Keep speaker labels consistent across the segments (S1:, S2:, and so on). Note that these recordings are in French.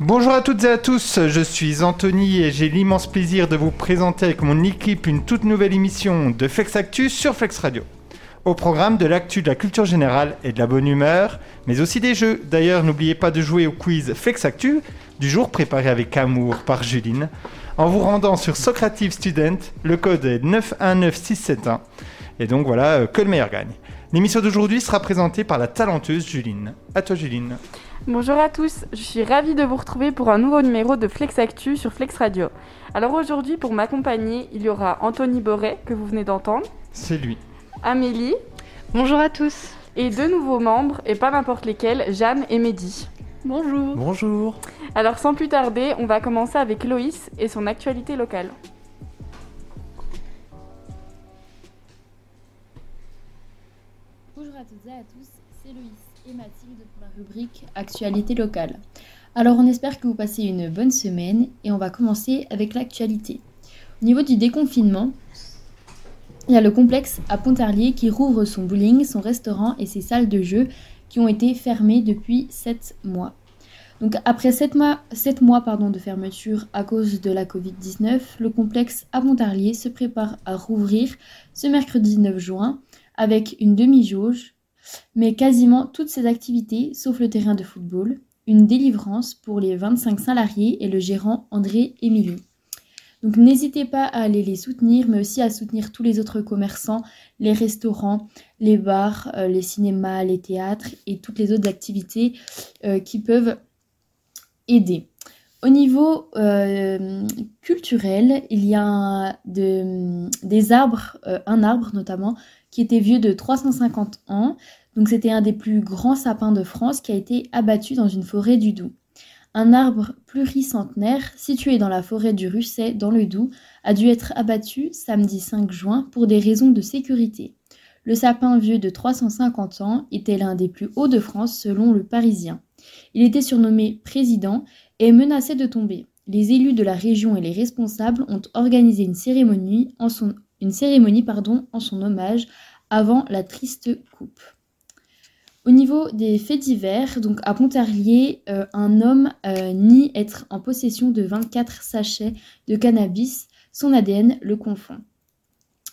S1: Bonjour à toutes et à tous, je suis Anthony et j'ai l'immense plaisir de vous présenter avec mon équipe une toute nouvelle émission de Flex Actu sur Flex Radio. Au programme de l'actu de la culture générale et de la bonne humeur, mais aussi des jeux. D'ailleurs, n'oubliez pas de jouer au quiz Flex Actu du jour préparé avec amour par Juline en vous rendant sur Socrative Student. Le code est 919671. Et donc voilà, euh, que le meilleur gagne. L'émission d'aujourd'hui sera présentée par la talenteuse Juline. À toi Juline.
S2: Bonjour à tous, je suis ravie de vous retrouver pour un nouveau numéro de Flex Actu sur Flex Radio. Alors aujourd'hui, pour m'accompagner, il y aura Anthony Boré, que vous venez d'entendre,
S1: C'est lui.
S2: Amélie,
S3: Bonjour à tous.
S2: et deux nouveaux membres, et pas n'importe lesquels, Jeanne et Mehdi.
S3: Bonjour.
S4: Bonjour.
S2: Alors sans plus tarder, on va commencer avec Loïs et son actualité locale.
S5: Bonjour à toutes et à tous, c'est Loïs et Mathilde pour la rubrique Actualité locale. Alors on espère que vous passez une bonne semaine et on va commencer avec l'actualité. Au niveau du déconfinement, il y a le complexe à Pontarlier qui rouvre son bowling, son restaurant et ses salles de jeu qui ont été fermées depuis 7 mois. Donc après 7 mois, 7 mois pardon, de fermeture à cause de la Covid-19, le complexe à Pontarlier se prépare à rouvrir ce mercredi 9 juin avec une demi-jauge, mais quasiment toutes ses activités, sauf le terrain de football, une délivrance pour les 25 salariés et le gérant André Émilie. Donc n'hésitez pas à aller les soutenir, mais aussi à soutenir tous les autres commerçants, les restaurants, les bars, euh, les cinémas, les théâtres et toutes les autres activités euh, qui peuvent aider. Au niveau euh, culturel, il y a un- de- des arbres, euh, un arbre notamment, qui était vieux de 350 ans. Donc c'était un des plus grands sapins de France qui a été abattu dans une forêt du Doubs. Un arbre pluricentenaire situé dans la forêt du Russet dans le Doubs a dû être abattu samedi 5 juin pour des raisons de sécurité. Le sapin vieux de 350 ans était l'un des plus hauts de France selon le Parisien. Il était surnommé président et menaçait de tomber. Les élus de la région et les responsables ont organisé une cérémonie en son, une cérémonie, pardon, en son hommage avant la triste coupe. Au niveau des faits divers, donc à Pontarlier, euh, un homme euh, nie être en possession de 24 sachets de cannabis. Son ADN le confond.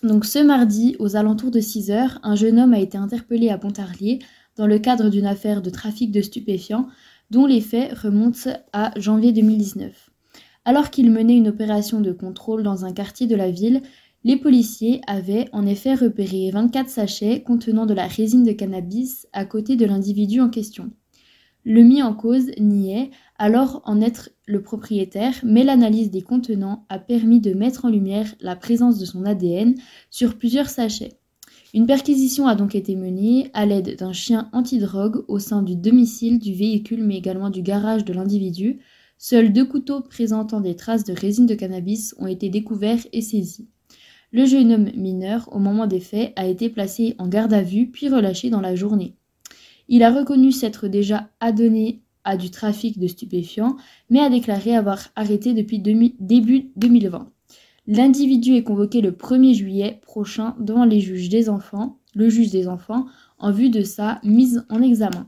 S5: Donc ce mardi, aux alentours de 6 heures, un jeune homme a été interpellé à Pontarlier dans le cadre d'une affaire de trafic de stupéfiants dont les faits remontent à janvier 2019. Alors qu'il menait une opération de contrôle dans un quartier de la ville, les policiers avaient en effet repéré 24 sachets contenant de la résine de cannabis à côté de l'individu en question. Le mis en cause niait alors en être le propriétaire, mais l'analyse des contenants a permis de mettre en lumière la présence de son ADN sur plusieurs sachets. Une perquisition a donc été menée à l'aide d'un chien antidrogue au sein du domicile, du véhicule mais également du garage de l'individu. Seuls deux couteaux présentant des traces de résine de cannabis ont été découverts et saisis. Le jeune homme mineur, au moment des faits, a été placé en garde à vue puis relâché dans la journée. Il a reconnu s'être déjà adonné à du trafic de stupéfiants, mais a déclaré avoir arrêté depuis demi- début 2020. L'individu est convoqué le 1er juillet prochain devant les juges des enfants, le juge des enfants, en vue de sa mise en examen.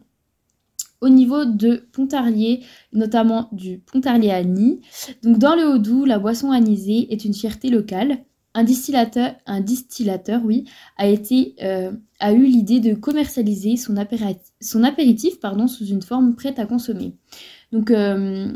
S5: Au niveau de Pontarlier, notamment du Pontarlier à Nîmes, donc dans le Haut-Doubs, la boisson anisée est une fierté locale. Un distillateur, un distillateur, oui, a été, euh, a eu l'idée de commercialiser son, apéra- son apéritif, pardon, sous une forme prête à consommer. Donc, euh,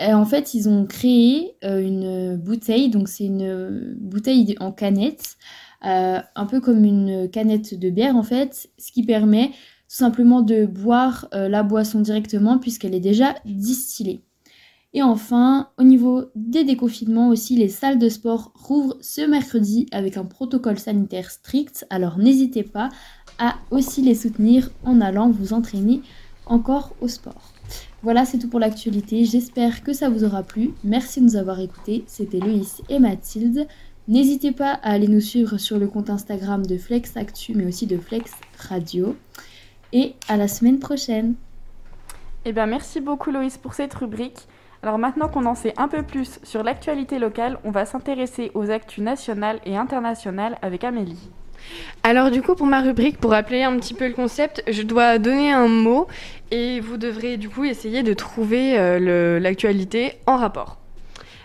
S5: euh, en fait, ils ont créé euh, une bouteille, donc c'est une bouteille en canette, euh, un peu comme une canette de bière en fait, ce qui permet tout simplement de boire euh, la boisson directement puisqu'elle est déjà distillée. Et enfin, au niveau des déconfinements aussi, les salles de sport rouvrent ce mercredi avec un protocole sanitaire strict, alors n'hésitez pas à aussi les soutenir en allant vous entraîner encore au sport. Voilà, c'est tout pour l'actualité. J'espère que ça vous aura plu. Merci de nous avoir écoutés. C'était Loïs et Mathilde. N'hésitez pas à aller nous suivre sur le compte Instagram de Flex Actu, mais aussi de Flex Radio. Et à la semaine prochaine.
S2: Eh bien merci beaucoup Loïs pour cette rubrique. Alors maintenant qu'on en sait un peu plus sur l'actualité locale, on va s'intéresser aux actus nationales et internationales avec Amélie.
S3: Alors du coup, pour ma rubrique, pour rappeler un petit peu le concept, je dois donner un mot et vous devrez du coup essayer de trouver euh, le- l'actualité en rapport.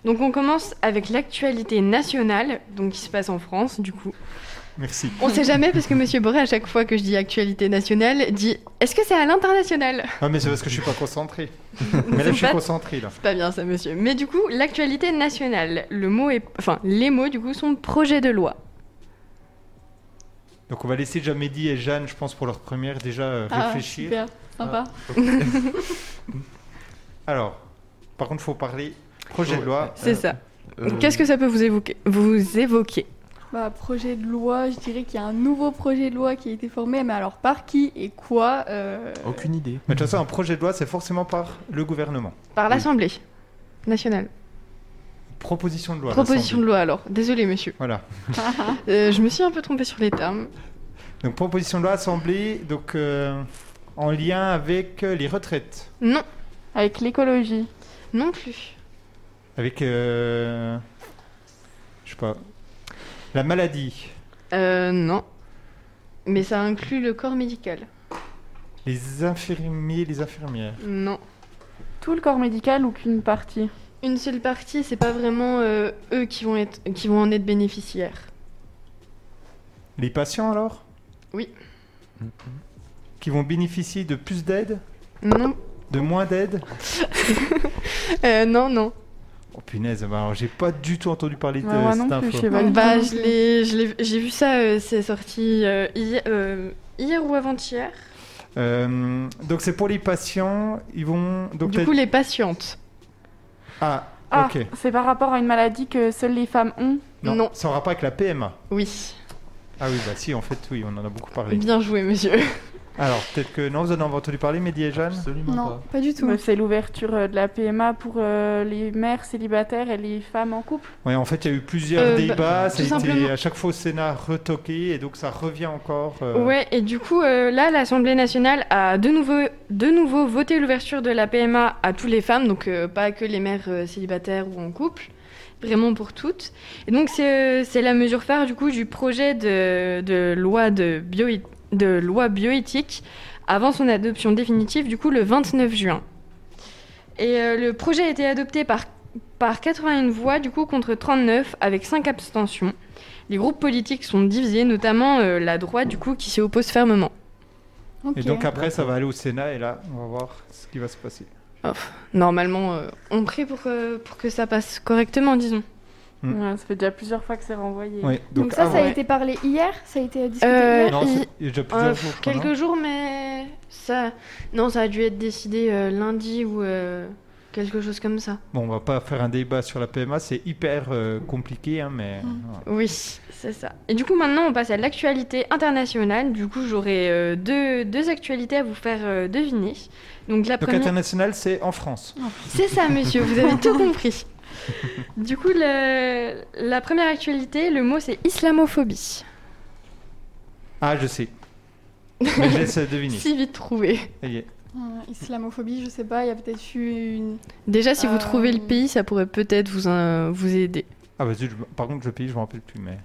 S3: Donc on commence avec l'actualité nationale, donc qui se passe en France du coup.
S1: Merci.
S3: On sait jamais parce que Monsieur Boré, à chaque fois que je dis actualité nationale, dit est-ce que c'est à l'international
S1: Ah, mais c'est parce que je suis pas concentré. mais là, je suis
S3: pas-
S1: concentré, là.
S3: Pas bien ça, monsieur. Mais du coup, l'actualité nationale, le mot est, enfin les mots du coup sont projet de loi.
S1: Donc, on va laisser Jamedi et Jeanne, je pense, pour leur première, déjà euh, réfléchir. Ah.
S5: super, sympa.
S1: Alors, par contre, faut parler projet de loi.
S3: C'est ça.
S4: Euh,
S3: Qu'est-ce que ça peut vous évoquer Vous évoquer
S6: Bah, projet de loi, je dirais qu'il y a un nouveau projet de loi qui a été formé, mais alors par qui et quoi euh,
S4: Aucune idée.
S1: Mais de toute façon, un projet de loi, c'est forcément par le gouvernement.
S3: Par l'Assemblée nationale.
S1: Proposition de loi.
S3: Proposition de
S1: l'Assemblée.
S3: loi alors. Désolé, monsieur.
S1: Voilà.
S3: Euh, je me suis un peu trompée sur les termes.
S1: Donc, proposition de loi assemblée, donc, euh, en lien avec euh, les retraites.
S3: Non,
S2: Avec l'écologie.
S3: non plus.
S1: Avec. euh, je sais pas. La maladie.
S3: Euh, non. Mais ça inclut le corps médical.
S1: Les infirmiers, les infirmières.
S3: Non.
S2: Tout le corps médical ou qu'une partie
S3: Une seule partie, c'est pas vraiment euh, eux qui vont, être, qui vont en être bénéficiaires.
S1: Les patients, alors
S3: Oui.
S1: Qui vont bénéficier de plus d'aide
S3: Non.
S1: De moins d'aide
S3: Euh, non, non.
S1: Oh punaise, bah, alors, j'ai pas du tout entendu parler de
S2: Ouais, moi
S1: cette
S2: non plus,
S1: info.
S2: je sais pas. du
S3: Bah,
S2: tout.
S3: je l'ai- je l'ai- j'ai vu ça, euh, c'est sorti euh, hier, euh, hier ou avant-hier.
S1: Euh, donc c'est pour les patients, ils vont... Donc
S3: Du
S1: t'as-
S3: coup, les patientes.
S1: Ah,
S2: Ah,
S1: ok.
S2: c'est par rapport à une maladie que seules les femmes ont.
S1: Non,
S3: non.
S1: ça aura pas avec la PMA.
S3: Oui.
S1: Ah oui, bah si, en fait, oui, on en a beaucoup parlé.
S3: Bien joué, monsieur.
S1: Alors, peut-être que... Non, vous en avez entendu parler, Mehdi et Jeanne
S4: Absolument
S6: Non,
S4: pas.
S6: pas du tout.
S2: Mais C'est l'ouverture euh, de la PMA pour euh, les mères célibataires et les femmes en couple.
S1: Ouais, en fait, il y a eu plusieurs
S3: Euh, bah,
S1: débats,
S3: tout
S1: ça a été
S3: simplement.
S1: à chaque fois au Sénat retoqué, et donc ça revient encore... euh,
S3: Ouais, et du coup, euh, là, l'Assemblée nationale a de nouveau, de nouveau voté l'ouverture de la PMA à toutes les femmes, donc euh, pas que les mères euh, célibataires ou en couple, vraiment pour toutes. Et donc, c'est euh, c'est la mesure phare du coup du projet de, de loi, de, bio, de loi bioéthique avant son adoption définitive, du coup, le 29 juin. Et euh, le projet a été adopté par, par 81 voix, du coup, contre 39, avec 5 abstentions. Les groupes politiques sont divisés, notamment euh, la droite, du coup, qui s'y oppose fermement.
S6: Ok.
S1: Et donc après, ça va aller au Sénat, et là, on va voir ce qui va se passer.
S3: Normalement, euh, on prie pour, que- pour que ça passe correctement, disons.
S1: Mm.
S2: Ouais, ça fait déjà plusieurs fois que c'est renvoyé.
S1: Ouais,
S6: donc,
S1: donc
S6: ça,
S1: avant-
S6: ça a
S3: ouais.
S6: été parlé hier Ça a été discuté
S3: Euh,
S6: hier
S1: Non,
S3: il-
S1: c'est- il y a déjà plusieurs
S3: Euh,
S1: jours, je crois, non
S3: quelques jours, mais ça, non, ça a dû être décidé euh, lundi ou euh, quelque chose comme ça.
S1: Bon, on va pas faire un débat sur la PMA, c'est hyper euh, compliqué, hein, mais... voilà.
S3: Oui, c'est ça. Et du coup, maintenant, on passe à l'actualité internationale. Du coup, j'aurai euh, deux, deux actualités à vous faire euh, deviner. Donc la
S1: Donc
S3: première.
S1: international, c'est en France.
S3: C'est ça, monsieur, vous avez tout compris. Du coup, le- la première actualité, le mot c'est islamophobie.
S1: Ah, je sais. Mais je laisse deviner.
S3: Si vite trouvé.
S1: Ça y est.
S6: Hum, Islamophobie, je sais pas, il y a peut-être eu une.
S3: Déjà, si vous
S6: Euh,
S3: trouvez le pays, ça pourrait peut-être vous, euh, vous aider.
S1: Ah, bah, zut, je- par contre, le pays, je me rappelle plus, mais...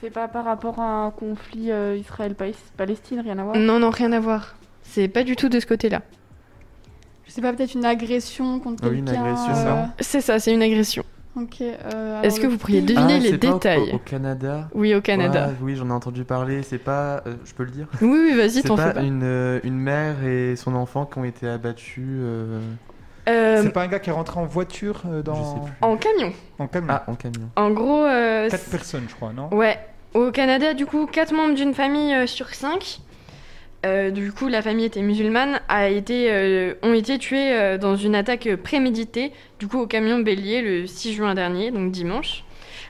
S2: C'est pas par rapport à un conflit euh, Israël-Palestine, rien à
S1: Mm.
S2: voir.
S3: Non, non, rien à voir. C'est pas du tout de ce côté-là.
S6: Je sais pas, peut-être une agression contre
S4: Ah Oui, une
S6: quelqu'un. euh,
S4: agression, ça.
S3: C'est ça, c'est une agression.
S6: Ok. euh,
S3: Est-ce
S6: alors
S3: que
S6: le
S3: vous pourriez
S6: pays-
S3: Devinez
S4: Ah,
S3: les
S4: c'est pas au-
S3: détails.
S4: Au, Canada.
S3: Oui, au Canada.
S4: Ouais, oui, j'en ai entendu parler. C'est pas. euh, je peux le dire
S3: Oui, oui, vas-y,
S4: C'est
S3: t'en fais
S4: pas,
S3: pas.
S4: Une, euh, une mère et son enfant qui ont été abattus. euh,
S3: Euh,
S1: C'est pas un gars qui est rentré en voiture euh, dans...
S4: Je sais plus.
S3: en camion.
S1: En camion.
S4: Ah, en camion.
S3: En gros, euh,
S1: Quatre personnes, je crois, non
S3: Ouais. Au Canada, du coup, 4 membres d'une famille euh, sur 5, du coup, la famille était musulmane, a été, euh, ont été tués euh, dans une attaque préméditée, du coup, au camion bélier le 6 juin dernier, donc dimanche.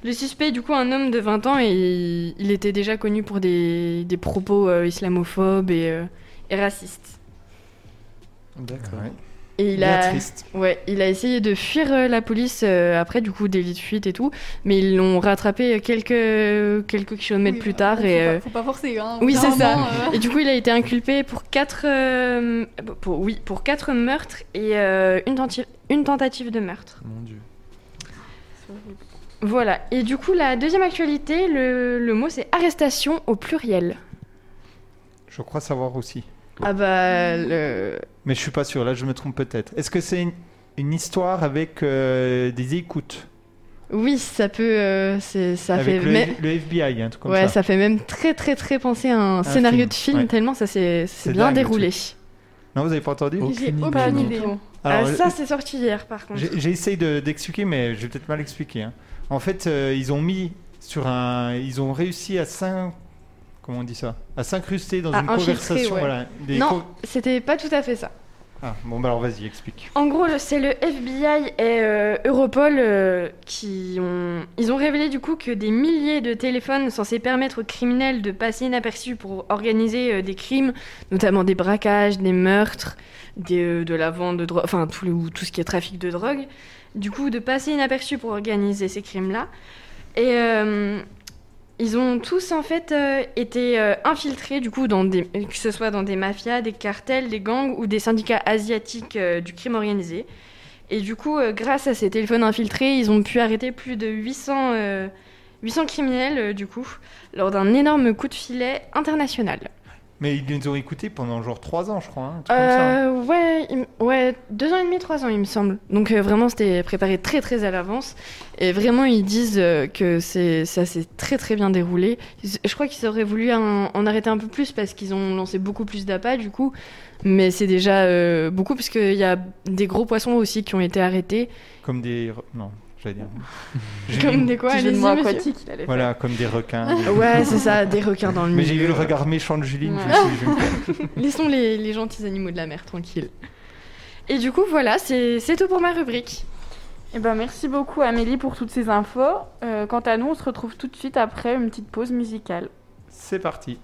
S3: Le suspect, du coup, un homme de 20 ans, et il était déjà connu pour des, des propos euh, islamophobes et, euh, et racistes.
S4: D'accord.
S1: Ouais.
S3: Et il
S1: Bien
S3: a,
S1: triste.
S3: ouais, il a essayé de fuir euh, la police euh, après, du coup, délit de fuite et tout, mais ils l'ont rattrapé quelques, quelques kilomètres
S6: Oui,
S3: plus
S6: bah,
S3: tard.
S6: faut
S3: et,
S6: pas-
S3: euh,
S6: Faut pas forcer, hein. au
S3: oui,
S6: bout
S3: c'est
S6: d'un
S3: ça.
S6: moment, euh,
S3: Et du coup, il a été inculpé pour quatre, euh, pour, oui, pour quatre meurtres et euh, une, tenti- une tentative de meurtre.
S4: Mon dieu.
S2: C'est horrible.
S3: Voilà. Et du coup, la deuxième actualité, le, le mot c'est arrestation au pluriel.
S1: Je crois savoir aussi.
S3: Ah bah, le...
S1: Mais je suis pas sûr, là je me trompe peut-être. Est-ce que c'est une, une histoire avec euh, des écoutes
S3: oui, ça peut. euh, c'est- ça
S1: Avec
S3: fait.
S1: le,
S3: mais-
S1: le FBI, un truc comme
S3: ouais,
S1: ça.
S3: ça. fait même très très très penser à un, scénario
S1: film,
S3: de film
S1: ouais.
S3: tellement ça s'est s'est
S1: C'est
S3: bien
S1: dingue, le
S3: déroulé.
S1: Non, vous avez pas entendu
S4: Aucune
S6: J'ai
S4: idée,
S6: aucune
S4: non.
S6: idée.
S1: Alors,
S3: Euh, ça c'est sorti hier par contre.
S1: J'ai j'ai essayé de- d'expliquer, mais j'ai peut-être mal expliqué. hein. En fait, euh, ils ont mis sur un, ils ont réussi à s'in- comment on dit ça, à s'incruster dans
S3: À
S1: une
S3: infiltrer,
S1: conversation.
S3: ouais.
S1: voilà, des
S3: Non,
S1: co-
S3: c'était pas tout à fait ça.
S1: Ah, bon bah alors vas-y, explique.
S3: En gros, le- c'est le FBI et euh, Europol euh, qui ont... Ils ont révélé du coup que des milliers de téléphones censés permettre aux criminels de passer inaperçus pour organiser euh, des crimes, notamment des braquages, des meurtres, des, euh, de la vente de drogue, enfin tout, le- tout ce qui est trafic de drogue, du coup de passer inaperçus pour organiser ces crimes-là. Et euh, ils ont tous en fait euh, été euh, infiltrés du coup dans des, que ce soit dans des mafias, des cartels, des gangs ou des syndicats asiatiques euh, du crime organisé. Et du coup, euh, grâce à ces téléphones infiltrés, ils ont pu arrêter plus de 800, euh, 800 criminels euh, du coup lors d'un énorme coup de filet international.
S1: Mais ils nous ont écoutés pendant genre trois ans, je crois. hein, un truc comme ça, hein.
S3: Euh, ouais, il m- ouais, deux ans et demi, trois ans, il me semble. Donc euh, vraiment, c'était préparé très très à l'avance. Et vraiment, ils disent euh, que c'est ça s'est très très bien déroulé. Ils- Je crois qu'ils auraient voulu un- en arrêter un peu plus parce qu'ils ont lancé beaucoup plus d'appâts du coup. Mais c'est déjà euh, beaucoup parce qu'il y a des gros poissons aussi qui ont été arrêtés.
S1: Comme des, re- non, j'allais dire. J'ai
S3: Comme
S1: dit-
S3: des quoi
S2: Petit jeu de
S3: allez-y,
S2: mots
S3: monsieur.
S2: aquatique, il allait faire.
S1: Voilà, comme des requins. des-
S3: Ouais, c'est ça, des requins dans le
S1: Mais
S3: milieu.
S1: j'ai vu le regard méchant de Julie. je me suis
S2: Ouais.
S1: dit, je vais me calmer.
S3: Laissons les, les gentils animaux de la mer tranquilles. Et du coup, voilà, c'est c'est tout pour ma rubrique.
S2: Eh ben, merci beaucoup Amélie pour toutes ces infos. Euh, quant à nous, on se retrouve tout de suite après une petite pause musicale.
S1: C'est parti.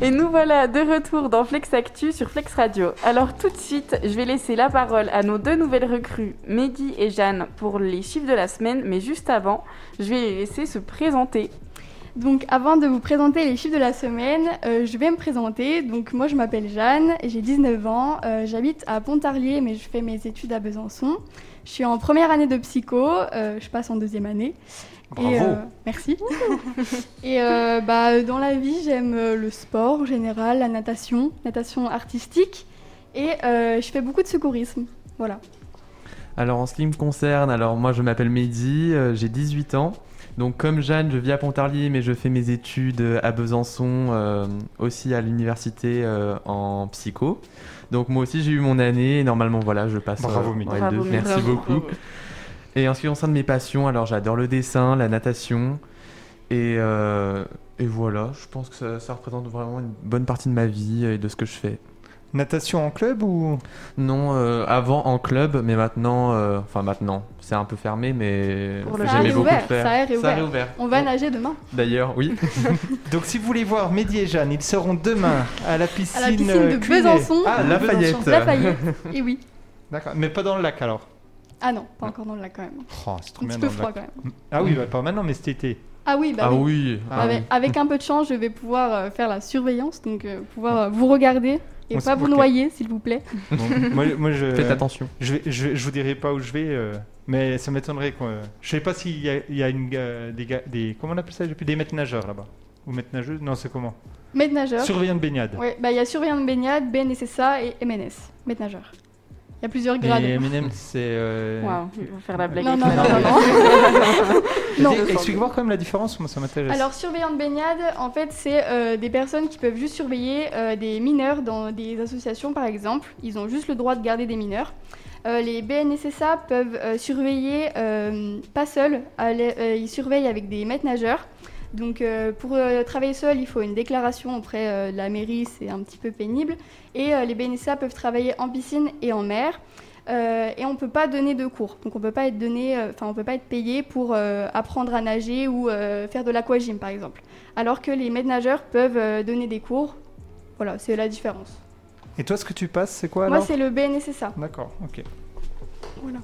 S2: Et nous voilà de retour dans Flex Actu sur Flex Radio. Alors tout de suite, je vais laisser la parole à nos deux nouvelles recrues, Mehdi et Jeanne, pour les chiffres de la semaine. Mais juste avant, je vais les laisser se présenter.
S6: Donc avant de vous présenter les chiffres de la semaine, euh, je vais me présenter. Donc moi je m'appelle Jeanne, j'ai 19 ans, euh, j'habite à Pontarlier mais je fais mes études à Besançon. Je suis en première année de psycho, euh, je passe en deuxième année.
S1: Bravo.
S6: Et, euh, merci. et euh, bah, dans la vie, j'aime euh, le sport en général, la natation, natation artistique, et euh, je fais beaucoup de secourisme. Voilà.
S4: Alors en ce qui me concerne, alors moi je m'appelle Mehdi, euh, j'ai 18 ans. Donc comme Jeanne, je vis à Pontarlier mais je fais mes études euh, à Besançon, euh, aussi à l'université euh, en psycho. Donc moi aussi j'ai eu mon année et normalement voilà, je passe
S1: Bravo,
S4: euh,
S1: Mehdi.
S4: en L2.
S2: Bravo, Mehdi.
S4: Merci
S3: Bravo,
S4: beaucoup.
S3: bravo.
S4: Et en ce qui concerne mes passions, alors j'adore le dessin, la natation et, euh, et voilà, je pense que ça, ça représente vraiment une bonne partie de ma vie euh, et de ce que je fais.
S1: Natation en club ou
S4: Non, euh, avant en club, mais maintenant, euh, enfin maintenant, c'est un peu fermé, mais
S6: Pour le moment. Ça a
S4: j'aimais beaucoup le
S6: réouvert,
S4: faire.
S6: ça a réouvert.
S4: réouvert.
S6: On va
S4: Oh,
S6: nager demain.
S4: D'ailleurs, oui.
S1: Donc si vous voulez voir Mehdi et Jeanne, ils seront demain à la piscine,
S6: piscine
S1: euh,
S6: de
S1: Clunet.
S6: Besançon.
S1: Ah,
S4: La
S1: de
S4: Fayette.
S1: Besançon.
S6: La faillite. et oui.
S1: D'accord, mais pas dans le lac alors.
S6: Ah non, pas encore dans le lac quand même.
S1: Oh, c'est trop
S6: Un
S1: bien
S6: petit
S1: dans le
S6: peu
S1: lac.
S6: froid quand même.
S1: Ah oui, bah, pas maintenant, mais cet été.
S6: Ah oui, bah
S4: ah
S6: oui.
S4: oui.
S1: Ah
S6: avec, avec un peu de chance, je vais pouvoir euh, faire la surveillance, donc euh, pouvoir euh, vous regarder et
S1: On
S6: pas
S1: se-
S6: vous
S1: ok.
S6: noyer, s'il vous plaît.
S1: Bon, moi, moi, je,
S4: Faites attention.
S1: je, vais- je, vais- je vous dirai pas où je vais, euh, mais ça m'étonnerait. Quoi. Je sais pas s'il y a, il y a une, euh, des, gars- des. Comment on appelle ça j'ai plus Des maîtres nageurs là-bas. Ou maîtres nageuses Non, c'est comment
S6: Maître nageur.
S1: Surveillant de baignade.
S6: Ouais, bah il y a surveillant de baignade, BNSSA et MNS, maître nageur. Il y a plusieurs grades.
S1: Et Eminem, c'est. euh,
S2: Waouh, ils vont faire la blague.
S6: Non,
S2: avec
S6: non,
S2: la
S6: non,
S2: parole.
S6: non,
S1: Vas-y,
S6: non.
S1: Explique-moi quand même la différence, moi ça m'intéresse.
S6: Alors, surveillant de baignade, en fait, c'est euh, des personnes qui peuvent juste surveiller euh, des mineurs dans des associations, par exemple. Ils ont juste le droit de garder des mineurs. Euh, les BNSSA peuvent euh, surveiller, euh, pas seuls, à la- euh, ils surveillent avec des maîtres nageurs. Donc, euh, pour euh, travailler seul, il faut une déclaration auprès euh, de la mairie, c'est un petit peu pénible. Et euh, les BNSSA peuvent travailler en piscine et en mer. Euh, et on ne peut pas donner de cours. Donc on peut pas être donné, euh, enfin on peut pas être payé pour euh, apprendre à nager ou euh, faire de l'aquagym par exemple. Alors que les maîtres nageurs peuvent euh, donner des cours. Voilà, c'est la différence.
S1: Et toi, ce que tu passes, c'est quoi
S6: Moi
S1: alors
S6: c'est le BNSSA.
S1: D'accord, ok.
S6: Voilà.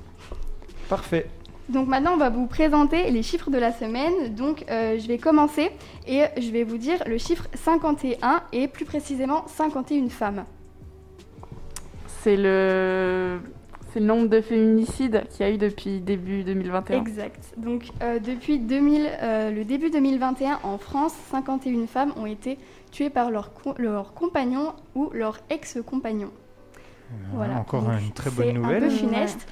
S1: Parfait.
S6: Donc maintenant on va vous présenter les chiffres de la semaine. Donc euh, je vais commencer et je vais vous dire le chiffre 51 et plus précisément 51 femmes.
S2: c'est le... c'est le nombre de féminicides qu'il y a eu depuis début 2021.
S6: Exact. Donc euh, depuis 2000, euh, le début 2021 en France, 51 femmes ont été tuées par leur, co- leur compagnon ou leur ex-compagnon. Voilà.
S1: Ah, Encore
S6: Donc,
S1: une très
S6: c'est
S1: bonne
S6: Un peu
S1: nouvelle.
S6: funeste.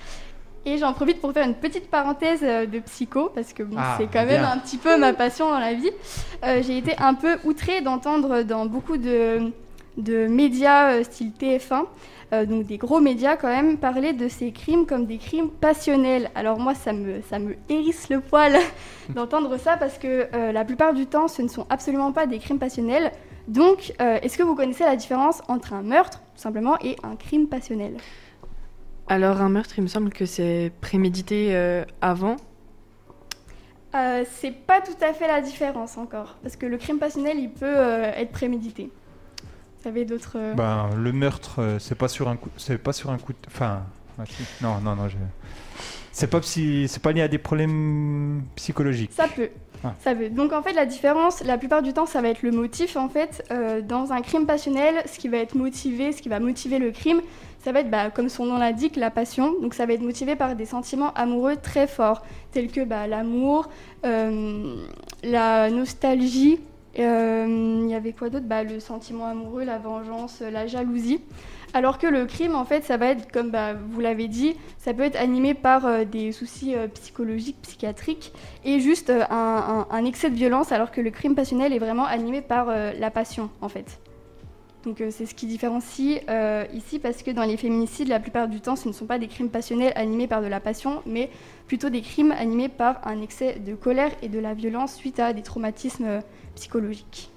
S6: Et j'en profite pour faire une petite parenthèse euh, de psycho, parce que bon,
S1: Ah,
S6: c'est quand même
S1: bien.
S6: un petit peu ma passion dans la vie. Euh, J'ai été un peu outrée d'entendre dans beaucoup de, de médias, euh, style TF1, euh, donc des gros médias quand même, parler de ces crimes comme des crimes passionnels. Alors moi, ça me, ça me hérisse le poil d'entendre ça, parce que euh, la plupart du temps, ce ne sont absolument pas des crimes passionnels. Donc, euh, est-ce que vous connaissez la différence entre un meurtre, tout simplement, et un crime passionnel
S3: Alors, un meurtre, il me semble que c'est prémédité euh, avant.
S6: Euh, c'est pas tout à fait la différence encore, parce que le crime passionnel, il peut euh, être prémédité. Vous avez d'autres... euh,
S1: Ben, le meurtre, euh, c'est pas sur un coup, c'est pas sur un coup. De... Enfin, ah, si. non, non, non. je- C'est pas psy- c'est pas lié à des problèmes psychologiques.
S6: Ça peut.
S1: Ah.
S6: Ça peut. Donc en fait, la différence, la plupart du temps, ça va être le motif. En fait, Euh, dans un crime passionnel, ce qui va être motivé, ce qui va motiver le crime, ça va être, bah, comme son nom l'indique, la passion. Donc ça va être motivé par des sentiments amoureux très forts, tels que bah, l'amour, euh, la nostalgie. euh, Il y avait quoi d'autre bah, Le sentiment amoureux, la vengeance, euh, la jalousie. Alors que le crime, en fait, ça va être, comme bah, vous l'avez dit, ça peut être animé par euh, des soucis euh, psychologiques, psychiatriques et juste euh, un, un- un excès de violence, alors que le crime passionnel est vraiment animé par euh, la passion, en fait. Donc euh, c'est ce qui différencie euh, ici, parce que dans les féminicides, la plupart du temps, ce ne sont pas des crimes passionnels animés par de la passion, mais plutôt des crimes animés par un excès de colère et de la violence suite à des traumatismes euh, psychologiques.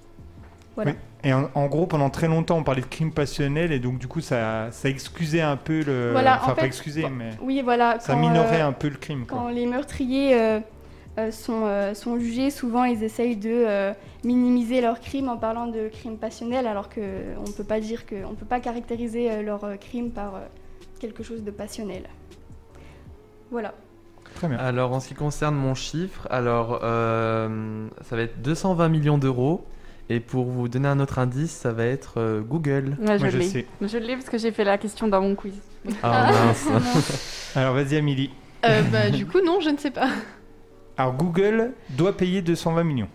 S1: Et en, en gros, pendant très longtemps, on parlait de crimes passionnels et donc du coup, ça, ça excusait un peu le.
S6: Voilà,
S1: enfin,
S6: en
S1: pas
S6: fait,
S1: excusé,
S6: bon,
S1: mais
S6: Oui, voilà.
S1: ça
S6: quand,
S1: minorait
S6: euh,
S1: un peu le crime. Quoi.
S6: Quand les meurtriers euh, euh, sont, euh, sont jugés, souvent ils essayent de euh, minimiser leurs crimes en parlant de crimes passionnels, alors qu'on ne peut pas dire que, on peut pas caractériser euh, leurs euh, crimes par euh, quelque chose de passionnel. Voilà.
S1: Très bien.
S4: Alors, en ce qui concerne mon chiffre, alors euh, ça va être 220 millions d'euros. Et pour vous donner un autre indice, ça va être euh, Google.
S2: Ouais, je
S1: Moi, je
S2: l'ai.
S1: sais.
S2: Je l'ai parce que j'ai fait la question dans mon quiz.
S4: Ah, mince.
S1: Alors, vas-y, Amélie.
S3: Euh, bah, du coup, non, je ne sais pas.
S1: Alors, Google doit payer 220 millions.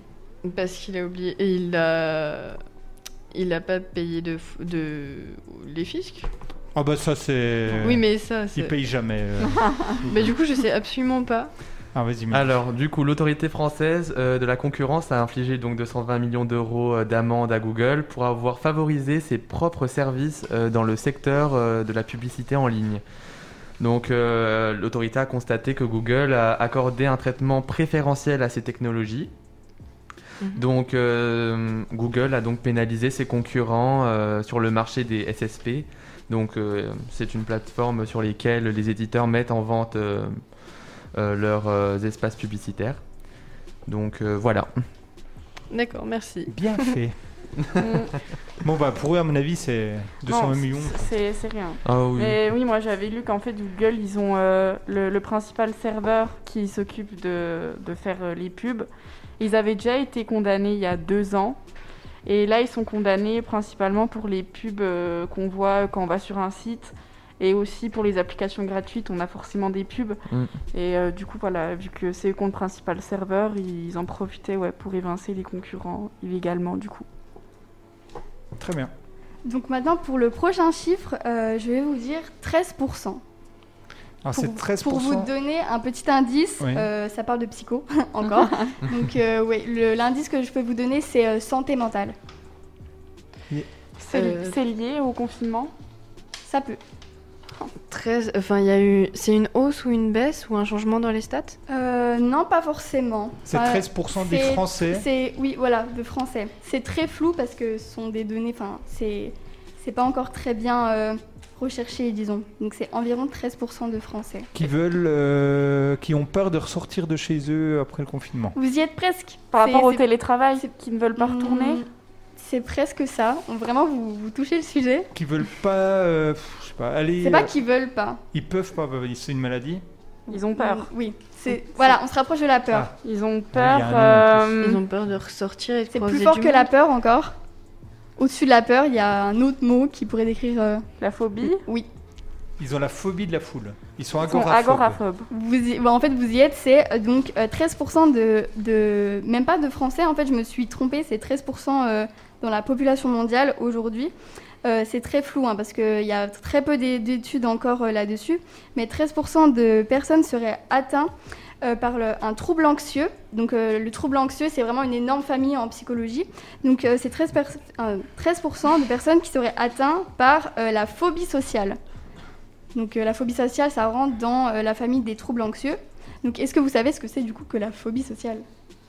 S3: Parce qu'il a oublié. Et il a. Il a pas payé de. f- de... les fiscs
S1: Ah bah ça, c'est.
S3: Oui, mais ça,
S1: Ils
S3: c'est.
S1: payent jamais. euh,
S3: Mais du coup, je sais absolument pas.
S1: Ah, vas-y, Amélie.
S4: Alors, du coup, l'autorité française euh, de la concurrence a infligé donc 220 millions d'euros euh, d'amende à Google pour avoir favorisé ses propres services euh, dans le secteur euh, de la publicité en ligne. Donc, euh, l'autorité a constaté que Google a accordé un traitement préférentiel à ces technologies.
S3: Mhm.
S4: Donc, euh, Google a donc pénalisé ses concurrents euh, sur le marché des SSP. Donc, euh, c'est une plateforme sur lesquelles les éditeurs mettent en vente euh, euh, leurs euh, espaces publicitaires. Donc euh, voilà.
S3: D'accord, merci.
S1: Bien fait.
S2: Mm.
S1: Bon, bah, pour eux, à mon avis, c'est 220
S2: Non,
S1: millions.
S2: c'est- C'est c'est rien.
S4: Ah oui.
S2: Mais oui, moi j'avais lu qu'en fait Google, ils ont euh, le, le principal serveur qui s'occupe de, de faire euh, les pubs. Ils avaient déjà été condamnés il y a deux ans. Et là, ils sont condamnés principalement pour les pubs euh, qu'on voit quand on va sur un site. Et aussi pour les applications gratuites, on a forcément des pubs.
S4: Mm.
S2: Et euh, du coup, voilà, vu que c'est eux qui ont le principal serveur, ils en profitaient ouais, pour évincer les concurrents illégalement, du coup.
S1: Très bien.
S6: Donc maintenant, pour le prochain chiffre, euh, je vais vous dire 13%.
S1: Alors, Ah, c'est 13%.
S6: Pour vous donner un petit indice,
S1: Oui.
S6: euh, ça parle de psycho, encore. Donc euh, ouais, le- l'indice que je peux vous donner, c'est euh, santé mentale.
S2: C'est
S3: Euh,
S2: c'est lié au confinement
S6: Ça peut.
S3: 13. Enfin, il y a eu. C'est une hausse ou une baisse ou un changement dans les stats
S6: Euh, non, pas forcément.
S1: C'est
S6: Enfin,
S1: 13% des
S6: c'est-
S1: Français.
S6: C'est oui, voilà, de français. C'est très flou parce que ce sont des données. Enfin, c'est c'est pas encore très bien euh, recherché, disons. Donc c'est environ 13% de français.
S1: qui veulent, euh, qui ont peur de ressortir de chez eux après le confinement.
S6: Vous y êtes presque.
S2: Par
S6: C'est-
S2: rapport au
S6: c'est-
S2: télétravail,
S6: c'est-
S2: qui ne veulent pas retourner
S6: Hmm, C'est presque ça. On- Vraiment, vous, vous touchez le sujet.
S1: Qui veulent pas, euh, pff, je sais pas, aller.
S6: C'est pas
S1: euh,
S6: qu'ils veulent pas. Mm,
S1: Ils peuvent pas, bah, c'est une maladie.
S2: Ils ont peur.
S6: Oui. C'est voilà, on se rapproche de la peur.
S1: Ah,
S2: Ils ont
S1: Ah,
S2: peur.
S1: il y a un nom en
S2: euh,
S3: Ils ont peur de ressortir et de
S6: c'est
S3: croiser
S6: plus fort
S3: du
S6: que la
S3: monde.
S6: peur encore. Au-dessus de la peur, il y a un autre mot qui pourrait décrire. euh,
S2: La phobie
S6: Oui.
S1: Ils ont la phobie de la foule. Ils sont
S2: Ils sont
S1: agoraphobes.
S2: agoraphobes.
S6: Vous y- bah, en fait, vous y êtes, c'est euh, donc euh, 13% de, de- Même pas de Français, en fait, je me suis trompée, c'est 13% euh, dans la population mondiale aujourd'hui. Euh, c'est très flou, hein, parce qu'il y a très peu d'é- d'études encore euh, là-dessus, mais 13% de personnes seraient atteintes euh, par le- un trouble anxieux. Donc, euh, le trouble anxieux, c'est vraiment une énorme famille en psychologie. Donc, euh, c'est 13%, pers- euh, 13% de personnes qui seraient atteintes par euh, la phobie sociale. Donc euh, la phobie sociale, ça rentre dans euh, la famille des troubles anxieux. Donc est-ce que vous savez ce que c'est du coup que la phobie sociale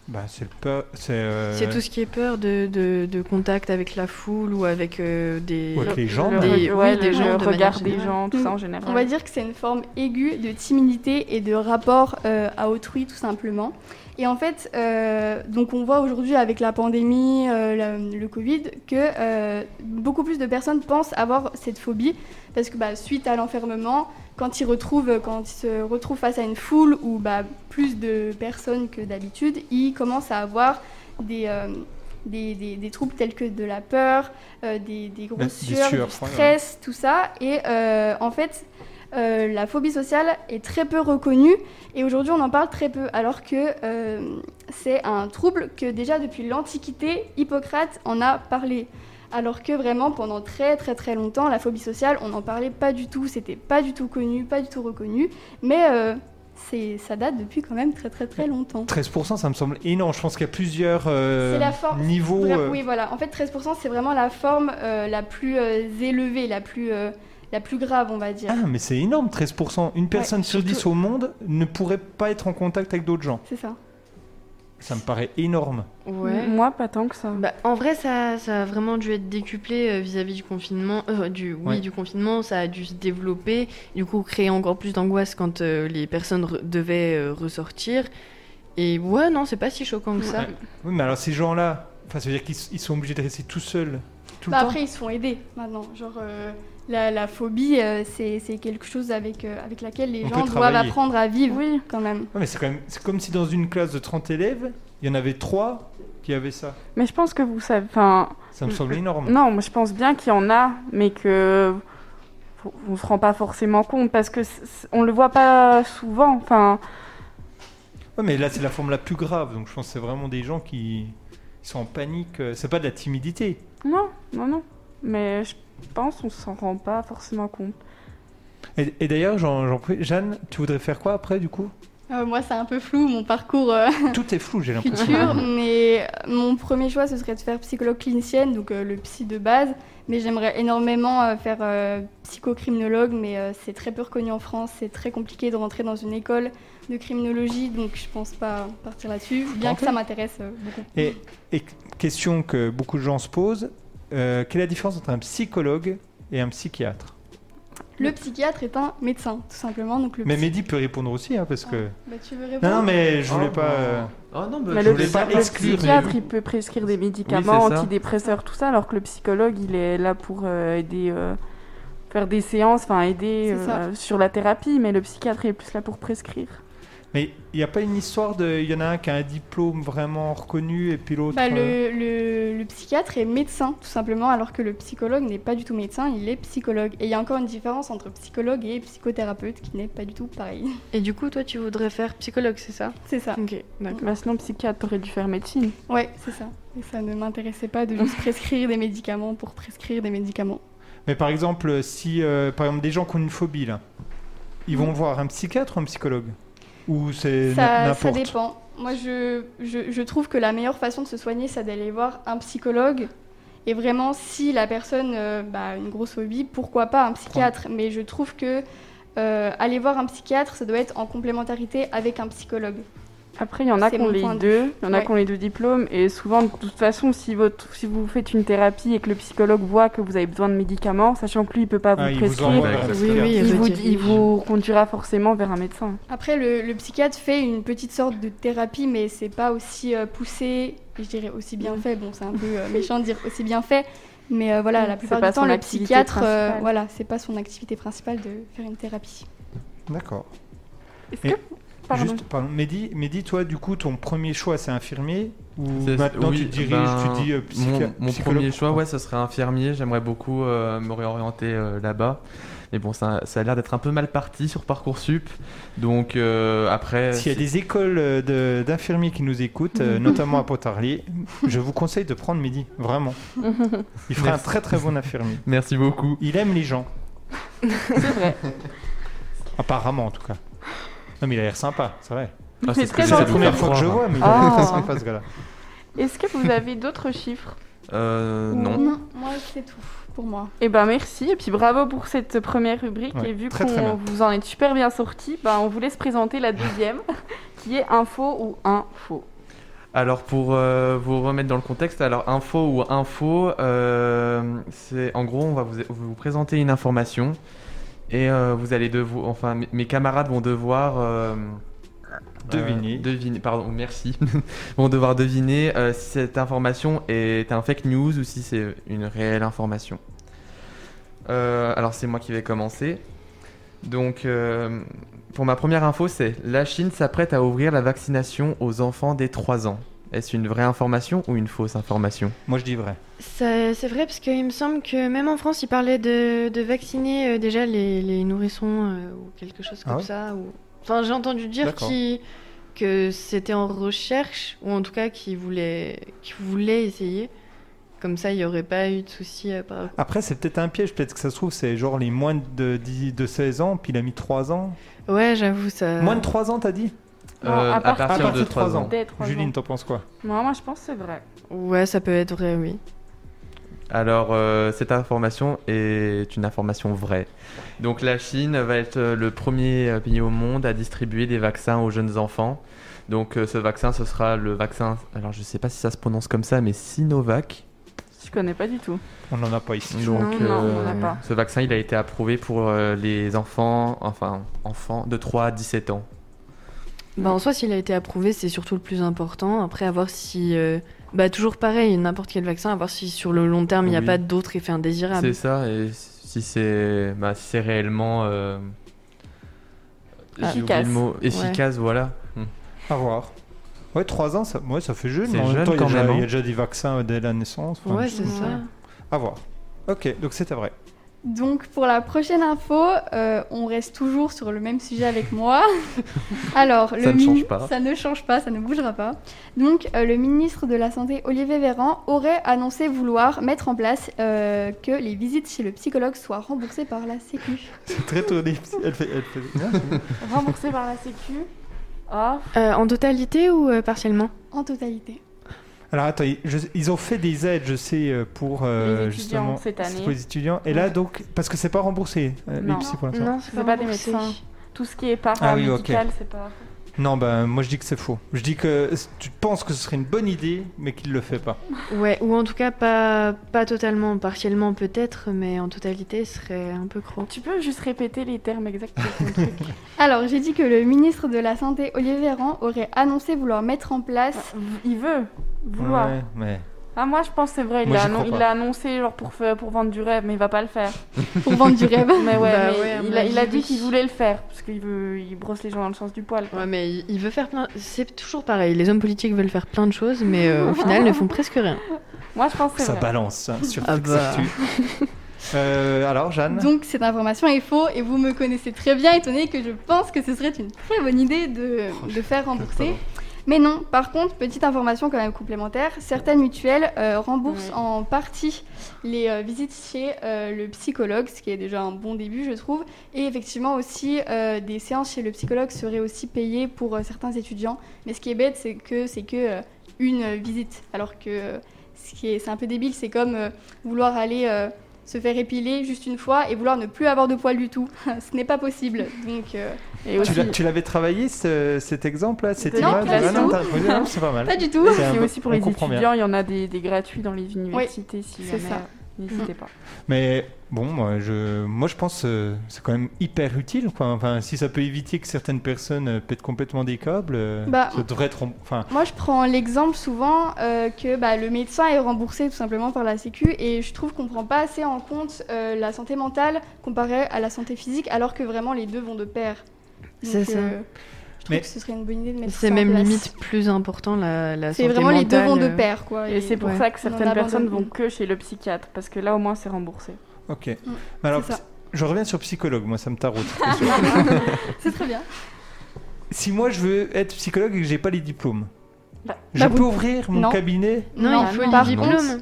S1: Bah, c'est le peur. C'est euh,
S3: C'est tout ce qui est peur de, de- de contact avec la foule ou avec euh, des.
S1: Ouais, Avec les gens,
S2: Le-
S1: même.
S3: Des-
S2: ouais,
S3: oui, des
S2: le-
S3: gens,
S2: le
S3: de
S2: regard
S3: manière
S2: des
S3: générale.
S2: gens, tout ça en
S6: On va
S2: général.
S6: dire que c'est une forme aiguë de timidité et de rapport euh, à autrui tout simplement. Et en fait, euh, donc on voit aujourd'hui avec la pandémie, euh, la- le Covid, que euh, beaucoup plus de personnes pensent avoir cette phobie parce que bah, suite à l'enfermement, quand ils retrouvent, quand ils se retrouvent face à une foule ou bah, plus de personnes que d'habitude, ils commencent à avoir des euh, des, des- des troubles tels que de la peur, euh,
S1: Des-
S6: des, des
S1: des
S2: Bien
S6: grosses sueurs,
S1: sueurs,
S6: du
S1: froid, ouais.
S6: stress, tout ça. Et euh, en fait, euh, la phobie sociale est très peu reconnue et aujourd'hui on en parle très peu, alors que euh, c'est un trouble que déjà depuis l'Antiquité, Hippocrate en a parlé. Alors que vraiment pendant très très très longtemps, la phobie sociale, on n'en parlait pas du tout, c'était pas du tout connu, pas du tout reconnu, mais euh, c'est ça date depuis quand même très très très longtemps.
S1: 13%, ça me semble énorme. Je pense qu'il y a plusieurs euh,
S6: C'est la forme-
S1: niveaux.
S6: Vra-
S1: euh,
S6: Oui, voilà. En fait, 13%, c'est vraiment la forme euh, la plus euh, élevée, la plus, euh, la plus grave, on va dire.
S1: Ah, mais c'est énorme, 13%. Une personne sur 10 au monde ne pourrait pas être en contact avec d'autres gens.
S6: C'est ça.
S1: Ça me paraît énorme.
S3: Ouais.
S2: Mm, Moi, pas tant que ça.
S3: Bah, en vrai, ça, ça a vraiment dû être décuplé euh, vis-à-vis du confinement. euh, du, oui,
S1: Ouais.
S3: du confinement, ça a dû se développer. Du coup, créer encore plus d'angoisse quand euh, les personnes re- devaient euh, ressortir. Et ouais, non, c'est pas si choquant que ça.
S1: Ouais. Oui, mais alors ces gens-là, enfin, ça veut dire qu'ils s- ils sont obligés de rester tout seuls tout
S6: Bah,
S1: le temps
S6: après, ils se font aider maintenant. Genre, euh, la, la phobie, euh, c'est c'est quelque chose avec, euh, avec laquelle les
S1: On
S6: gens
S1: peut
S6: doivent
S1: travailler.
S6: apprendre à vivre, quand même.
S1: Ouais, mais c'est quand même c'est comme si dans une classe de 30 élèves, il y en avait 3 qui avaient ça.
S2: Mais je pense que vous savez. Enfin,
S1: Ça me
S2: Je-
S1: semble
S6: Mm.
S1: énorme.
S2: Non, moi je pense bien qu'il y en a, mais que faut- on se rend pas forcément compte parce que c- c- on le voit pas souvent. Enfin,
S1: Ouais, mais là, c'est la forme la plus grave. Donc je pense que c'est vraiment des gens qui ils sont en panique. euh, C'est pas de la timidité.
S2: non, non, non. Mais je pense on s'en rend pas forcément compte.
S1: Et, et d'ailleurs, j'en- j'en prie, Jeanne, tu voudrais faire quoi après du coup
S6: Euh, moi, c'est un peu flou, mon parcours euh,
S1: Tout est flou, j'ai l'impression.
S6: futur, mais euh, mon premier choix, ce serait de faire psychologue clinicienne, donc euh, le psy de base. Mais j'aimerais énormément euh, faire euh, psychocriminologue, mais euh, c'est très peu reconnu en France. C'est très compliqué de rentrer dans une école de criminologie, donc je pense pas partir là-dessus, bien que ça m'intéresse euh, beaucoup.
S1: Et, et question que beaucoup de gens se posent, euh, quelle est la différence entre un psychologue et un psychiatre
S6: Le psychiatre est un médecin, tout simplement. Donc le
S1: Mais
S6: psy-
S1: Mehdi peut répondre aussi, hein, parce que...
S6: Bah, tu veux répondre
S1: Non, non, mais je voulais
S4: Oh,
S1: pas... euh,
S4: Oh non, bah,
S2: mais
S4: je
S2: le,
S4: voulais
S2: psy-
S4: pas
S2: le
S4: exclure,
S2: psychiatre,
S4: mais-
S2: il peut prescrire des médicaments,
S4: ça.
S2: antidépresseurs, tout ça, alors que le psychologue, il est là pour euh, aider, euh, faire des séances, enfin aider
S6: C'est ça.
S2: euh, sur la thérapie. Mais le psychiatre il est plus là pour prescrire.
S1: Mais il n'y a pas une histoire de... Il y en a un qui a un diplôme vraiment reconnu et puis l'autre...
S6: Bah,
S1: euh,
S6: le, le- le psychiatre est médecin, tout simplement, alors que le psychologue n'est pas du tout médecin, il est psychologue. Et il y a encore une différence entre psychologue et psychothérapeute qui n'est pas du tout pareil.
S3: Et du coup, toi, tu voudrais faire psychologue, c'est ça
S6: C'est ça.
S3: Ok, d'accord.
S2: Bah, sinon, psychiatre, t'aurais dû faire médecine.
S6: Ouais, c'est ça. Et ça ne m'intéressait pas de juste prescrire des médicaments pour prescrire des médicaments.
S1: Mais par exemple, si euh, par exemple, des gens qui ont une phobie, là, ils vont voir un psychiatre ou un psychologue Ou c'est na-
S6: Mm. Ça, ça
S1: n'importe
S6: dépend. Moi, je, je, je trouve que la meilleure façon de se soigner, c'est d'aller voir un psychologue. Et vraiment, si la personne euh, bah, a une grosse phobie, pourquoi pas un psychiatre Mais je trouve que euh, aller voir un psychiatre, ça doit être en complémentarité avec un psychologue.
S2: Après, il y en a
S6: C'est
S2: qui ont
S6: mon
S2: les
S6: point de
S2: deux, il y en a
S6: Ouais.
S2: qui ont les deux diplômes, et souvent, de toute façon, si, votre, si vous faites une thérapie et que le psychologue voit que vous avez besoin de médicaments, sachant que lui, il peut pas vous
S1: Ah, il vous
S2: prescrire,
S1: envoie
S4: Oui,
S1: vers un
S3: oui,
S1: psychiatre.
S3: oui.
S2: il,
S3: Il
S2: vous,
S3: redirige.
S2: il vous conduira forcément vers un médecin.
S6: Après, le, le psychiatre fait une petite sorte de thérapie, mais c'est pas aussi euh, poussé, et je dirais aussi bien
S2: Mm.
S6: fait. Bon, c'est un peu euh, méchant de dire aussi bien fait, mais euh, voilà, la plupart
S2: Mm. pas
S6: du temps,
S2: son
S6: le
S2: activité
S6: psychiatre, euh,
S2: principale.
S6: voilà, c'est pas son activité principale de faire une thérapie.
S1: D'accord.
S2: Est-ce
S1: Et-
S2: que... pardon.
S1: Juste, pardon, Mehdi, Mehdi, toi, du coup, ton premier choix, c'est infirmier Ou
S4: C'est-
S1: maintenant
S4: oui,
S1: tu te diriges,
S4: ben,
S1: tu dis euh, psychi-
S4: Mon, mon
S1: psychologue
S4: premier choix, ouais, ce serait infirmier. J'aimerais beaucoup euh, me réorienter euh, là-bas. Mais bon, ça, ça a l'air d'être un peu mal parti sur Parcoursup. Donc euh, après.
S1: S'il y a
S4: si-
S1: des écoles euh, de- d'infirmiers qui nous écoutent, euh, notamment à Pontarlier, je vous conseille de prendre Mehdi, vraiment. Il fera un
S4: Merci.
S1: très très bon infirmier.
S4: Merci beaucoup.
S1: Il aime les gens,
S2: C'est vrai.
S1: apparemment en tout cas. Non mais il a l'air sympa, c'est vrai.
S4: Ah,
S2: C'est
S4: ce
S2: très
S4: que
S1: C'est la
S2: gentil.
S4: j'essaie de
S1: première
S4: faire
S1: fois que je
S4: croire, hein.
S1: vois, mais il
S2: Ah.
S1: a l'air sympa ce gars-là.
S2: Est-ce que vous avez d'autres chiffres
S4: hein. Euh, non.
S6: moi c'est tout pour moi.
S2: Eh ben merci et puis bravo pour cette première rubrique
S1: Ouais,
S2: et vu
S1: très, très
S2: qu'on vous en êtes super bien sortis, ben on vous laisse présenter la deuxième qui est info ou info.
S4: Alors pour euh, vous remettre dans le contexte, alors info ou info, euh, c'est en gros on va vous, vous présenter une information et euh, vous allez devoir, enfin mes- mes camarades vont devoir euh,
S1: Deviner.
S4: euh, deviner, pardon, merci, vont devoir deviner euh, si cette information est un fake news ou si c'est une réelle information. Euh, alors c'est moi qui vais commencer. Donc euh, pour ma première info, c'est la Chine s'apprête à ouvrir la vaccination aux enfants dès 3 ans. Est-ce une vraie information ou une fausse information
S1: Moi je dis vrai.
S3: Ça- C'est vrai parce qu'il me semble que même en France, ils parlaient de, de vacciner euh, déjà les, les nourrissons euh, ou quelque chose
S1: Ah
S3: comme
S1: ouais
S3: ça. Ou... Enfin, j'ai entendu dire
S1: D'accord.
S3: qu'ils- que c'était en recherche ou en tout cas qu'ils voulaient, qu'ils voulaient essayer. Comme ça, il n'y aurait pas eu de soucis. euh, par-
S1: Après c'est peut-être un piège, peut-être que ça se trouve c'est genre les moins de, 10 de 16 ans, puis il a mis 3 ans.
S3: Ouais, j'avoue,
S2: Euh,
S3: ça.
S1: Moins de 3 ans t'as dit
S2: Non, à
S1: Euh,
S2: partir-
S1: À partir de trois ans.
S2: Dès trois
S1: Juline
S2: ans.
S1: t'en penses quoi
S2: Moi, moi je pense que c'est vrai.
S3: Ouais, ça peut être vrai, oui.
S4: Alors, euh, cette information est une information vraie. Donc, la Chine va être euh, le premier euh, pays au monde à distribuer des vaccins aux jeunes enfants. Donc, euh, ce vaccin, ce sera le vaccin. Alors, je ne sais pas si ça se prononce comme ça, mais Sinovac.
S2: Je connais pas du tout.
S1: On n'en a pas ici.
S4: Donc, euh,
S3: Non,
S2: non, on l'a pas.
S4: ce vaccin, il a été approuvé pour euh, les enfants, enfin, enfants de 3 à 17 ans.
S3: Bah, en soi, s'il a été approuvé, c'est surtout le plus important. Après, à voir si. euh, Bah, toujours pareil, n'importe quel vaccin, à voir si sur le long terme, il n'y a
S4: Oui.
S3: pas d'autres effets
S2: Ah
S3: indésirables.
S4: C'est ça, et si c'est bah, si c'est réellement. euh, j'ai oublié
S2: Efficace.
S4: le mot. Efficace, voilà. Hmm.
S1: À voir. Ouais, 3 ans, ça, ouais, ça fait jeune.
S4: C'est
S1: mais en même
S4: jeune
S1: temps, il y a
S4: quand
S1: déjà-
S4: même, hein.
S1: il y a déjà des vaccins euh, dès la naissance. enfin,
S3: Ouais, c'est ça.
S1: À voir. Ok, donc c'était vrai.
S6: Donc pour la prochaine info, euh, on reste toujours sur le même sujet avec moi. Alors, le
S4: ne
S6: mini-
S4: change pas.
S6: Ça ne change pas, ça ne bougera pas. Donc euh, le ministre de la Santé, Olivier Véran, aurait annoncé vouloir mettre en place euh, que les visites chez le psychologue soient remboursées par la Sécu.
S1: C'est très tourné. Elle fait, elle fait- Non, c'est bien.
S2: Remboursé par la Sécu. Ah,
S3: Euh, en totalité ou euh, partiellement
S6: En totalité.
S1: Alors attends, ils- je- ils ont fait des aides, je sais, euh, pour euh,
S2: Les étudiants,
S1: justement
S2: cette année.
S1: pour les étudiants. Et là,
S2: Ouais.
S1: donc, parce que c'est pas remboursé euh, les
S2: Non.
S1: psy pour l'instant.
S3: Non,
S2: c'est pas des médecins. Tout ce qui est paramédical,
S1: Ah oui, ok.
S2: c'est pas.
S1: Non, ben moi je dis que c'est faux. Je dis que c- tu penses que ce serait une bonne idée, mais qu'il le fait pas.
S3: Ouais, ou en tout cas pas, pas totalement, partiellement peut-être, mais en totalité, ce serait un peu gros.
S2: Tu peux juste répéter les termes exacts de ton truc
S6: Alors j'ai dit que le ministre de la Santé, Olivier Véran, aurait annoncé vouloir mettre en place...
S2: Il veut vouloir.
S1: Ouais, mais
S2: Ah moi je pense que c'est vrai, il
S1: Moi,
S2: l'a
S1: j'y crois
S2: annon- il
S1: pas.
S2: l'a annoncé genre pour, fa- pour vendre du rêve mais il va pas le faire.
S6: pour vendre du rêve.
S2: Mais ouais,
S3: Bah
S2: mais
S3: ouais, à
S2: il, a,
S3: mon
S2: il a
S3: avis,
S2: dit
S3: oui.
S2: qu'il voulait le faire parce qu'il veut il brosse les gens dans le sens du poil. quoi.
S3: Ouais, mais il- il veut faire plein. C'est toujours pareil, les hommes politiques veulent faire plein de choses, mais euh, au final, ne font presque rien.
S2: Moi je pense que c'est
S1: ça
S2: vrai.
S1: balance hein, sur
S3: Ah
S1: Fix
S3: bah.
S1: Actu. Euh, alors, Jeanne
S6: Donc cette information est faux et vous me connaissez très bien étonné que je pense que ce serait une très bonne idée de, de faire rembourser. Mais non, par contre, petite information quand même complémentaire, certaines mutuelles euh, remboursent
S2: Ouais.
S6: en partie les euh, visites chez euh, le psychologue, ce qui est déjà un bon début je trouve. Et effectivement aussi, euh, des séances chez le psychologue seraient aussi payées pour euh, certains étudiants. Mais ce qui est bête, c'est que c'est que euh, une euh, visite, alors que euh, ce qui est, c'est un peu débile, c'est comme euh, vouloir aller... euh, se faire épiler juste une fois et vouloir ne plus avoir de poils du tout. ce n'est pas possible. Donc, euh,
S2: Et
S1: Tu
S2: aussi,
S1: l'as- Tu l'avais travaillé ce- cet exemple-là, cette
S2: Non,
S1: image
S6: pas du
S1: Ah non,
S6: tout.
S1: t'as- oui, non, c'est pas mal.
S6: pas du tout.
S1: C'est un
S2: et
S1: peu-
S2: aussi pour
S1: on
S2: les
S1: comprend
S2: étudiants,
S1: bien.
S2: il y en a des, des gratuits dans les universités si
S6: c'est
S2: jamais.
S6: ça.
S2: N'hésitez pas.
S1: Mais bon, moi je, moi, je pense que c'est quand même hyper utile. Quoi. Enfin, si ça peut éviter que certaines personnes euh, pètent complètement des câbles, euh,
S6: Bah,
S1: ça devrait être. en- Enfin,
S6: Moi, je prends l'exemple souvent euh, que bah, le médecin est remboursé tout simplement par la Sécu et je trouve qu'on ne prend pas assez en compte euh, la santé mentale comparée à la santé physique alors que vraiment les deux vont de pair. Donc, euh,
S3: C'est ça.
S6: Je
S1: Mais-
S6: trouve que ce serait une bonne idée de mettre ça
S3: C'est
S6: en
S3: même
S6: place.
S3: limite plus important la, la
S6: C'est
S3: santé
S6: vraiment les deux
S3: mentale,
S6: vont de
S3: euh.
S6: pair, quoi.
S2: Et c'est pour
S6: ouais.
S2: ça que
S6: On en
S2: certaines
S6: abandonne
S2: personnes vont
S6: une.
S2: que chez le psychiatre, parce que là au moins c'est remboursé.
S1: Ok. Mais alors,
S6: Mm. c'est ça.
S1: je reviens sur psychologue, moi ça me taraude. cette question.
S6: C'est très bien.
S1: si moi je veux être psychologue et que j'ai pas les diplômes,
S2: Bah-
S1: je
S6: bah
S1: peux
S6: vous-
S1: ouvrir mon
S6: Non.
S1: cabinet
S3: Non,
S6: Non,
S3: il faut
S5: non.
S3: le
S6: Par
S3: diplôme.
S6: contre,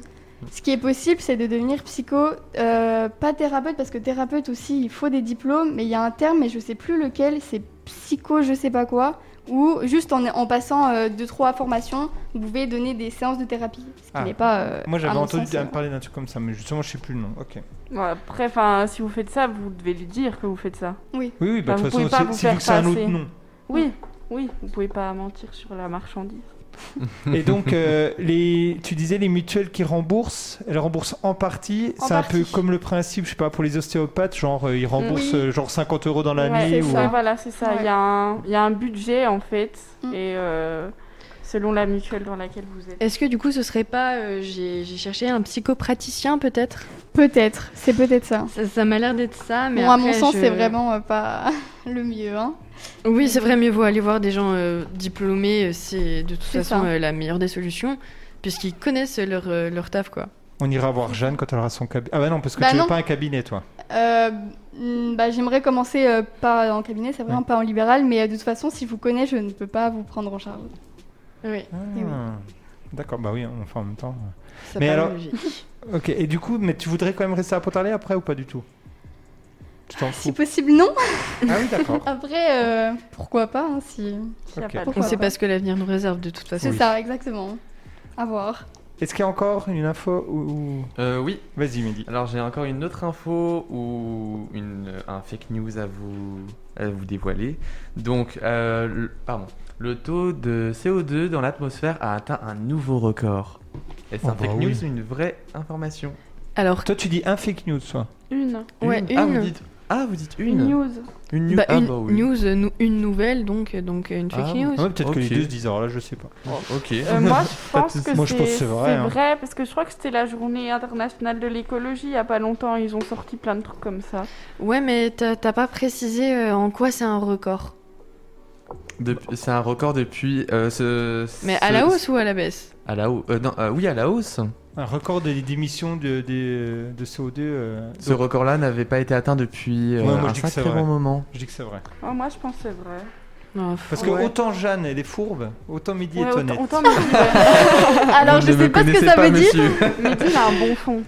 S6: Ce qui est possible, c'est de devenir psycho, euh, pas thérapeute, parce que thérapeute aussi, il faut des diplômes, mais il y a un terme, mais je sais plus lequel, c'est psycho, je sais pas quoi, ou juste en, en passant euh, deux, trois formations, vous pouvez donner des séances de thérapie, ce qui
S1: Ah.
S6: n'est pas. euh,
S1: Moi
S6: à
S1: j'avais
S6: mon
S1: entendu
S6: sens, euh,
S1: parler d'un truc comme ça, mais justement je sais plus le nom. Ok.
S2: Bon, après, enfin, si vous faites ça, vous devez lui dire que vous faites ça.
S1: Oui, oui, bah,
S2: Bah,
S1: de
S2: vous
S1: toute
S2: pouvez pas
S1: façon,
S2: vous
S1: c'est- c'est vu
S2: faire
S1: que c'est un autre
S2: passer.
S1: nom.
S2: Oui, oui, vous pouvez pas mentir sur la marchandise.
S1: Et donc, euh, les, tu disais les mutuelles qui remboursent, elles remboursent en partie.
S6: En
S1: C'est un peu
S6: partie.
S1: comme le principe, je sais pas, pour les ostéopathes, genre euh, ils remboursent
S6: Oui.
S1: euh, genre 50 euros dans
S2: Ouais,
S1: l'année.
S2: c'est
S1: ou...
S2: ça, voilà, c'est ça. Il y, a un- il y a un budget en fait,
S6: Mm.
S2: et euh, selon la mutuelle dans laquelle vous êtes.
S3: Est-ce que du coup ce serait pas. euh, J'ai j'ai cherché un psychopraticien peut-être
S6: Peut-être, c'est peut-être ça.
S3: Ça, ça m'a l'air d'être ça, mais.
S6: bon, à mon
S3: après,
S6: sens,
S3: je-
S6: c'est vraiment euh, pas le mieux, hein.
S3: Oui, c'est vrai, mieux vaut aller voir des gens euh, diplômés, euh, c'est de toute
S6: C'est
S3: façon
S6: ça.
S3: euh, la meilleure des solutions, puisqu'ils connaissent leur, euh, leur taf quoi.
S1: On ira voir Jeanne quand elle aura son cabinet. Ah bah non, parce que
S6: Bah
S1: tu n'as
S6: non.
S1: pas un cabinet, toi.
S6: Euh, mm, bah, J'aimerais commencer euh, pas en cabinet, c'est vraiment pas en libéral, mais euh, de toute façon, si je vous connais, je ne peux pas vous prendre en charge.
S3: Oui,
S6: Eh oui.
S1: Ah. D'accord, bah oui, enfin en même temps.
S3: ça
S1: Mais
S3: paraît
S1: alors-
S3: logique.
S1: Ok, et du coup, mais tu voudrais quand même rester à Pontarlier après ou pas du tout Tu t'en
S6: Si
S1: fous
S6: possible, non.
S1: Ah oui, d'accord.
S6: Après, euh, pourquoi pas, hein, si.
S2: Il y a
S1: Ok.
S2: pas de-
S3: On
S6: Pourquoi
S3: sait pas ce que l'avenir nous réserve de toute
S6: C'est
S3: façon.
S1: Oui.
S6: ça, exactement. À voir.
S1: Est-ce qu'il y a encore une info ou... ou-
S4: Euh, oui,
S1: Vas-y, Mehdi.
S4: alors j'ai encore une autre info ou une, euh, un fake news à vous, à vous dévoiler. Donc, euh, le, pardon, le taux de CO2 dans l'atmosphère a atteint un nouveau record. Est-ce
S1: Oh
S4: un
S1: bah
S4: fake
S1: oui.
S4: news ou une vraie information
S3: Alors,
S1: Toi, tu dis un fake news, toi.
S2: Une,
S3: ouais,
S4: Ah, vous
S3: une.
S4: dites, ah, vous dites
S2: une
S4: une
S2: news.
S4: Une news
S3: bah,
S4: Ah,
S3: une
S4: bah oui.
S3: news, euh, nou- une nouvelle donc, euh, donc euh, une fake
S4: Ah,
S3: news.
S1: Ouais, peut-être que les
S4: Ok.
S1: deux se disent, alors là, je sais pas.
S4: Ok.
S2: Euh, moi, je
S4: Pas de
S2: pense que
S1: soucis. Moi, je pense que
S2: c'est
S1: c'est
S2: c'est
S1: vrai,
S2: vrai,
S1: hein.
S2: parce que je crois que c'était la journée internationale de l'écologie il y a pas longtemps. Ils ont sorti plein de trucs comme ça.
S3: Ouais, mais t'as t'as pas précisé euh, en quoi c'est un record.
S4: Depuis- C'est un record depuis euh, ce.
S3: Mais
S4: ce-
S3: à la hausse ou à la baisse
S4: À la hausse. euh, non, euh, oui, à la hausse.
S1: Un record de- d'émissions de, de, de CO2. euh,
S4: Ce record-là n'avait pas été atteint depuis euh,
S1: Ouais, moi, je
S4: un
S1: dis que c'est
S4: sacré
S1: vrai.
S4: bon moment.
S1: Je dis que c'est vrai.
S2: Oh, moi, je pense que c'est vrai.
S3: Non,
S1: Parce
S3: faut-
S1: que
S3: ouais.
S1: autant Jeanne, elle est fourbe, autant Midi
S2: Ouais,
S1: est
S2: autant-
S1: honnête.
S2: autant me dire,
S6: Alors,
S4: Vous
S6: je
S4: ne me
S6: sais pas ce que
S4: connaissez
S6: ça veut dire.
S4: monsieur.
S2: ouais. Mehdi, il a un bon fond.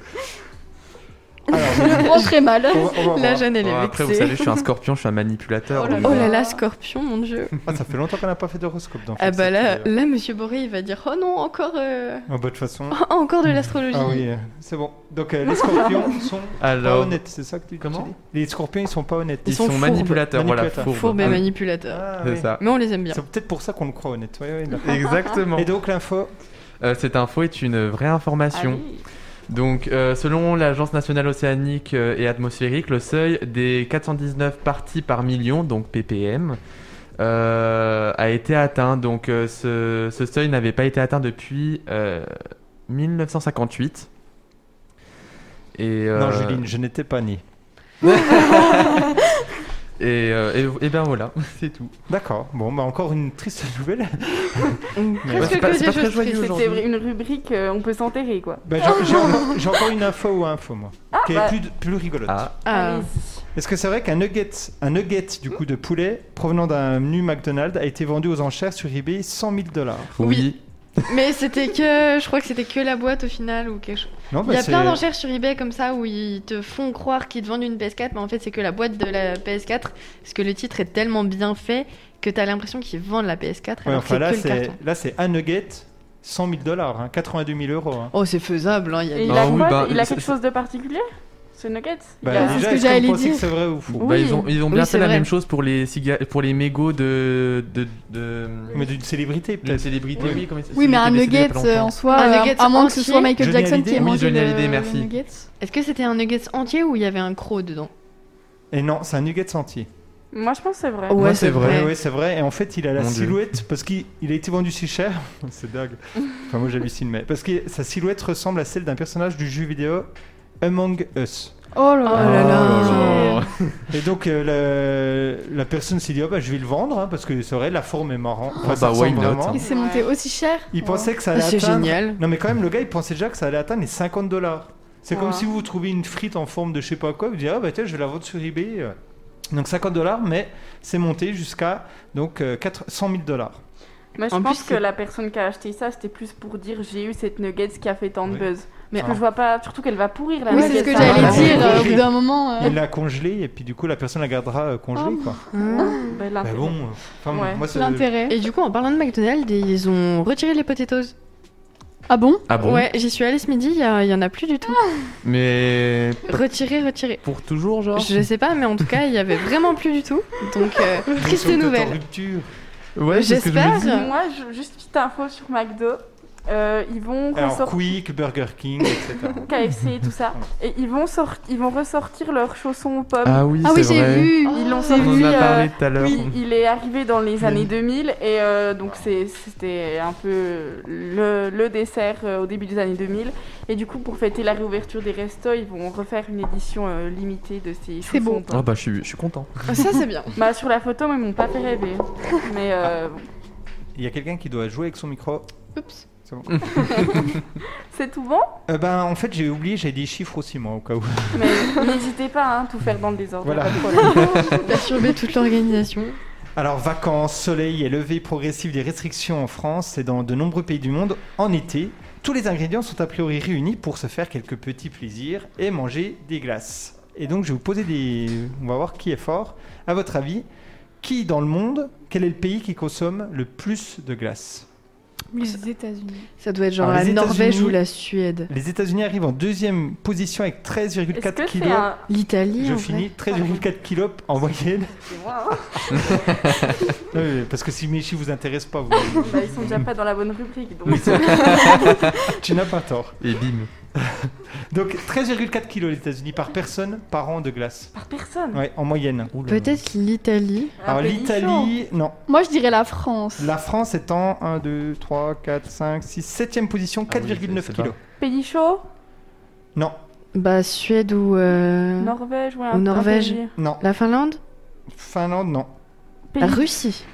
S1: Alors,
S6: Je prends très mal.
S1: on va- on va
S3: La
S1: voir.
S3: Jeanne, elle
S4: Bon,
S3: est
S4: Ah, après, vous
S3: vexée.
S4: savez, je suis un scorpion, je suis un manipulateur.
S6: Oh là
S4: donc-
S3: Oh là là,
S6: Ah.
S3: scorpion, mon dieu.
S1: Ah, ça fait longtemps qu'on n'a pas fait d'horoscope dans
S3: Ah bah
S1: Fixette,
S3: là,
S1: d'ailleurs.
S3: là, monsieur Boré, il va dire Oh non, encore, euh,
S1: Ah bah, de toute euh, façon.
S3: encore de l'astrologie.
S1: Ah oui, euh, c'est bon. Donc euh, les scorpions sont pas
S4: Alors,
S1: honnêtes, c'est ça que tu
S4: Comment
S1: tu dis Les scorpions, ils sont pas honnêtes.
S4: ils
S3: sont
S4: sont,
S3: fourbes.
S4: manipulateurs, voilà,
S1: Manipulateurs.
S4: fourbes.
S3: Fourbe et
S4: Ah,
S3: manipulateur.
S1: Ah,
S4: C'est
S1: oui.
S4: ça.
S3: Mais on les aime bien.
S1: C'est peut-être pour ça qu'on le croit honnête. Ouais, ouais, d'accord.
S4: Exactement.
S1: Et donc l'info,
S4: Euh, cette info est une vraie information.
S2: Ah oui.
S4: Donc, euh, selon l'Agence nationale océanique euh, et atmosphérique, le seuil des 419 parties par million, donc ppm, euh, a été atteint. Donc, euh, ce, ce seuil n'avait pas été atteint depuis euh, 1958. Et,
S1: non
S4: euh,
S1: Juline, je n'étais pas née.
S4: et, euh, et- et ben voilà, c'est tout.
S1: D'accord. Bon, bah encore une triste nouvelle.
S4: Ouais,
S3: Presque
S4: c'est pas-
S3: que
S4: c'est
S3: des
S4: pas très
S3: choses
S4: joyeux
S3: tristes.
S4: aujourd'hui.
S2: C'était une rubrique, euh, on peut s'enterrer quoi.
S1: Bah, j'ai- j'ai encore- j'ai encore une info ou info moi, qui est
S2: bah.
S1: plus, de- plus rigolote.
S4: Ah,
S3: Ah,
S1: Est-ce que c'est vrai qu'un nugget, un nugget du coup de poulet provenant d'un menu McDonald's a été vendu aux enchères sur eBay 100 000 dollars
S4: oui.
S3: mais c'était que, je crois que c'était que la boîte au final ou quelque chose.
S1: Non, bah,
S3: Il y a
S1: c'est-
S3: plein d'enchères sur eBay comme ça où ils te font croire qu'ils te vendent une PS4, mais en fait c'est que la boîte de la PS4, parce que le titre est tellement bien fait que t'as l'impression qu'ils vendent la PS4
S1: Ouais,
S3: alors
S1: enfin, là,
S3: que c'est que le
S1: c'est
S3: carton.
S1: là c'est un nugget 100 000 dollars, 82 000 euros. hein.
S3: Oh c'est faisable, hein, il y a
S2: Et
S3: des-
S2: il a
S4: Ah oui,
S2: quoi
S4: bah,
S2: Il a
S4: c'est-
S2: quelque chose de particulier ce nugget Il
S1: Bah,
S2: a-
S1: déjà,
S6: c'est ce que
S1: est-ce que
S6: j'allais
S1: vous pensez
S6: dire.
S1: que c'est vrai ou faux
S2: Oui.
S4: Bah, ils, ont, ils ont
S3: Oui,
S4: bien fait
S3: c'est
S4: la
S3: vrai.
S4: même chose pour les, ciga- pour les mégots de, de, de-
S1: Mais d'une célébrité,
S4: d'une
S1: peut-être.
S4: célébrité.
S1: Oui.
S4: Oui, comme-
S6: Oui,
S4: celui
S6: mais un
S4: qui est décédé il y a
S6: nugget
S4: pas
S6: euh,
S4: longtemps.
S6: en soi,
S3: Un
S6: euh,
S3: nugget
S6: à moins que ce
S3: entier.
S6: soit Michael
S1: Johnny
S6: Jackson
S1: Hallyday.
S6: qui ait
S4: Oui,
S6: mangé
S4: Johnny
S6: le,
S4: Hallyday,
S6: le
S4: merci.
S6: nugget.
S3: Est-ce que c'était un nuggets entier ou il y avait un croc dedans
S1: Et non, c'est un nugget entier.
S2: Moi je pense que c'est
S1: Oh.
S2: vrai.
S4: Ouais, c'est vrai.
S1: Ouais, ouais, c'est vrai. Et en fait, il a la
S4: Mon Dieu.
S1: silhouette parce qu'il il a été vendu si cher. c'est dingue. Enfin, moi, j'hallucine, mais parce que sa silhouette ressemble à celle d'un personnage du jeu vidéo Among Us.
S6: Oh là
S3: Oh
S6: là.
S3: là Ah, là.
S1: Et donc euh, la, la personne s'est dit oh, bah, je vais le vendre hein, parce que c'est vrai la forme est marrante. Enfin,
S4: Ah
S1: ça
S4: bah, why
S1: ressemble
S4: not,
S1: vraiment.
S4: hein.
S6: Il s'est monté aussi cher.
S1: Il
S6: Oh.
S1: pensait que ça
S4: Ah,
S1: allait
S3: C'est
S1: atteindre.
S3: génial.
S1: Non mais quand même le gars il pensait déjà que ça allait atteindre les 50 dollars. C'est comme
S4: Ah.
S2: Ouais.
S1: si vous trouvez une frite en forme de je sais pas quoi, vous dites ah bah tiens je vais la vendre sur eBay. Donc 50 dollars mais c'est monté jusqu'à donc euh, 4 100 000 dollars.
S2: Moi, je
S3: En
S2: pense
S3: plus,
S2: que
S3: c'est-
S2: la personne qui a acheté ça, c'était plus pour dire j'ai eu cette nuggets qui a fait tant de
S1: Oui.
S2: buzz. Mais
S1: Ah.
S2: je vois pas, surtout qu'elle va pourrir la
S6: Oh. Oui,
S2: nuggets.
S6: c'est ce que
S2: ça.
S1: Ah,
S6: j'allais
S1: ouais.
S6: dire. euh, Au
S1: Oui.
S6: bout d'un moment. euh,
S1: Il l'a congelée et puis du coup la personne la gardera euh, congelée quoi.
S2: Bah,
S1: Bah
S2: l'intérêt.
S1: bon, euh, enfin,
S2: Ouais.
S1: moi c'est
S6: L'intérêt.
S3: Hein Et du coup, en parlant de McDonald's, ils ont retiré les potatoes.
S6: Ah bon
S4: Ah bon
S3: Ouais, j'y suis allée ce midi, il y, a- il y en a plus du tout.
S4: Mais
S3: Retiré, retiré.
S4: pour toujours, genre
S3: Je sais pas, mais en tout cas, il y avait vraiment plus du tout. Donc, euh, triste
S1: Ils sont peut-être en
S3: nouvelle.
S1: rupture.
S4: Ouais, c'est ce que je me
S3: J'espère.
S4: dis.
S2: Moi, je- juste petite info sur McDo. Euh, ils vont
S1: Alors
S2: ressortir
S1: Quick, Burger King, etc.
S2: KFC et tout ça. Et ils vont, sort- ils vont ressortir leurs chaussons aux pommes.
S4: Ah oui,
S6: Ah oui,
S4: c'est
S6: j'ai
S4: vrai.
S6: vu.
S2: Ils l'ont
S4: On
S2: sorti.
S4: en a
S2: euh,
S4: parlé tout à l'heure.
S2: Oui, il est arrivé dans les
S4: Mais-
S2: années 2000 et euh, donc c'est- c'était un peu le, le dessert euh, au début des années 2000. Et du coup, pour fêter la réouverture des restos, ils vont refaire une édition euh, limitée de ces chaussons.
S6: C'est beau.
S2: au pain.
S4: Ah bah je suis, je suis content.
S3: Ça, c'est bien.
S2: Bah, sur la photo, moi, ils m'ont pas fait rêver. Mais euh,
S4: Ah.
S1: Il y a quelqu'un qui doit jouer avec son micro.
S3: Oups.
S1: C'est bon.
S2: c'est tout bon.
S1: Euh, ben en fait j'ai oublié, j'ai des chiffres aussi moi au cas où.
S2: Mais n'hésitez pas à tout faire dans le désordre.
S1: Voilà.
S2: pas de problème.
S3: Perturber toute l'organisation.
S1: Alors, vacances, soleil et levée progressive des restrictions en France et dans de nombreux pays du monde en été. Tous les ingrédients sont a priori réunis pour se faire quelques petits plaisirs et manger des glaces. Et donc, je vais vous poser des. On va voir qui est fort. À votre avis, qui dans le monde, quel est le pays qui consomme le plus de glace
S6: Les États-Unis.
S3: Ça doit être genre
S1: Alors,
S3: la
S1: les
S3: Norvège
S1: États-Unis-
S3: ou la Suède.
S1: Les États-Unis arrivent en deuxième position avec
S2: Est-ce
S1: 13,4
S2: que c'est
S1: kilos.
S2: un.
S3: L'Italie,
S1: Je
S3: en
S1: finis,
S3: vrai.
S1: 13,4 kilos en moyenne.
S2: C'est moi, hein.
S1: Non, mais Parce que si mes chiffres vous intéressent pas, vous...
S2: Bah, ils sont déjà pas dans la bonne rubrique. Donc...
S4: Oui, c'est-
S1: tu n'as pas tort.
S4: Et bim.
S1: Donc 13,4 kilos les États-Unis par personne par an de glace.
S2: Par personne.
S1: Ouais, en moyenne.
S4: Ouh là là.
S3: Peut-être l'Italie.
S2: Un
S1: Alors
S2: pays chaud.
S1: l'Italie, non.
S6: Moi, je dirais la France.
S1: La France est en 1, 2, 3, 4, 5, 6, 7ème position,
S4: Ah oui, c'est-
S1: 4,9
S4: c'est
S1: kilos.
S2: Pays chaud
S1: Non,
S3: Bah, Suède ou. euh,
S2: Norvège, ouais.
S3: Ou Norvège.
S2: pays.
S1: non.
S3: La Finlande
S1: Finlande, non.
S2: Pays-
S3: La Russie.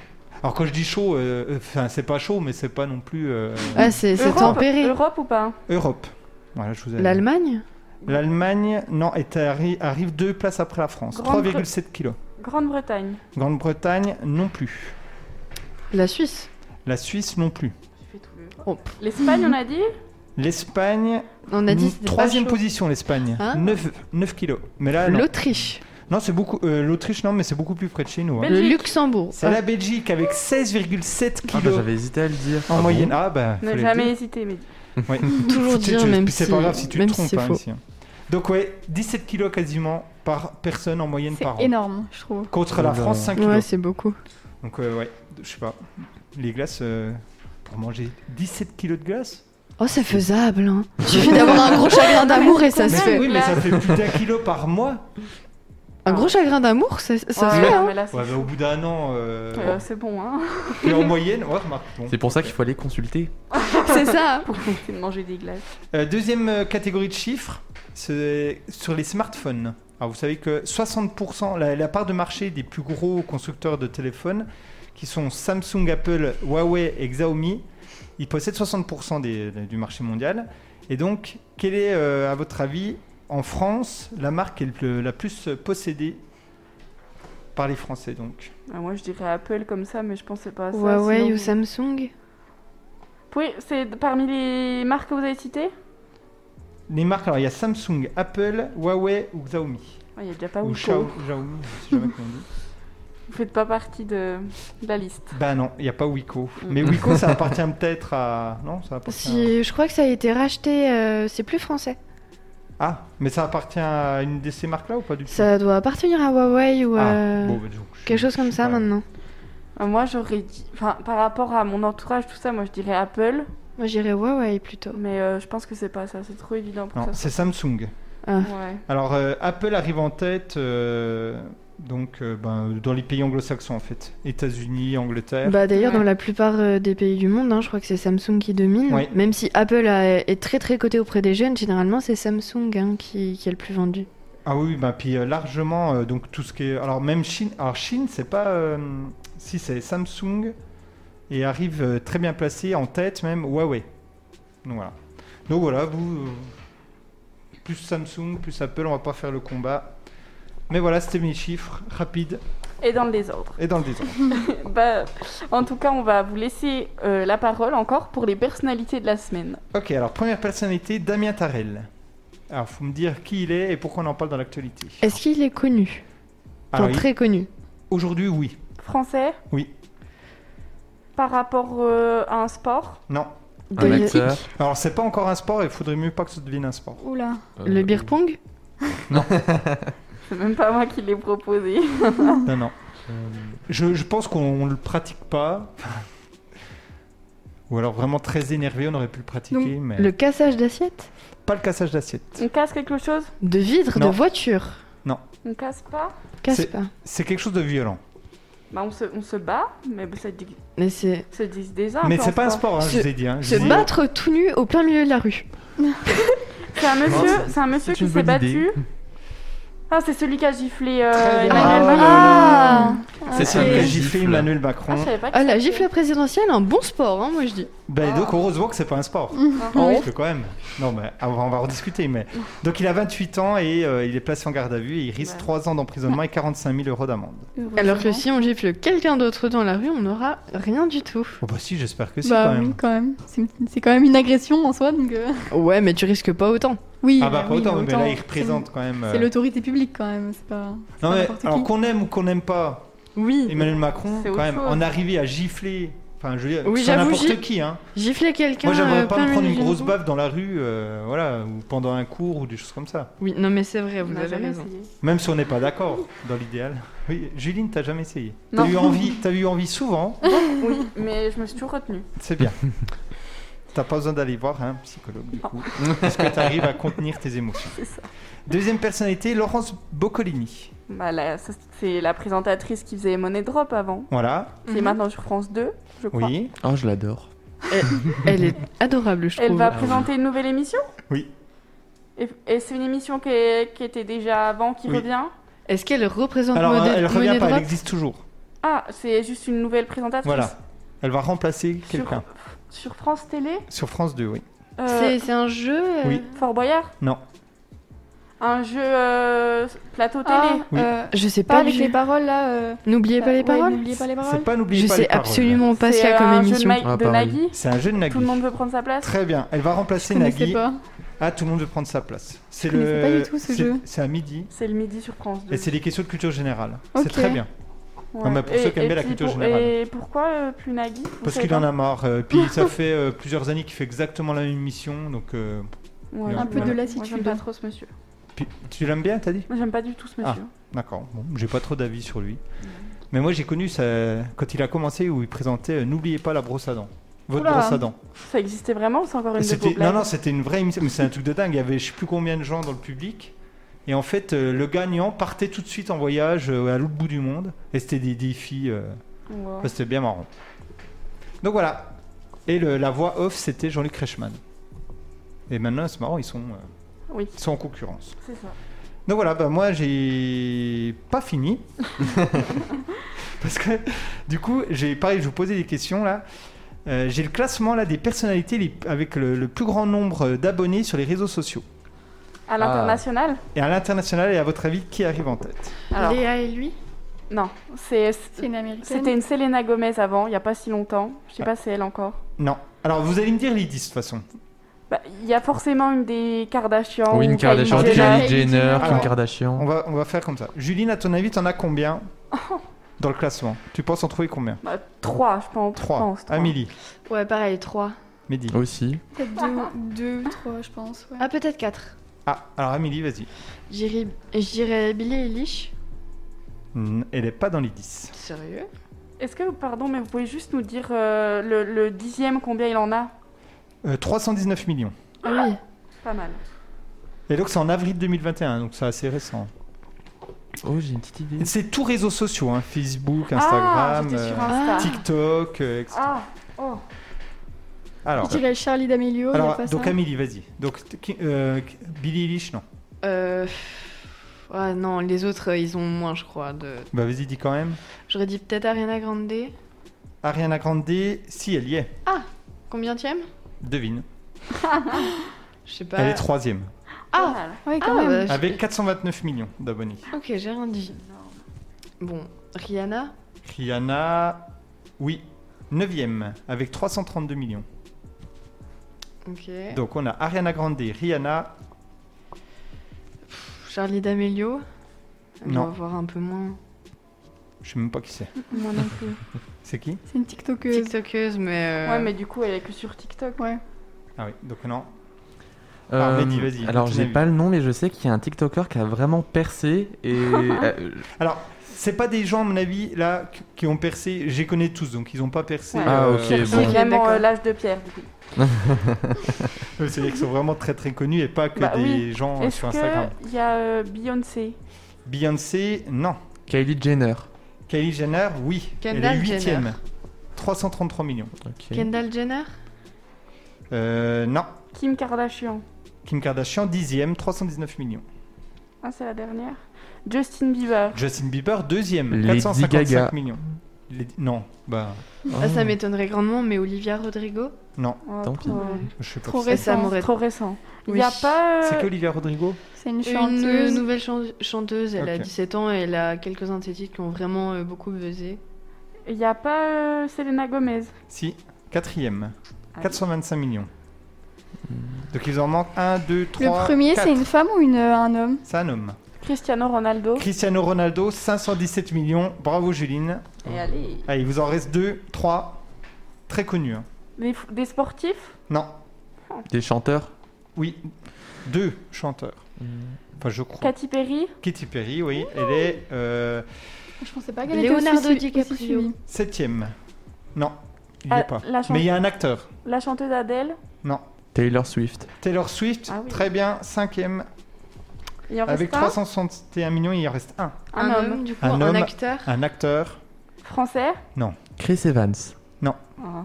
S1: Alors quand je dis chaud, euh, enfin c'est pas chaud, mais c'est pas non plus euh,
S3: Ah, c'est c'est
S2: Europe,
S3: tempéré.
S2: Europe ou pas
S1: Europe. Voilà, je vous ai-
S3: L'Allemagne
S1: L'Allemagne, non, est arri- arrive deux places après la France.
S2: Grande-
S1: 3,7 kilos.
S2: Grande-Bretagne.
S1: Grande-Bretagne, non plus.
S3: La Suisse
S1: La Suisse, non plus.
S3: Oh, pff.
S2: L'Espagne, on a dit
S1: L'Espagne,
S3: On a dit
S1: n-
S3: c'était pas
S1: troisième
S3: chaud.
S1: position l'Espagne.
S3: Ah.
S1: 9, 9 kilos. Mais là, non.
S3: L'Autriche.
S1: Non, c'est beaucoup. euh, L'Autriche, non, mais c'est beaucoup plus près de chez nous. hein.
S2: Belgique.
S3: Le Luxembourg. Ah.
S1: C'est la Belgique avec 16,7
S4: Ah bah,
S1: kilos
S4: j'avais hésité à le dire. Ah
S1: en
S4: bon
S1: moyenne. ah bah.
S2: Ne
S1: fallait
S2: jamais
S1: le dire.
S2: hésiter, mais
S1: Ouais.
S3: Toujours
S1: Tu- tu-
S3: dire,
S1: tu-
S3: même
S1: C'est
S3: si-
S1: pas grave si tu te
S3: même si
S1: trompes.
S3: c'est
S1: hein,
S3: faux.
S1: ici. Donc ouais, 17 kilos quasiment par personne en moyenne
S6: C'est
S1: par an.
S6: énorme, je trouve.
S1: Contre la
S4: Oh là.
S1: France, 5 kilos.
S3: Ouais, c'est beaucoup.
S1: Donc euh, ouais, je sais pas. Les glaces euh, pour manger 17 kilos de glace.
S3: Oh, c'est faisable, hein. Il suffit d'avoir un gros chagrin d'amour et ça se
S2: Mais
S3: fait.
S1: oui, mais
S2: glace.
S1: ça fait plus d'un kilo par mois.
S3: Un gros chagrin d'amour, ça, ça se
S2: Ouais,
S3: fait,
S2: non,
S3: hein.
S2: mais là, c'est
S1: Ouais, bah, au
S2: chaud.
S1: bout d'un an. euh,
S2: Euh, c'est bon, hein.
S1: Et en moyenne, ouais, remarque. bon.
S4: C'est pour ça qu'il faut aller consulter.
S3: C'est ça.
S2: Pour éviter de manger des glaces.
S1: Euh, deuxième euh, catégorie de chiffres, c'est sur les smartphones. Alors vous savez que 60%, la, la part de marché des plus gros constructeurs de téléphones, qui sont Samsung, Apple, Huawei et Xiaomi, ils possèdent 60% des- du marché mondial. Et donc, quelle est, euh, à votre avis, en France, la marque est le- la plus possédée par les Français donc
S2: Bah, moi, je dirais Apple comme ça, mais je pensais pas à ça.
S3: Huawei
S2: sinon-
S3: ou Samsung
S2: Oui, c'est parmi les marques que vous avez citées
S1: Les marques, alors il y a Samsung, Apple, Huawei ou Xiaomi.
S2: Ouais, Il y a déjà pas
S1: ou
S2: Ouko.
S1: Xiao- Xiaomi, je sais jamais comment on dit.
S2: Vous faites pas partie de, de la liste.
S1: Bah non, il n'y a pas Wiko.
S2: Mm.
S1: Mais Wiko, ça appartient peut-être à. Non, ça appartient.
S3: si, Je crois que ça a été racheté, euh, c'est plus français.
S1: à- Ah, mais ça appartient à une de ces marques-là ou pas du tout
S3: Ça doit appartenir à Huawei ou
S1: Ah,
S3: euh,
S1: bon, bah, donc, je-
S3: quelque chose
S1: je
S3: comme
S1: sais
S3: ça
S1: pas.
S3: maintenant.
S2: Euh, Moi, j'aurais dit. Enfin, par rapport à mon entourage, tout ça, moi, je dirais Apple.
S3: Moi j'irais Huawei plutôt.
S2: Mais euh, je pense que c'est pas ça. C'est trop évident pour
S1: Non,
S2: que ça.
S1: c'est Samsung.
S2: soit- Ouais.
S1: Alors, euh, Apple arrive en tête euh, donc, euh, ben, dans les pays anglo-saxons en fait. États-Unis, Angleterre.
S3: Bah d'ailleurs
S2: Ouais.
S3: dans la plupart euh, des pays du monde, hein, je crois que c'est Samsung qui domine.
S1: Ouais.
S3: Même si Apple a- est très très coté auprès des jeunes, généralement c'est Samsung hein, qui, qui est le plus vendu.
S1: Ah oui, bah, puis euh, largement, euh, donc tout ce qui est. Alors, même Chine, alors Chine, c'est pas. euh, si, c'est Samsung et arrive euh, très bien placé en tête, même Huawei. Donc voilà. Donc voilà, vous. euh, plus Samsung, plus Apple, on va pas faire le combat. Mais voilà, c'était mes chiffres rapides
S2: Et dans le désordre.
S1: et dans le désordre.
S2: Bah, en tout cas, on va vous laisser euh, la parole encore pour les personnalités de la semaine.
S1: ok, alors première personnalité, Damien Tarel. Alors, faut me dire qui il est et pourquoi on en parle dans l'actualité.
S3: Est-ce qu'il est connu
S1: Alors, il-
S3: très connu.
S1: Aujourd'hui, oui.
S2: Français
S1: Oui.
S2: Par rapport euh, à un sport
S1: Non.
S4: Un acteur.
S1: Alors, c'est pas encore un sport, il faudrait mieux pas que ça devienne un sport.
S6: Oula.
S4: euh,
S1: euh,
S3: Le beer pong
S2: C'est même pas moi qui l'ai proposé.
S1: Non, non.
S4: euh,
S1: Je, je pense qu'on le pratique pas. Ou alors vraiment très énervé, on aurait pu le pratiquer, mais
S3: Le cassage d'assiettes
S1: pas le cassage d'assiette.
S2: On casse quelque chose
S3: De vitres
S1: Non.
S3: de voiture
S2: On casse pas
S3: Casse
S1: C'est-
S3: pas.
S1: C'est quelque chose de violent.
S2: bah, on, se, on se bat, mais bah, ça, dit-
S3: Mais c'est.
S2: ça dit déjà. un
S1: mais
S2: peu
S1: c'est
S2: en
S1: pas un
S2: sport.
S1: sport, hein, je
S3: Se-
S1: vous ai dit. hein. Je
S3: Se
S1: vous ai-
S3: battre tout nu au plein milieu de la rue.
S2: C'est un monsieur, c'est un monsieur
S4: c'est
S2: qui
S4: une
S2: s'est
S4: bonne
S2: battu. Ah, c'est celui qui a giflé euh,
S1: Très bien.
S2: Emmanuel
S1: Ah,
S2: Macron.
S6: Ah,
S1: C'est
S6: ok.
S1: celui qui a
S4: ok.
S1: giflé
S4: Gifle.
S1: Emmanuel
S2: Ah, je
S1: Macron.
S2: savais pas que
S3: Ah, la
S2: c'était-
S3: gifle présidentielle, un bon sport, hein, moi je dis.
S1: Bah, et donc heureusement que c'est pas un sport.
S2: Mhm.
S1: Parce que quand même. Non, mais ah, on va, on va en discuter. Mais... Donc il a 28 ans et euh, il est placé en garde à vue et il risque
S2: Ouais.
S1: 3 ans d'emprisonnement et 45 000 euros d'amende.
S3: Alors que si on gifle quelqu'un d'autre dans la rue, on n'aura rien du tout.
S1: Oh bah si, j'espère que si
S6: Bah
S1: quand même.
S6: oui, quand même. C'est c'est quand même une agression en soi, donc. euh,
S3: Ouais, mais tu risques pas autant.
S6: Oui.
S1: Ah bah pas
S6: oui,
S1: autant, mais là il
S6: c'est-
S1: représente quand même. euh,
S6: C'est l'autorité publique quand même, c'est pas. c'est
S1: Non
S6: pas
S1: mais
S6: n'importe
S1: alors
S6: qui.
S1: qu'on aime ou qu'on n'aime pas,
S3: Oui.
S1: Emmanuel Macron,
S2: C'est
S1: quand
S2: autre
S1: même,
S2: chose.
S1: en arriver à gifler, enfin, je veux dire,
S3: Oui,
S1: sans
S3: j'avoue,
S1: n'importe
S3: gif-
S1: qui, hein.
S3: Gifler quelqu'un.
S1: Moi, j'aimerais
S3: euh,
S1: pas
S3: plein
S1: me prendre
S3: milieu
S1: une
S3: de la
S1: grosse
S3: rue.
S1: baffe dans la rue, euh, voilà, ou pendant un cours ou des choses comme ça.
S3: Oui, non, mais c'est vrai,
S2: On
S3: vous
S2: n'a
S3: avez
S2: jamais
S3: raison.
S2: essayé.
S1: Même si on n'est pas d'accord, dans l'idéal. Oui, Juline, t'as jamais essayé. T'as
S2: Non.
S1: eu envie, t'as eu envie souvent,
S2: Oui, mais je me suis toujours retenue.
S1: c'est bien. T'as pas besoin d'aller voir un psychologue, du coup, parce que t'arrives à contenir tes émotions.
S2: C'est ça.
S1: Deuxième personnalité, Laurence Boccolini.
S2: Bah, là, ça, c'est la présentatrice qui faisait Money Drop avant.
S1: Voilà,
S2: C'est
S6: Mhm.
S2: maintenant sur France 2, je crois.
S1: oui.
S4: Oh, je l'adore.
S3: Elle est adorable, je
S2: Elle
S3: trouve.
S2: va
S4: oui.
S2: présenter une nouvelle émission
S1: Oui.
S2: Et, et c'est une émission qui, est- qui était déjà avant, qui
S1: Oui.
S2: revient
S3: Est-ce qu'elle représente
S1: Alors,
S3: Monet-
S1: elle revient
S3: Monet
S1: pas, elle
S3: Drop
S1: existe toujours.
S2: Ah, c'est juste une nouvelle présentatrice
S1: Voilà. Elle va remplacer
S2: Sur-
S1: quelqu'un.
S2: Sur France Télé
S1: Sur France 2, oui.
S2: euh,
S3: C'est- C'est un jeu. euh,
S1: Oui.
S2: Fort Boyard
S1: Non.
S2: Un jeu euh, plateau télé
S6: Ah,
S1: Oui.
S6: euh,
S3: Je sais
S6: pas
S3: pas.
S6: avec
S3: du-
S6: les paroles là. euh,
S3: N'oubliez pas
S6: ouais,
S3: les paroles.
S6: N'oubliez pas les
S1: C'est
S6: paroles.
S1: pas n'oubliez
S3: Je
S1: pas les
S3: sais
S1: paroles.
S3: absolument pas
S2: C'est euh,
S3: ça
S2: un
S3: comme
S2: jeu de
S3: émission.
S2: Ma-
S4: Ah,
S2: de
S4: pareil.
S2: Nagui
S1: C'est un jeu de Nagui.
S2: Tout le monde veut prendre sa place
S1: Très bien. Elle va remplacer
S6: Je connaissais
S1: Nagui.
S6: pas.
S1: Ah, tout le monde veut prendre sa place. C'est
S6: Je connaissais pas du tout ce
S1: c'est-
S6: jeu.
S1: C'est à midi.
S2: C'est le midi sur France 2.
S1: Et c'est des questions de culture générale.
S6: Ok.
S1: C'est très bien.
S2: Ouais.
S1: Non, mais pour
S2: Et-
S1: ceux qui aiment
S2: et
S1: bien la
S2: puis
S1: culture
S2: pour-
S1: générale.
S2: Et pourquoi euh, plus Nagui Vous
S1: Parce
S2: savez
S1: qu'il en
S2: pas
S1: a marre. euh, puis ça fait euh, plusieurs années qu'il fait exactement la même mission. Donc, euh,
S2: Ouais,
S1: Un
S2: je-
S1: peu de
S2: moi,
S6: lassitude.
S2: J'aime pas trop ce monsieur.
S1: puis- tu l'aimes bien, t'as dit
S2: Moi, J'aime pas du tout ce
S1: Ah.
S2: monsieur.
S1: D'accord. Bon, j'ai pas trop d'avis sur lui. Mais moi, j'ai connu ça quand il a commencé où il présentait euh, N'oubliez pas la brosse à dents. Votre
S6: Oula.
S1: brosse à dents.
S2: Ça existait vraiment ou c'est encore une de vos
S1: C'était- Non,
S2: blagues
S1: non, c'était une vraie émission, mais c'est un truc de dingue. Il y avait je sais plus combien de gens dans le public. Et en fait, euh, le gagnant partait tout de suite en voyage euh, à l'autre bout du monde. Et c'était des défis. euh,
S2: Ouais.
S1: enfin, c'était bien marrant. Donc voilà. Et le- la voix off, c'était Jean-Luc Reichmann. Et maintenant, c'est marrant, ils sont, euh,
S2: Oui,
S1: ils sont en concurrence.
S2: c'est ça.
S1: Donc voilà, bah moi, j'ai pas fini. Parce que, du coup, j'ai pareil, je vous posais des questions là. Euh, j'ai le classement là des personnalités les- avec le, le plus grand nombre euh, d'abonnés sur les réseaux sociaux.
S2: À l'international
S1: Et à l'international, et à votre avis, qui arrive en tête
S2: Alors,
S3: Léa et lui
S2: non. C'est-
S6: C'est une américaine.
S2: C'était une Selena Gomez avant, il n'y a pas si longtemps. Je
S1: Ah.
S2: sais pas si c'est elle encore.
S1: Non. Alors, vous allez me dire les 10 de toute façon.
S2: Bah, Il y a forcément une des
S1: Oh,
S2: Kardashian.
S4: Oui, une
S2: ou
S4: Kardashian,
S2: Kylie Jenner.
S4: Kylie Jenner, Kim
S1: Alors, On
S4: Kardashian.
S1: va, on va faire comme ça. Juline, à ton avis, t'en as combien dans le classement Tu penses en trouver combien
S2: Bah, trois, je pense.
S1: 3.
S2: pense, trois.
S1: Amélie,
S3: Ouais, pareil, 3.
S1: Mehdi.
S4: Aussi.
S6: Peut-être deux, deux ou trois, je pense. ouais.
S3: Ah, peut-être 4.
S1: Ah, alors Amélie, vas-y.
S3: J'irai j'irai Billy Eilish.
S1: Hmm, Elle est pas dans les 10.
S3: Sérieux
S2: Est-ce que, pardon, mais vous pouvez juste nous dire euh, le, le dixième, combien il en a
S1: Euh, 319 millions.
S3: Oui.
S2: Pas mal.
S1: Et donc, c'est en avril 2021, donc c'est assez récent.
S4: Oh, j'ai une petite idée.
S1: C'est tous réseaux sociaux, hein, Facebook,
S2: ah,
S1: Instagram,
S2: j'étais sur
S1: euh,
S2: Insta.
S1: TikTok, euh, etc.
S2: Ah, oh.
S1: Alors,
S2: Ah,
S1: euh,
S6: Je dirais Charlie D'Amelio, il y a
S2: hein.
S1: alors
S6: pas
S1: donc
S6: ça.
S1: Amélie, vas-y. Donc t- qui- euh, qui- Billie Eilish, non.
S3: Euh. Ah non, les autres, euh, ils ont moins, je crois. De...
S1: Bah vas-y, dis quand même.
S3: J'aurais dit peut-être Ariana Grande.
S1: Ariana Grande, si elle y est,
S3: Combien tième
S1: devine.
S3: Je
S2: Bah,
S3: sais pas.
S1: Elle est troisième,
S3: Ah,
S2: Pas mal.
S6: Oui,
S3: ah,
S6: quand même.
S3: bah, je-
S1: avec 429 millions d'abonnés.
S3: Ok, j'ai rien dit. Bon, Rihanna
S1: Rihanna, oui, neuvième, avec 332 millions.
S3: Ok.
S1: Donc on a Ariana Grande, Rihanna,
S3: Charlie D'Amelio Elle
S1: Non.
S3: doit avoir un peu moins.
S1: je sais même pas qui c'est.
S6: Moi non plus.
S1: C'est qui
S6: C'est une TikTokeuse.
S3: TikTokeuse, mais. euh,
S2: Ouais, mais du coup, elle est que sur TikTok.
S6: Ouais.
S1: Ah oui, donc non. Ah, vas-y, vas-y,
S4: Euh, Alors,
S1: ton
S4: j'ai
S1: avis.
S4: pas le nom, mais je sais qu'il y a un TikToker qui a vraiment percé. Et euh,
S1: Alors, c'est pas des gens, à mon avis, là, qui- qui ont percé. J'ai connais tous, donc ils ont pas percé.
S2: Ouais.
S4: Ah, ok,
S2: C'est
S4: bon.
S2: vraiment
S3: D'accord.
S2: euh, l'âge de pierre. du coup.
S1: Euh, C'est-à-dire qu'ils sont vraiment très très connus et pas que
S2: Bah
S1: des
S2: oui.
S1: gens euh,
S2: Est-ce
S1: sur Instagram.
S2: qu'il y a euh, Beyoncé
S1: Beyoncé, non.
S4: Kylie Jenner.
S1: Kylie Jenner, oui.
S3: Kendall
S1: Elle est
S3: Jenner.
S1: huitième. 333 millions.
S4: Ok.
S3: Kendall Jenner
S1: Euh, non.
S2: Kim Kardashian
S1: Kim Kardashian, dixième, 319 millions.
S2: Ah, c'est la dernière. Justin Bieber.
S1: Justin Bieber, deuxième,
S4: Lady
S1: 455
S4: Gaga.
S1: millions. Lady- Non, bah,
S3: Ah,
S4: Oh.
S3: Ça m'étonnerait grandement, mais Olivia Rodrigo
S1: non,
S2: Oh,
S4: Tant pis.
S2: trop, euh,
S1: je sais pas.
S6: Trop
S1: qui c'est.
S3: Ça
S6: récent.
S3: m'aurait-
S2: Trop récent. Il
S3: Oui.
S2: n'y a pas. euh,
S1: C'est qu'Olivia Rodrigo
S6: C'est
S3: Une
S6: une
S3: euh,
S6: chanteuse.
S3: nouvelle chan- chanteuse, elle a
S1: Ok.
S3: 17 ans et elle a quelques-uns de ses titres qui ont vraiment euh, beaucoup buzzé.
S2: Il n'y a pas euh, Selena Gomez.
S1: Si, quatrième,
S2: Ah oui.
S1: 425 millions. Donc il en manque un, deux, trois,
S6: Le premier,
S1: quatre.
S6: c'est une femme ou une, euh, un homme
S1: C'est un homme.
S2: Cristiano Ronaldo.
S1: Cristiano Ronaldo, 517 millions. Bravo, Juline.
S2: Et allez.
S1: Allez, il vous en reste deux, trois, très connus. hein.
S2: Des, f- des sportifs
S1: Non,
S4: Des chanteurs.
S1: oui, deux chanteurs.
S4: Mm.
S1: Enfin, je crois.
S2: Katy Perry
S1: Katy Perry, oui, elle est euh,
S6: Je pensais pas qu'elle était aussi,
S3: Leonardo
S6: su- aussi
S3: DiCaprio.
S6: suivie.
S1: septième. Non, il n'y
S2: Ah,
S1: est pas.
S2: la, chan-
S1: Mais il y a un acteur.
S2: la chanteuse Adele
S1: Non.
S4: Taylor Swift.
S1: Taylor Swift,
S2: Ah oui.
S1: très bien, cinquième,
S2: Il en reste
S1: avec
S2: un,
S1: 361 millions, il en reste un.
S2: un homme.
S3: du coup,
S1: Un
S3: un,
S1: homme.
S3: acteur.
S1: Un acteur,
S2: Français
S4: Chris Evans.
S2: Ah.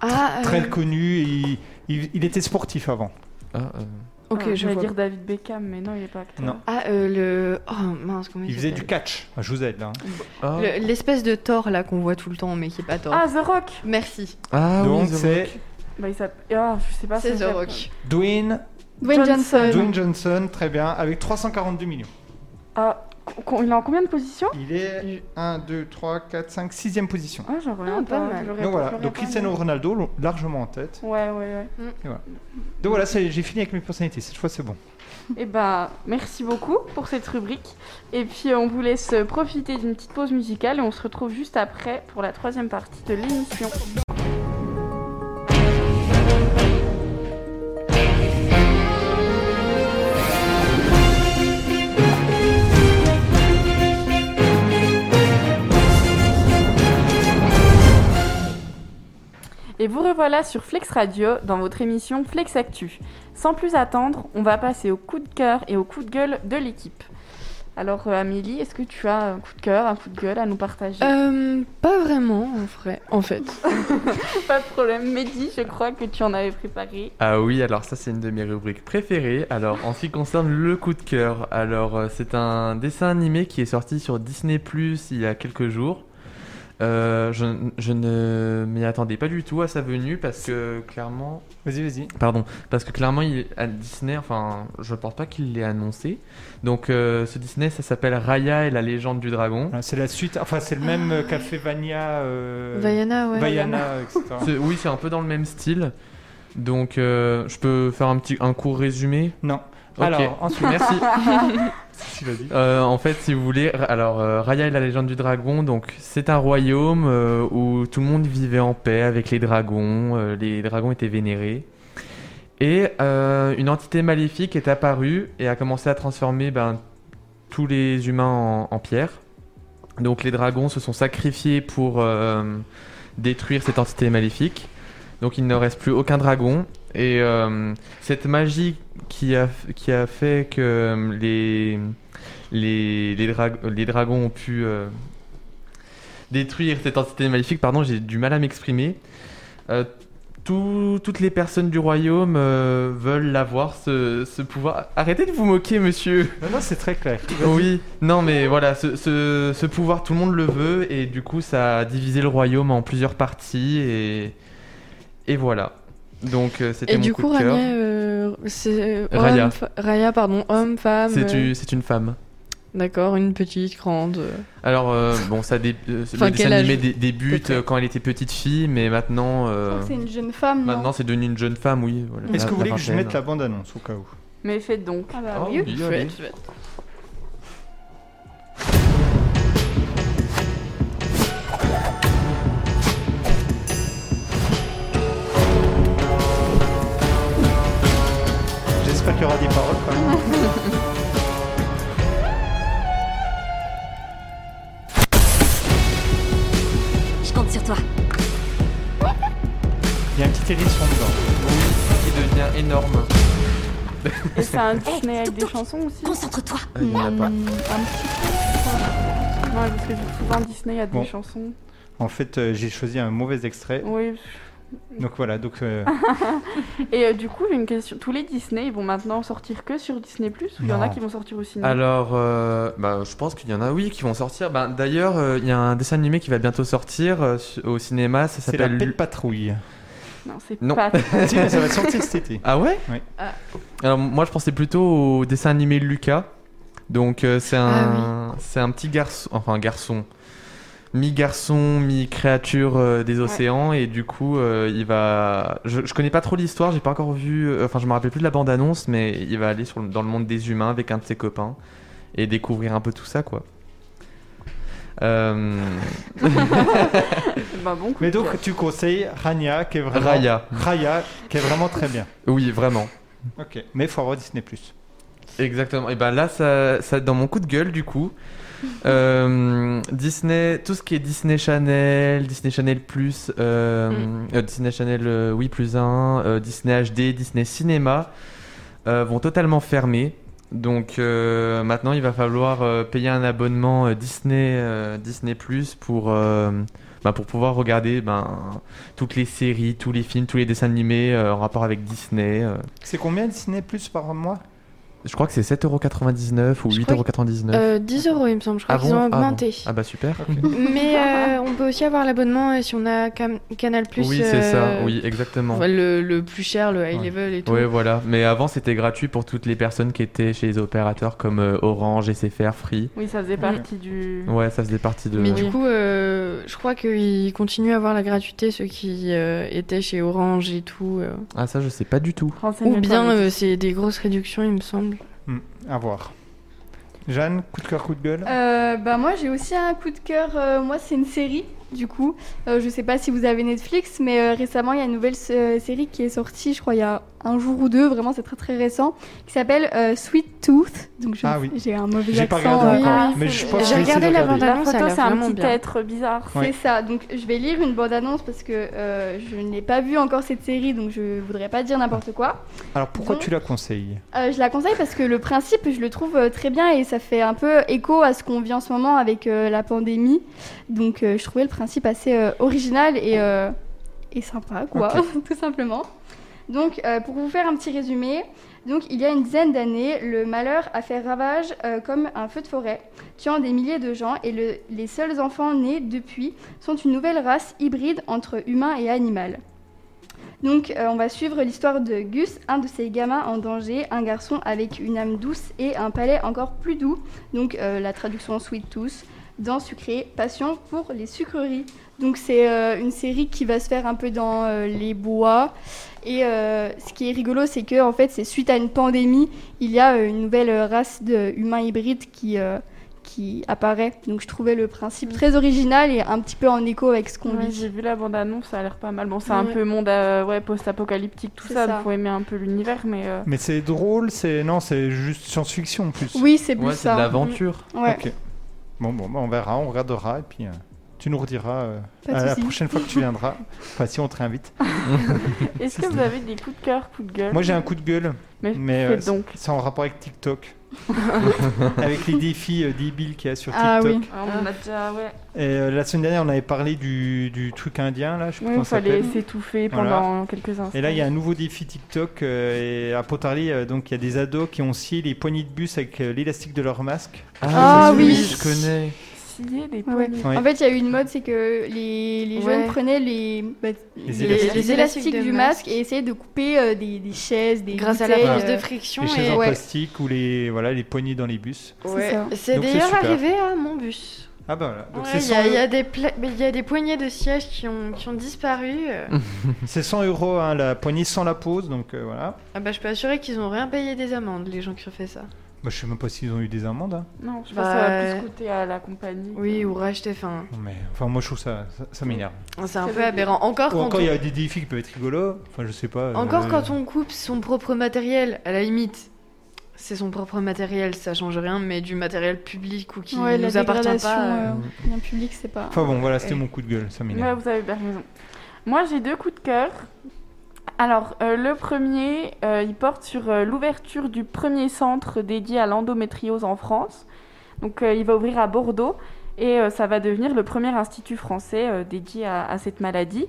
S3: Ah, euh,
S1: très connu, il, il- il était sportif avant.
S4: Ah, euh,
S3: ok,
S2: Ah,
S3: je
S2: vais
S3: vois.
S2: dire David Beckham, mais non, il n'est pas acteur.
S1: Non.
S3: Ah, euh, le. Oh mince, comment il,
S1: Il faisait du
S3: s'appelle
S1: catch, Ah, je vous aide là. hein.
S4: ah.
S3: Le- L'espèce de Thor là qu'on voit tout le temps, mais qui est pas Thor.
S2: Ah, The Rock
S3: Merci.
S4: Ah
S1: Donc
S4: oui, The
S1: c'est
S4: Rock.
S2: bah, il s'appelle- Ah, je sais pas.
S3: C'est The
S2: son-
S3: Rock.
S1: Dwayne,
S6: Dwayne
S2: Johnson.
S6: Johnson.
S1: Dwayne Johnson, très bien, avec 342 millions.
S2: Ah, con- il est en combien de positions
S1: Il est 1, 2, 3, 4, 5, 6ème position.
S2: Ah, j'en reviens
S3: Ah, pas mal.
S2: je l'aurais-
S1: Donc
S2: je
S1: voilà,
S2: l'aurais
S1: donc
S2: pas
S1: Cristiano Ronaldo lo- largement en tête.
S2: dit. Ouais, ouais, ouais.
S1: Donc voilà, c'est- j'ai fini avec mes personnalités, cette fois c'est bon.
S2: Et bah, merci beaucoup pour cette rubrique. Et puis, euh, on vous laisse profiter d'une petite pause musicale et on se retrouve juste après pour la troisième partie de l'émission. Et vous revoilà sur Flex Radio dans votre émission Flex Actu. Sans plus attendre, on va passer au coup de cœur et au coup de gueule de l'équipe. Alors euh, Amélie, est-ce que tu as un coup de cœur, un coup de gueule à nous partager
S3: Euh, pas vraiment, en vrai. En fait.
S2: Pas de problème, Mehdi, je crois que tu en avais préparé.
S4: Ah oui, alors ça c'est une de mes rubriques préférées. Alors en ce qui concerne le coup de cœur, alors euh, c'est un dessin animé qui est sorti sur Disney Plus il y a quelques jours. Euh, je, je ne m'y attendais pas du tout à sa venue parce que clairement,
S1: Vas-y, vas-y.
S4: pardon, parce que clairement il, à Disney, enfin je pense pas qu'il l'ait annoncé. Donc euh, ce Disney ça s'appelle Raya et la légende du dragon.
S1: Voilà, C'est la suite, enfin c'est le même euh, café Vania, euh,
S3: Vaiana, ouais.
S1: Vaiana, etc.
S4: C'est- Oui, c'est un peu dans le même style. Donc euh, je peux faire un petit un court résumé.
S1: Non.
S4: Ok.
S1: Alors, ensuite,
S4: Merci.
S1: si, vas-y.
S4: Euh, en fait, si vous voulez, ra- alors euh, Raya et la légende du dragon, donc c'est un royaume euh, où tout le monde vivait en paix avec les dragons, euh, les dragons étaient vénérés. Et euh, une entité maléfique est apparue et a commencé à transformer ben, tous les humains en, en pierre. Donc les dragons se sont sacrifiés pour euh, détruire cette entité maléfique. Donc il ne reste plus aucun dragon. Et euh, cette magie qui a, qui a fait que euh, les, les, les, drag- les dragons ont pu euh, détruire cette entité maléfique, pardon, j'ai du mal à m'exprimer, euh, tout- toutes les personnes du royaume euh, veulent l'avoir, ce, ce pouvoir. Arrêtez de vous moquer, monsieur
S1: Non, non, c'est très clair.
S4: Oui, non mais voilà, ce, ce- ce pouvoir, tout le monde le veut, et du coup ça a divisé le royaume en plusieurs parties, et, et voilà. Donc euh, c'était
S3: Et
S4: mon
S3: du
S4: coup,
S3: coup,
S4: de cœur.
S3: Rania, euh, c'est euh,
S4: Raya.
S3: homme, fa- Raya, pardon, homme, femme.
S4: C'est
S3: euh,
S4: une- c'est une femme.
S3: D'accord, une petite, grande. euh.
S4: Alors, euh, bon, ça dé- euh,
S3: Enfin,
S4: le dessin
S3: quel
S4: animé
S3: âge,
S4: dé-
S3: peu
S4: débute
S3: près.
S4: euh, quand elle était petite fille, mais maintenant, euh,
S3: Oh,
S6: C'est une jeune femme. non
S4: maintenant c'est devenu une jeune femme, oui. voilà,
S1: Est-ce
S4: la-
S1: que vous voulez
S4: la
S1: que je
S4: vingtaine.
S1: mette la bande-annonce au cas où
S2: Mais faites donc.
S6: Ah bah
S4: Ah
S6: oui.
S4: oui, allez.
S1: J'espère qu'il y aura des paroles quand même.
S7: Je compte sur toi.
S1: Il y a un petit hérisson dedans.
S4: Qui devient énorme.
S2: Et c'est un Disney avec des
S7: touc, touc.
S2: chansons aussi
S5: Oh.
S7: Concentre-toi.
S4: Ah, il y en a pas.
S3: Mmh.
S6: Hmm, un petit
S2: Non, parce que souvent Disney a des
S1: Bon.
S2: chansons.
S1: En fait, euh, j'ai choisi un mauvais extrait.
S2: Oui.
S1: Donc voilà, donc euh,
S6: Ah.
S2: Et euh, du coup, j'ai une question. Tous les Disney, ils vont maintenant sortir que sur Disney Plus ou il y en a
S1: Non.
S2: qui vont sortir au cinéma
S4: Alors, euh, bah, je pense qu'il y en a, oui, qui vont sortir. Bah, D'ailleurs, euh, il y a un dessin animé qui va bientôt sortir euh, su- au cinéma. Ça
S1: c'est la
S4: s'appelle.
S1: pelle patrouille.
S2: Non, c'est
S4: Non.
S2: pas.
S1: si, mais ça va sortir cet été.
S4: Ah ouais
S1: Oui.
S3: Ah.
S4: Alors, moi, je pensais plutôt au dessin animé Lucas. Donc, euh, c'est un, c'est un petit garçon, enfin, un garçon, mi-garçon, mi-créature euh, des océans. Et du coup, euh, il va. Je, je connais pas trop l'histoire, j'ai pas encore vu. euh, Enfin, je me rappelle plus de la bande-annonce, mais il va aller sur le- dans le monde des humains avec un de ses copains et découvrir un peu tout ça, quoi. Euh,
S2: bah bon. coup
S1: Mais
S2: de
S1: donc
S2: cœur.
S1: tu conseilles Rania qui est vraiment
S4: Raya.
S1: Raya, qui est vraiment très bien.
S4: Oui, vraiment.
S1: Ok. Mais faut avoir Disney Plus.
S4: Exactement. Et ben là, ça, ça dans mon coup de gueule du coup. Euh, Disney, tout ce qui est Disney Channel, Disney Channel Plus, euh, euh, Disney Channel euh, oui plus 1, Disney HD, Disney Cinéma euh, vont totalement fermer. Donc euh, maintenant, il va falloir euh, payer un abonnement euh, Disney euh, Disney Plus pour euh, ben, pour pouvoir regarder ben toutes les séries, tous les films, tous les dessins animés euh, en rapport avec Disney. euh.
S1: C'est combien Disney Plus par mois
S4: Je crois que c'est 7,99€ ou
S3: Je crois que-
S4: 8,99€.
S3: Euh, 10 euros, il me semble, je crois
S4: Ah
S3: qu'ils
S4: bon
S3: ont
S4: Ah bon.
S3: augmenté.
S4: Ah bah super.
S3: Mais euh, on peut aussi avoir l'abonnement euh, si on a Cam- Canal Plus. euh,
S4: oui, c'est ça. Oui, exactement.
S3: le, le plus cher, le high
S4: Ouais.
S3: level et tout.
S4: Oui, voilà. Mais avant, c'était gratuit pour toutes les personnes qui étaient chez les opérateurs comme euh, Orange, SFR, Free.
S2: Oui, ça faisait partie du.
S4: Ouais, ça faisait partie de.
S3: Mhm. Mais
S2: Oui.
S3: du coup, euh, je crois qu'ils continuent à avoir la gratuité, ceux qui euh, étaient chez Orange et tout. euh.
S4: Ah, ça, je sais pas du tout.
S2: Renseignez-vous.
S3: Ou bien euh, c'est des grosses réductions, il me semble.
S1: À voir. Jeanne, coup de cœur, coup de gueule.
S6: Euh, bah moi j'ai aussi un coup de cœur, euh, moi c'est une série du coup, Euh, je sais pas si vous avez Netflix mais euh, récemment il y a une nouvelle euh, série qui est sortie je crois il y a un jour ou deux, vraiment c'est très très récent, qui s'appelle euh, Sweet Tooth, donc je-
S1: Ah oui.
S6: j'ai un mauvais
S1: J'ai pas
S6: accent.
S1: regardé
S6: euh,
S1: encore,
S2: Ah,
S1: mais
S2: c'est-
S1: je pense que
S3: j'ai
S1: je vais
S3: regardé
S1: essayer de
S3: la
S1: regarder.
S2: La
S3: bande-annonce, elle a
S2: photo, c'est un
S3: vraiment
S2: petit
S3: bien.
S2: être bizarre.
S1: Ouais.
S6: C'est ça, donc je vais lire une bande-annonce parce que euh, je ne l'ai pas vue encore cette série, donc je voudrais pas dire n'importe quoi.
S1: Alors pourquoi
S6: Donc-
S1: tu la conseilles
S6: Euh, je la conseille parce que le principe, je le trouve euh, très bien et ça fait un peu écho à ce qu'on vit en ce moment avec euh, la pandémie. Donc euh, je trouvais le principe assez euh, original et, euh, et sympa, quoi, tout simplement. Donc euh, pour vous faire un petit résumé, donc il y a une dizaine d'années, le malheur a fait ravage euh, comme un feu de forêt, tuant des milliers de gens et le- les seuls enfants nés depuis sont une nouvelle race hybride entre humain et animal. Donc, euh, on va suivre l'histoire de Gus, un de ces gamins en danger, un garçon avec une âme douce et un palais encore plus doux. Donc, euh, la traduction Sweet Tooth, dents sucrées, passion pour les sucreries. Donc, c'est euh, une série qui va se faire un peu dans euh, les bois. Et euh, ce qui est rigolo, c'est que en fait, c'est suite à une pandémie, il y a euh, une nouvelle euh, race de humains hybrides qui euh, qui apparaît. Donc, je trouvais le principe très original et un petit peu en écho avec ce qu'on
S2: Mm. Ouais,
S6: vit.
S2: j'ai vu la bande-annonce, ça a l'air pas mal. Bon, c'est un
S3: Ouais.
S2: peu monde euh, ouais, post-apocalyptique, tout
S6: C'est
S2: ça,
S6: ça.
S2: donc faut aimer un peu l'univers, mais. euh,
S1: Mais c'est drôle, c'est non, c'est juste science-fiction en plus.
S6: Oui, c'est plus
S4: Ouais, c'est
S3: Mhm.
S6: ça.
S4: de l'aventure.
S6: Ouais.
S1: Ok. Bon, bon, bah, on verra, on regardera et puis. euh, Tu nous rediras euh,
S6: Pas de
S1: à la
S6: souci.
S1: prochaine fois que tu viendras. Enfin, si on te réinvite.
S2: Est-ce que vous avez des coups de cœur, coups de gueule
S1: Moi, j'ai un coup de gueule,
S2: Mais,
S1: mais euh,
S2: faites donc.
S1: c'est en rapport avec TikTok. avec les défis euh, débiles qu'il y a sur TikTok.
S6: Ah oui.
S2: Ah, on en a déjà, ouais.
S1: Et euh, la semaine dernière, on avait parlé du, du truc indien, là, je sais plus
S2: Oui,
S1: comment
S2: il
S1: ça
S2: fallait
S1: s'appelle.
S2: s'étouffer
S1: Voilà.
S2: pendant quelques instants.
S1: Et là, il y a un nouveau défi TikTok. euh, et à Potarly, euh, donc, il y a des ados qui ont scié les poignées de bus avec euh, l'élastique de leur masque.
S6: Ah oui.
S4: Je connais.
S2: Scier des
S6: Ouais.
S2: poignées.
S1: Ouais.
S6: En fait, il y a eu une mode, c'est que les, les
S2: Ouais.
S6: jeunes prenaient les, bah, les-
S1: élastiques.
S6: les élastiques
S3: de
S6: du
S3: masque.
S6: masque et essayaient de couper euh, des, des chaises, des
S3: grâce à la
S6: bouteilles,
S3: force
S6: euh,
S3: de friction.
S1: les chaises
S3: et-
S1: en
S6: ouais.
S1: plastique ou les, voilà, les poignées dans les bus.
S6: Ouais.
S3: C'est
S1: Donc, c'est
S3: d'ailleurs
S1: super.
S3: arrivé à mon bus.
S1: Ah bah voilà. Donc,
S3: Ouais,
S1: c'est
S3: Il y,
S1: 100
S3: a- il y
S1: euros-
S3: a des pla- mais il y a des poignées de sièges qui ont, qui ont disparu. euh.
S1: Hum. c'est 100 euros hein, la poignée sans la pause. Donc euh, voilà.
S3: Ah bah, je peux assurer qu'ils n'ont rien payé des amendes, les gens qui ont fait ça.
S1: Bah, je sais même pas s'ils ont eu des amendes. hein.
S2: Non, je pense que ça va
S3: Ouais.
S2: plus coûter à la compagnie.
S3: Bah, Oui, ou racheter. Enfin,
S1: Mais enfin, moi, je trouve ça, ça, ça m'énerve.
S3: c'est un
S2: Très
S3: peu
S2: bien.
S3: aberrant. Encore,
S1: Ou
S3: quand,
S1: encore,
S3: on...
S1: il y a des défis qui peuvent être rigolos. Enfin, je sais pas.
S3: encore
S1: euh,
S3: quand on coupe son propre matériel, à la limite. C'est son propre matériel, ça change rien, mais du matériel public ou qui
S6: ouais, la
S3: nous appartient
S6: dégradation
S3: pas. euh,
S6: euh, bien publique, c'est pas.
S1: Enfin bon, voilà, c'était mon coup de gueule. Ça
S2: Ouais,
S1: m'énerve.
S2: vous avez bien raison. Moi, j'ai deux coups de cœur. Alors, euh, le premier, euh, il porte sur euh, l'ouverture du premier centre dédié à l'endométriose en France. Donc, euh, il va ouvrir à Bordeaux et euh, ça va devenir le premier institut français euh, dédié à, à cette maladie.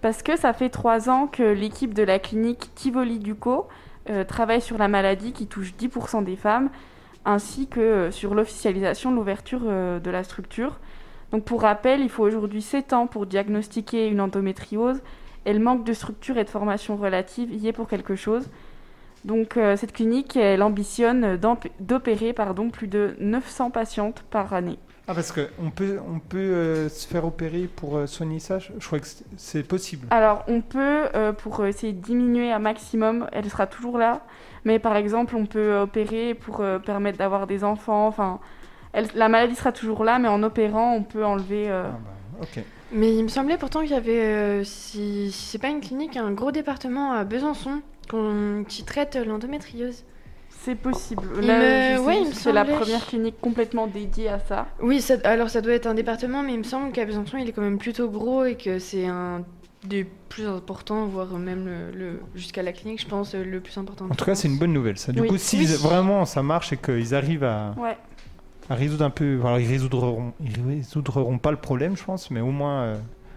S2: Parce que ça fait trois ans que l'équipe de la clinique Tivoli Ducot euh, travaille sur la maladie qui touche 10% des femmes, ainsi que euh, sur l'officialisation de l'ouverture euh, de la structure. Donc pour rappel, il faut aujourd'hui 7 ans pour diagnostiquer une endométriose et le manque de structure et de formation relative y est pour quelque chose. Donc euh, cette clinique, elle ambitionne euh, d'emp- d'opérer pardon, plus de 900 patientes par année.
S1: Ah, parce qu'on peut, on peut euh, se faire opérer pour euh, soigner ça Je je crois que c'est- c'est possible.
S3: Ah.
S2: Alors on peut, euh, pour essayer de diminuer un maximum, elle sera toujours là, mais par exemple on peut opérer pour euh, permettre d'avoir des enfants, enfin... elle- la maladie sera toujours là, mais en opérant, on peut enlever. euh,
S1: Ah bah, ok.
S3: Mais il me semblait pourtant qu'il y avait, euh, si, si c'est pas une clinique, un gros département à Besançon qu'on- qui traite l'endométriose.
S2: C'est possible.
S3: Il
S2: Là,
S3: me-
S2: je sais
S3: ouais, il
S2: juste
S3: me
S2: que c'est la
S3: semblait.
S2: première clinique complètement dédiée à ça.
S3: Oui, ça- alors ça doit être un département, mais il me semble qu'à Besançon, il est quand même plutôt gros et que c'est un des plus importants, voire même le, le- jusqu'à la clinique, je pense, le plus important.
S1: En tout cas, c'est une bonne nouvelle. Ça. Du
S2: Oui.
S1: coup, si
S2: Oui.
S1: vraiment ça marche et qu'ils arrivent à,
S2: Ouais.
S1: à résoudre un peu, alors ils résoudront, ils résoudront pas le problème, je pense, mais au moins euh,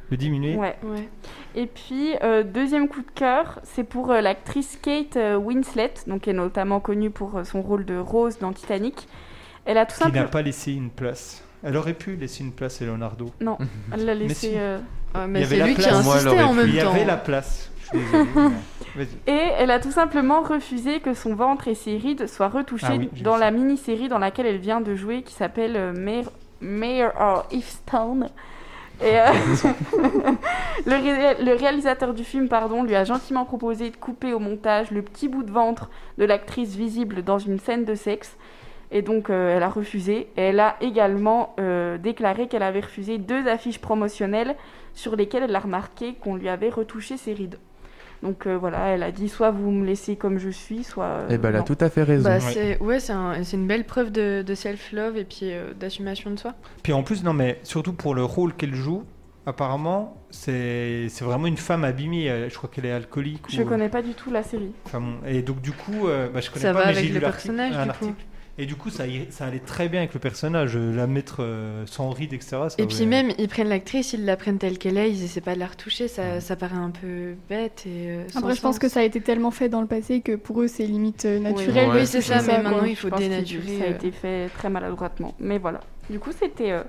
S1: le diminuer.
S2: ouais.
S3: Ouais.
S2: Et puis, euh, deuxième coup de cœur, c'est pour euh, l'actrice Kate euh, Winslet, donc qui est notamment connue pour euh, son rôle de Rose dans Titanic. Elle a tout
S1: Qui n'a
S2: simplement.
S1: pas laissé une place. Elle aurait pu laisser une place à Leonardo.
S2: Elle
S1: Mais
S2: l'a laissé.
S1: si.
S2: euh,
S1: Il
S3: Ah,
S1: y
S3: mais
S1: avait
S3: c'est
S1: la
S3: lui qui
S1: place.
S3: a
S4: Moi, elle
S3: insisté
S4: aurait
S3: en
S4: pu.
S3: même
S1: Il y
S3: temps.
S1: avait la place. Je suis désolé, mais- Vas-y.
S2: Et elle a tout simplement refusé que son ventre et ses rides soient retouchés
S1: Ah oui, j'ai vu
S2: dans
S1: ça.
S2: la mini-série dans laquelle elle vient de jouer qui s'appelle euh, Mayor, Mayor of Easttown. Et euh, le, ré- le réalisateur du film pardon, lui a gentiment proposé de couper au montage le petit bout de ventre de l'actrice visible dans une scène de sexe. Et donc euh, elle a refusé. Et elle a également euh, déclaré qu'elle avait refusé deux affiches promotionnelles sur lesquelles elle a remarqué qu'on lui avait retouché ses rides. Donc euh, voilà, elle a dit soit vous me laissez comme je suis, soit. euh,
S4: Eh ben, elle a
S2: non.
S4: tout à fait raison.
S3: Bah,
S1: Ouais.
S3: c'est ouais, c'est un- c'est une belle preuve de, de self-love et puis euh, d'assumation de soi.
S1: Puis en plus, non, mais surtout pour le rôle qu'elle joue, apparemment, c'est c'est vraiment une femme abîmée. Euh, Je crois qu'elle est alcoolique.
S2: Je
S1: ou-
S2: connais pas du tout la série.
S1: Enfin bon, et donc du coup, euh, bah, je connais
S3: Ça
S1: pas,
S3: va
S1: mais
S3: avec
S1: j'ai lu
S3: le
S1: l'article-
S3: personnage,
S1: un
S3: du
S1: article.
S3: coup.
S1: Et du coup, ça, y- ça allait très bien avec le personnage, euh, la mettre euh, sans ride, etc. ça
S3: Et
S1: aurait-
S3: puis même, ils prennent l'actrice, ils la prennent telle qu'elle est, ils essaient pas de la retoucher, ça, ça paraît un peu bête et. euh, sans
S6: Après, je pense
S3: sens.
S6: que ça a été tellement fait dans le passé que pour eux, c'est limite euh, naturel.
S4: Ouais.
S6: de
S3: Oui, c'est
S6: toucher
S3: ça, Ah, mais
S6: quoi.
S3: maintenant, il faut
S2: Je pense que
S3: dénaturer,
S2: Ça a
S3: euh.
S2: été fait très maladroitement. Mais voilà. Du coup, c'était euh,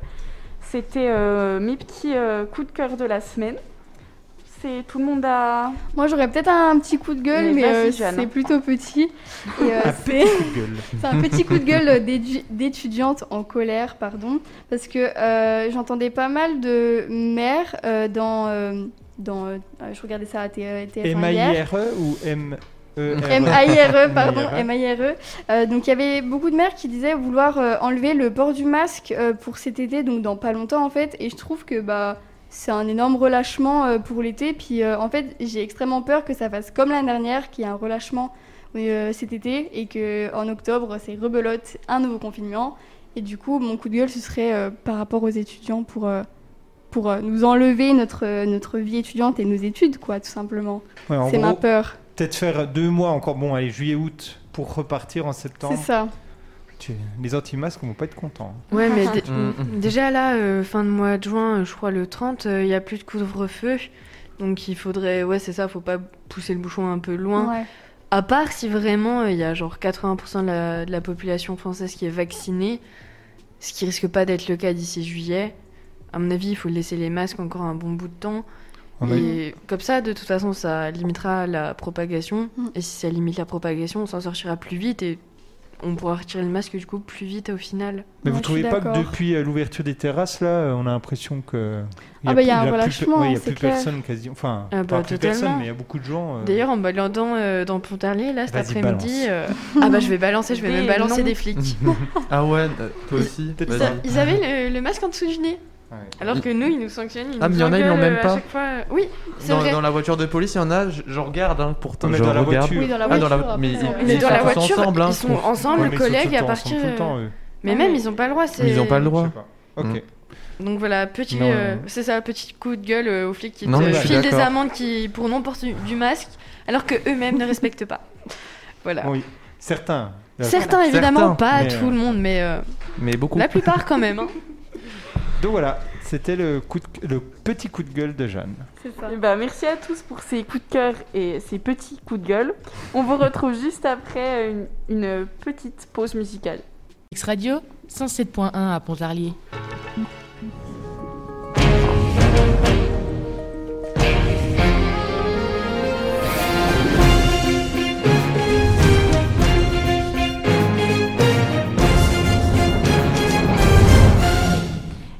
S2: c'était euh, mes petits euh, coups de cœur de la semaine. C'est tout le monde a.
S6: Moi, j'aurais peut-être un petit coup de gueule,
S2: Mais
S6: mais,
S2: vas-y,
S6: euh,
S2: Jeanne.
S6: c'est plutôt petit. Et, euh,
S1: Un
S6: c'est-
S1: petit coup de gueule.
S6: C'est un petit coup de gueule euh, d'édu- d'étudiante en colère, pardon, parce que euh, j'entendais pas mal de mères euh, dans... euh, dans euh, je regardais ça à T- euh, TF1 hier.
S1: M-I-R-E ou E M-E-R-E
S6: M-A-I-R-E, pardon,
S1: M.A.I.R.E..
S6: M-A-I-R-E. Euh, donc il y avait beaucoup de mères qui disaient vouloir euh, enlever le port du masque euh, pour cet été, donc dans pas longtemps en fait. Et je trouve que bah, c'est un énorme relâchement euh, pour l'été. Puis euh, en fait, j'ai extrêmement peur que ça fasse comme l'année dernière, qu'il y ait un relâchement euh, cet été et que en octobre, c'est rebelote, un nouveau confinement. Et du coup, mon coup de gueule, ce serait euh, par rapport aux étudiants pour euh, pour euh, nous enlever notre, euh, notre vie étudiante et nos études, quoi, tout simplement.
S1: Ouais, en
S6: C'est ma
S1: gros,
S6: peur.
S1: peut-être faire deux mois encore, bon, allez, juillet, août, pour repartir en septembre.
S6: C'est ça.
S1: Tu- Les anti-masques vont pas être contents.
S3: Ouais, mais dé-
S4: Mm, mm.
S3: déjà là, euh, fin de mois de juin, euh, je crois le 30, euh, il n'y a plus de couvre-feu. Donc il faudrait, ouais, c'est ça, faut pas pousser le bouchon un peu loin.
S6: Ouais.
S3: À part si vraiment euh, il y a genre 80% de la, de la population française qui est vaccinée, ce qui risque pas d'être le cas d'ici juillet. À mon avis, il faut laisser les masques encore un bon bout de temps.
S1: On a-
S3: Et comme ça, de toute façon, ça limitera la propagation.
S6: Mm.
S3: Et si ça limite la propagation, on s'en sortira plus vite et on pourra retirer le masque du coup plus vite au final.
S1: Mais
S6: Ouais,
S1: vous
S6: je
S1: trouvez
S6: suis
S1: pas que
S6: d'accord.
S1: depuis euh, l'ouverture des terrasses, là, euh, on a l'impression que.
S6: Ah bah, il y a un
S1: plus-
S6: relâchement,
S1: ouais, Il y a
S6: c'est
S1: plus
S6: clair.
S1: personne quasi. Enfin,
S3: Ah
S1: pas
S3: bah,
S1: plus
S3: totalement.
S1: personne, mais il y a beaucoup de gens. euh,
S3: D'ailleurs, en baladant euh, dans Pontarlier, là, cet
S1: Vas-y,
S3: après-midi, euh, ah bah je vais balancer, je vais
S2: Des
S3: même balancer
S2: noms.
S3: des flics.
S4: ah ouais, euh, toi aussi
S1: Peut-être
S4: vas-y.
S1: ça.
S3: Ils avaient le, le masque en dessous du nez,
S1: ouais.
S3: alors que nous, ils nous sanctionnent. Ils
S4: Ah, mais
S3: nous
S4: y en a, ils l'ont
S3: engueulent,
S4: même
S3: euh,
S4: pas.
S3: à chaque fois. Oui, c'est
S4: Dans,
S3: vrai.
S4: dans la voiture de police, il y en a, je, je regarde hein, pourtant.
S1: Mais
S4: je
S1: dans la
S4: regarde.
S1: voiture.
S6: Oui, dans la
S4: Ah,
S6: voiture.
S4: dans la-
S6: après,
S4: mais ils-
S6: ouais.
S3: Mais
S4: Ils
S3: dans
S4: sont
S3: la
S4: tous
S3: voiture,
S4: ensemble, hein,
S3: ils
S4: je
S3: sont
S4: trouve.
S1: Ouais,
S3: ensemble,
S1: mais ils sont tout
S3: collègues,
S1: le
S3: à
S1: temps
S3: partir.
S1: ensemble
S6: euh,
S1: tout le temps, eux.
S3: Mais même, ils ont pas le droit.
S4: Mais ils ont
S3: c'est-
S4: pas le
S1: Je
S4: droit.
S1: sais pas. Ok.
S3: Donc voilà, petit,
S1: Non,
S3: euh,
S1: non.
S3: c'est ça, petit coup de gueule euh, aux flics qui
S4: Non,
S3: te
S4: mais je suis
S3: filent des
S4: d'accord.
S3: amendes qui, pour non-port du, du masque, alors que eux-mêmes ne respectent pas. Voilà.
S1: Oui. Certains. Là,
S3: Certains, évidemment,
S4: Certains,
S3: pas
S1: mais,
S3: tout
S1: euh,
S3: le monde, mais euh,
S4: Mais beaucoup.
S3: la plupart quand même. hein.
S1: Donc voilà, c'était le, coup de- le petit coup de gueule de Jeanne.
S6: C'est ça.
S2: Eh ben, merci à tous pour ces coups de cœur et ces petits coups de gueule. On vous retrouve juste après une, une petite pause musicale.
S8: X Radio 107.1 à Pontarlier.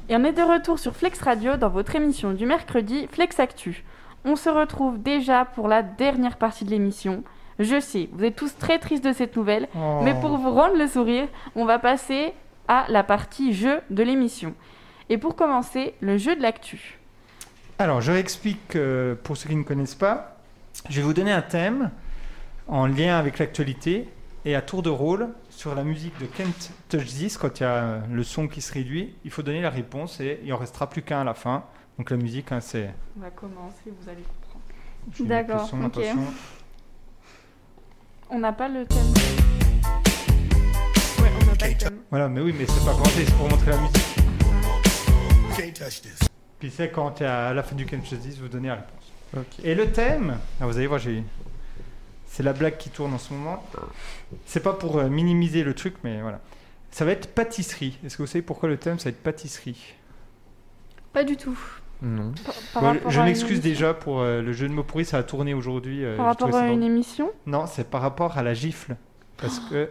S2: Et on est de retour sur Flex Radio dans votre émission du mercredi Flex Actu. On se retrouve déjà pour la dernière partie de l'émission. Je sais, vous êtes tous très tristes de cette nouvelle,
S1: Oh.
S2: mais pour vous rendre le sourire, on va passer à la partie jeu de l'émission. Et pour commencer, le jeu de l'actu.
S1: Alors, je réexplique euh, pour ceux qui ne connaissent pas. Je vais vous donner un thème en lien avec l'actualité et à tour de rôle sur la musique de Kent Touch This, quand il y a euh, le son qui se réduit, il faut donner la réponse et il en restera plus qu'un à la fin. Donc la musique, hein, c'est.
S2: On va commencer, vous allez comprendre.
S1: je vais mettre le
S6: D'accord,
S1: son,
S6: ok.
S1: attention.
S2: On n'a pas le thème.
S3: Ouais, on n'a pas le thème.
S1: Voilà, mais oui, mais c'est pas commenté, c'est pour montrer la musique. Puis c'est quand t'es à la fin du Kent Touch This, vous donnez la réponse.
S4: Ok.
S1: Et le thème, ah, vous allez voir, j'ai. C'est la blague qui tourne en ce moment. C'est pas pour euh, minimiser le truc, mais voilà. Ça va être pâtisserie. Est-ce que vous savez pourquoi le thème, ça va être pâtisserie
S6: Pas du tout.
S4: Non.
S2: Par- par
S1: Bon,
S2: rapport
S1: Je
S2: à une
S1: m'excuse
S2: émission-
S1: déjà pour euh, le jeu de mots pourri, ça a tourné aujourd'hui. euh,
S2: Par
S1: j'ai
S2: rapport
S1: trouvé ça
S2: à une
S1: drôle.
S2: émission
S1: Non, c'est par rapport à la gifle. Parce que,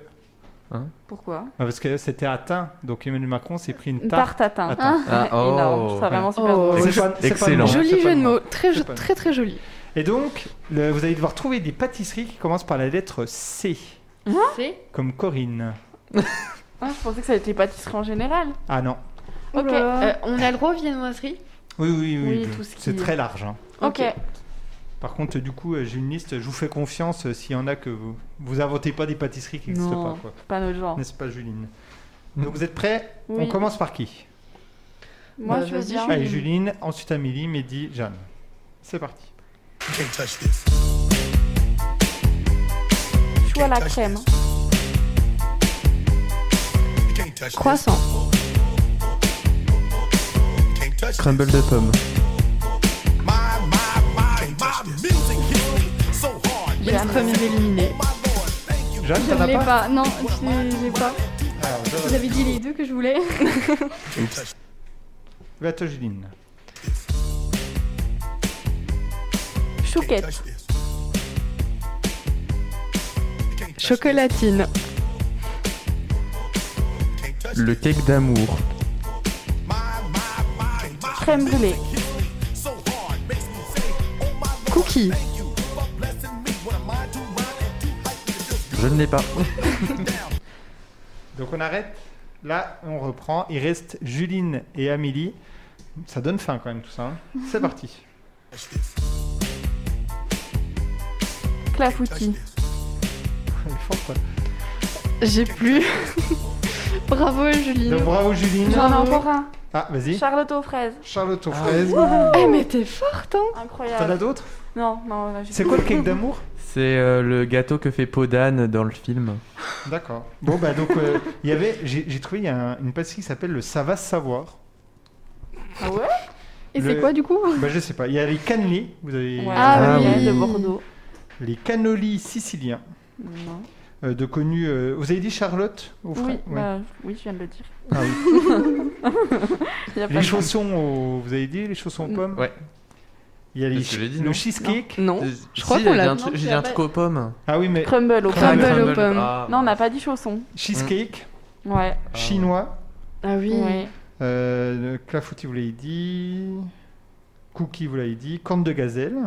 S2: Pourquoi
S1: ah, parce que c'était atteint, donc Emmanuel Macron s'est pris une
S2: Une
S1: tarte.
S2: tarte atteinte.
S1: Atteint.
S4: Ah, oh.
S2: Énorme, je trouve ça vraiment super
S3: Oh.
S2: drôle.
S1: Et c'est pas- c'est pas
S4: Excellent.
S1: moi, c'est
S3: Joli
S1: pas
S3: jeu de
S1: moi.
S3: mots, très,
S1: C'est pas-
S3: très très joli.
S1: Et donc, le- vous allez devoir trouver des pâtisseries qui commencent par la lettre C,
S3: C'est
S1: comme Corinne.
S2: Ah, je pensais que ça allait être les pâtisseries en général.
S1: Ah non.
S3: Ok,
S6: Oula.
S3: euh, on a le droit aux viennoiseries
S1: Oui, oui, oui.
S2: Oui,
S1: je-
S2: tout ce qui-
S1: C'est très large. hein.
S2: Ok.
S1: Par contre, du coup, euh, j'ai une liste, je vous fais confiance euh, s'il y en a que vous. Vous inventez pas des pâtisseries qui n'existent
S2: Non.
S1: pas, quoi.
S2: Pas notre genre.
S1: N'est-ce pas, Juline
S4: Mm.
S1: Donc vous êtes prêts
S2: Oui.
S1: On commence par qui
S2: Moi,
S3: Bah,
S2: je veux
S3: vas-y,
S2: bien.
S3: Julie.
S1: Allez, Juline, ensuite Amélie, Mehdi, Jeanne. C'est parti.
S2: Chou à la crème.
S3: Croissant.
S4: Crumble de pomme.
S3: Les premiers éliminés.
S1: Jeanne,
S6: Je
S1: t'en as
S6: l'ai
S1: pas,
S6: pas. Non, je l'ai pas.
S1: Alors, je-
S6: Vous avez dit les deux que je voulais.
S1: Va à toi, Juline.
S2: Chouquette.
S3: Chocolatine.
S4: Le cake d'amour.
S2: Crème brûlée.
S3: Cookie.
S4: Je ne l'ai pas.
S3: Ah,
S1: Donc on arrête. Là, on reprend. Il reste Juline et Amélie. Ça donne faim quand même tout ça. hein. C'est parti.
S2: Clafoutis.
S1: Elle est forte, quoi.
S3: J'ai plus. Bravo Julie.
S1: Donc bravo Juline.
S2: J'en ai encore un.
S1: Ah, vas-y.
S2: Charlotte aux fraises.
S1: Charlotte
S4: Ah,
S1: aux fraises.
S3: Eh, mais t'es forte, hein
S1: T'en as
S2: Incroyable.
S1: d'autres
S2: Non, non, là, j'ai-
S1: C'est quoi le cake d'amour
S4: C'est euh, le gâteau que fait Podane dans le film.
S1: D'accord. Bon, bah donc, euh, il y avait, j'ai j'ai trouvé, il y a un- une pâtisserie qui s'appelle le Ça va se savoir.
S2: Ah ouais
S6: Et
S1: Le-
S6: c'est quoi du coup
S1: Bah, je sais pas. Il y a les cannelés, vous avez.
S2: Ouais.
S6: Ah oui.
S2: ouais, de Bordeaux.
S1: Les cannolis siciliens,
S2: Non.
S1: euh, de connus. euh, vous avez dit Charlotte aux
S2: Oui,
S1: fraises Ouais.
S2: bah, oui, je viens de le dire.
S1: Ah oui.
S2: Il y a pas Mm.
S1: Les
S2: de-
S1: chaussons aux... Vous avez dit les chaussons aux pommes
S4: Ouais.
S1: Il y a les
S4: C'est ce que j'ai dit,
S1: le
S4: non
S1: cheesecake.
S3: Non.
S4: Euh,
S3: Je crois
S4: si,
S3: qu'on
S4: j'ai
S3: l'a-
S4: un truc-
S5: non,
S4: J'ai
S5: tu
S4: un
S5: l'as
S4: truc aux pommes.
S1: Ah, le
S2: Crumble au
S1: Crumble.
S2: crumble.
S3: Crumble aux pommes.
S4: ah,
S2: Non, on n'a pas dit chaussons.
S1: cheesecake
S2: Ouais.
S1: chinois.
S3: Ah oui.
S2: ouais.
S1: Euh, le clafoutis, vous l'avez dit. Cookie, vous l'avez dit. Corne de gazelle.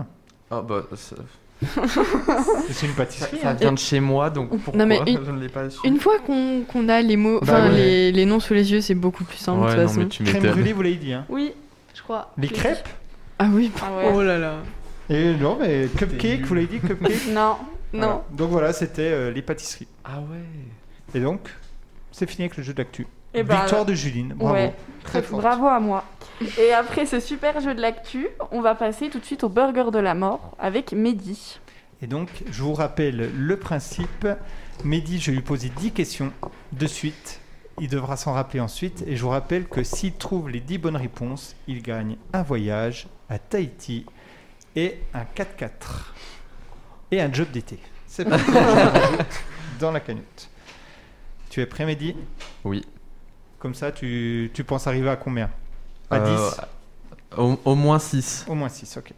S4: Ah, bah, ça,
S1: C'est une
S4: ça-
S1: pâtisserie.
S4: ça
S1: hein.
S4: vient de chez moi, donc pourquoi
S3: mais une-
S4: je ne l'ai pas su
S3: Une fois qu'on qu'on a les mots,
S1: Bah
S3: enfin
S1: ouais.
S3: les, les noms sous les yeux, c'est beaucoup plus simple de toute façon.
S4: tu
S1: Crème brûlée, vous l'avez dit. hein.
S2: Oui.
S6: Je crois.
S1: Les crêpes
S3: Ah oui.
S2: Ah ouais.
S3: Oh là là.
S1: Et non, mais cupcake,
S4: nul.
S1: vous l'avez dit, cupcake.
S2: Non.
S1: Voilà. Donc voilà, c'était euh, les pâtisseries.
S4: Ah ouais.
S1: Et donc, c'est fini avec le jeu d'actu.
S2: Et ben,
S1: Victoire de Juline. Bravo.
S2: ouais.
S1: Très fort.
S2: Bravo à moi. Et après ce super jeu de l'actu, on va passer tout de suite au burger de la mort avec Mehdi.
S1: Et donc, je vous rappelle le principe. Mehdi, je vais lui poser 10 questions de suite. Il devra s'en rappeler ensuite. Et je vous rappelle que s'il trouve les 10 bonnes réponses, il gagne un voyage à Tahiti et un 4x4 et un job d'été. C'est parti. Dans la canute. Tu es prêt, Mehdi
S4: Oui.
S1: Comme ça, tu, tu penses arriver à combien À
S4: Euh,
S1: 10
S4: au, au moins 6.
S1: Au moins 6, ok.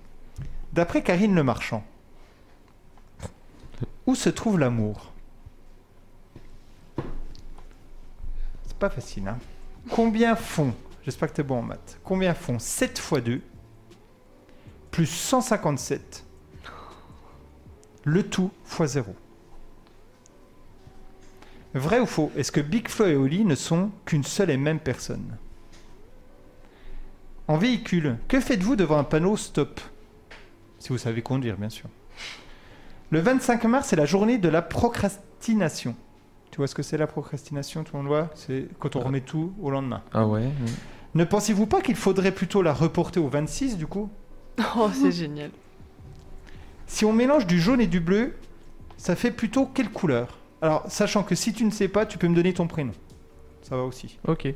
S1: D'après Karine Le Marchand, où se trouve l'amour C'est pas facile, hein. Combien font, j'espère que t'es bon en maths, combien font 7 x 2 plus 157 le tout x 0 Vrai ou faux Est-ce que Big Flo et Oli ne sont qu'une seule et même personne en véhicule, que faites-vous devant un panneau stop Si vous savez conduire, bien sûr. Le 25 mars, c'est la journée de la procrastination. Tu vois ce que c'est la procrastination, tout le monde voit C'est quand on remet tout au lendemain.
S4: Ah ouais.
S1: Ne pensez-vous pas qu'il faudrait plutôt la reporter au 26 du coup
S3: Oh, c'est génial.
S1: Si on mélange du jaune et du bleu, ça fait plutôt quelle couleur Alors, sachant que si tu ne sais pas, tu peux me donner ton prénom. Ça va aussi.
S4: Ok.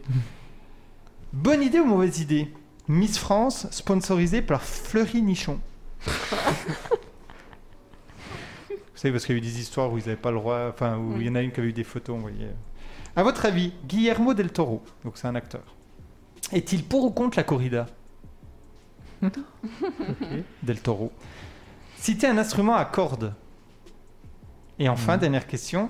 S1: Bonne idée ou mauvaise idée Miss France, sponsorisée par Fleury Nichon. Vous savez, parce qu'il y a eu des histoires où ils n'avaient pas le droit, enfin, où il y en a une qui avait eu des photos envoyées. À votre avis, Guillermo del Toro, donc c'est un acteur, est-il pour ou contre la corrida Ok, Del Toro. Citez un instrument à cordes. Et enfin, dernière question.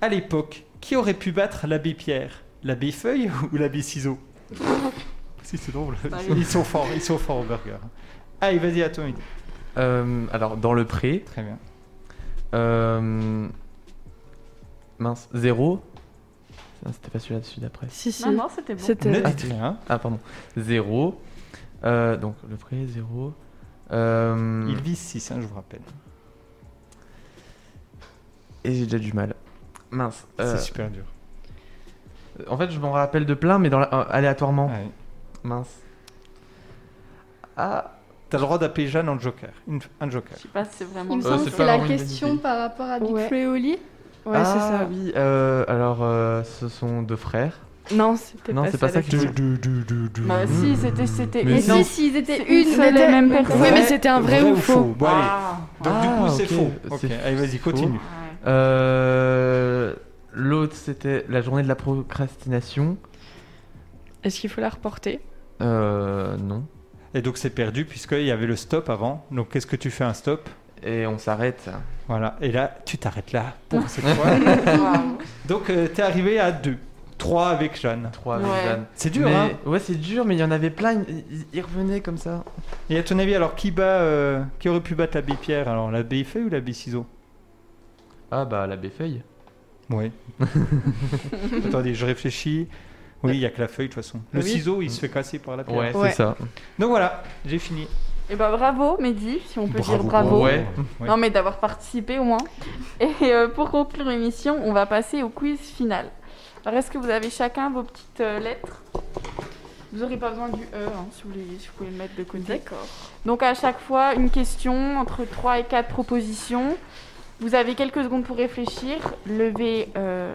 S1: À l'époque, qui aurait pu battre l'abbé Pierre L'abbé Feuille ou l'abbé Ciseaux si c'est drôle.
S3: Bah,
S1: Ils sont forts, ils sont forts au burger. Allez, vas-y, à toi, Mehdi.
S4: Euh, alors, dans le pré,
S1: Très bien.
S4: euh, mince, 0. C'était pas celui-là, celui d'après.
S3: Si, si.
S2: Non, non, c'était bon.
S3: C'était.
S1: Ne
S4: Ah,
S1: dites rien.
S4: Ah, pardon. 0. donc, le Euh, pré, 0. Mm.
S1: Il vise 6, je vous rappelle.
S4: Et j'ai déjà du mal. Mince. euh,
S1: C'est super dur.
S4: en fait, je m'en rappelle de plein, mais dans la- euh, aléatoirement.
S1: Ouais.
S4: Mince. Ah.
S1: T'as le droit d'appeler Jeanne en joker. Une- un joker.
S2: Je sais pas si c'est vraiment
S6: Il me
S2: le
S4: Euh,
S6: semble
S4: c'est
S6: que
S4: pas
S6: la
S4: vraiment une bonne
S6: question
S4: idée.
S6: par rapport à Big
S3: Ouais.
S6: Flo et Oli.
S3: Ouais,
S4: ah,
S3: c'est ça.
S4: oui. euh, alors, euh, ce sont deux frères.
S3: Non, c'était
S4: Non,
S3: pas
S4: c'est pas ça
S3: la
S4: Mmh. que je
S2: Bah si, c'était c'était
S4: Mais
S6: Mais
S2: une-
S4: non.
S6: si, si, ils étaient
S2: C'est
S6: une
S2: une
S6: seule
S2: seule et
S6: même
S2: même
S3: question.
S6: personne.
S3: Oui, mais c'était un vrai, ou faux.
S1: Bon, allez.
S2: Ah.
S1: Donc, du
S4: Ah,
S1: coup, c'est
S4: ok.
S1: faux. Ok,
S4: C'est
S1: allez, vas-y,
S4: faux.
S1: continue.
S2: Ouais.
S4: Euh, L'autre, c'était la journée de la procrastination.
S3: Est-ce qu'il faut la reporter
S4: Euh, non.
S1: Et donc, c'est perdu, puisqu'il y avait le stop avant. Donc, qu'est-ce que tu fais un stop
S4: Et on s'arrête.
S1: Voilà. Et là, tu t'arrêtes là pour cette fois.
S2: Waouh.
S1: Donc, euh, t'es arrivé à 2. 3 avec Jeanne.
S4: Trois
S2: Ouais.
S4: Jeanne.
S1: C'est dur,
S4: Mais-
S1: hein
S4: Ouais, c'est dur, mais il y en avait plein. Ils, ils- ils revenaient comme ça.
S1: Et à ton avis, alors, qui bat, euh, qui aurait pu battre l'abbé Pierre Alors, l'abbé Feuille ou l'abbé Ciseaux
S4: Ah bah la Béfeuille.
S1: Oui. Attendez, je réfléchis. Oui, il n'y a que la feuille, de toute façon. Le
S3: Oui.
S1: ciseau, il se fait casser par la pierre.
S4: Ouais,
S3: Ouais.
S4: c'est ça.
S1: Donc voilà, j'ai fini.
S2: Et bah bravo Mehdi, si on peut dire bravo.
S4: Ouais.
S1: Ouais.
S2: Non mais d'avoir participé au moins. Et euh, pour conclure l'émission, on va passer au quiz final. Alors est-ce que vous avez chacun vos petites euh, lettres Vous n'aurez pas besoin du E, hein, si, vous voulez- si vous pouvez le mettre de côté.
S6: D'accord.
S2: Donc à chaque fois, une question entre 3 et 4 propositions. Vous avez quelques secondes pour réfléchir, lever euh,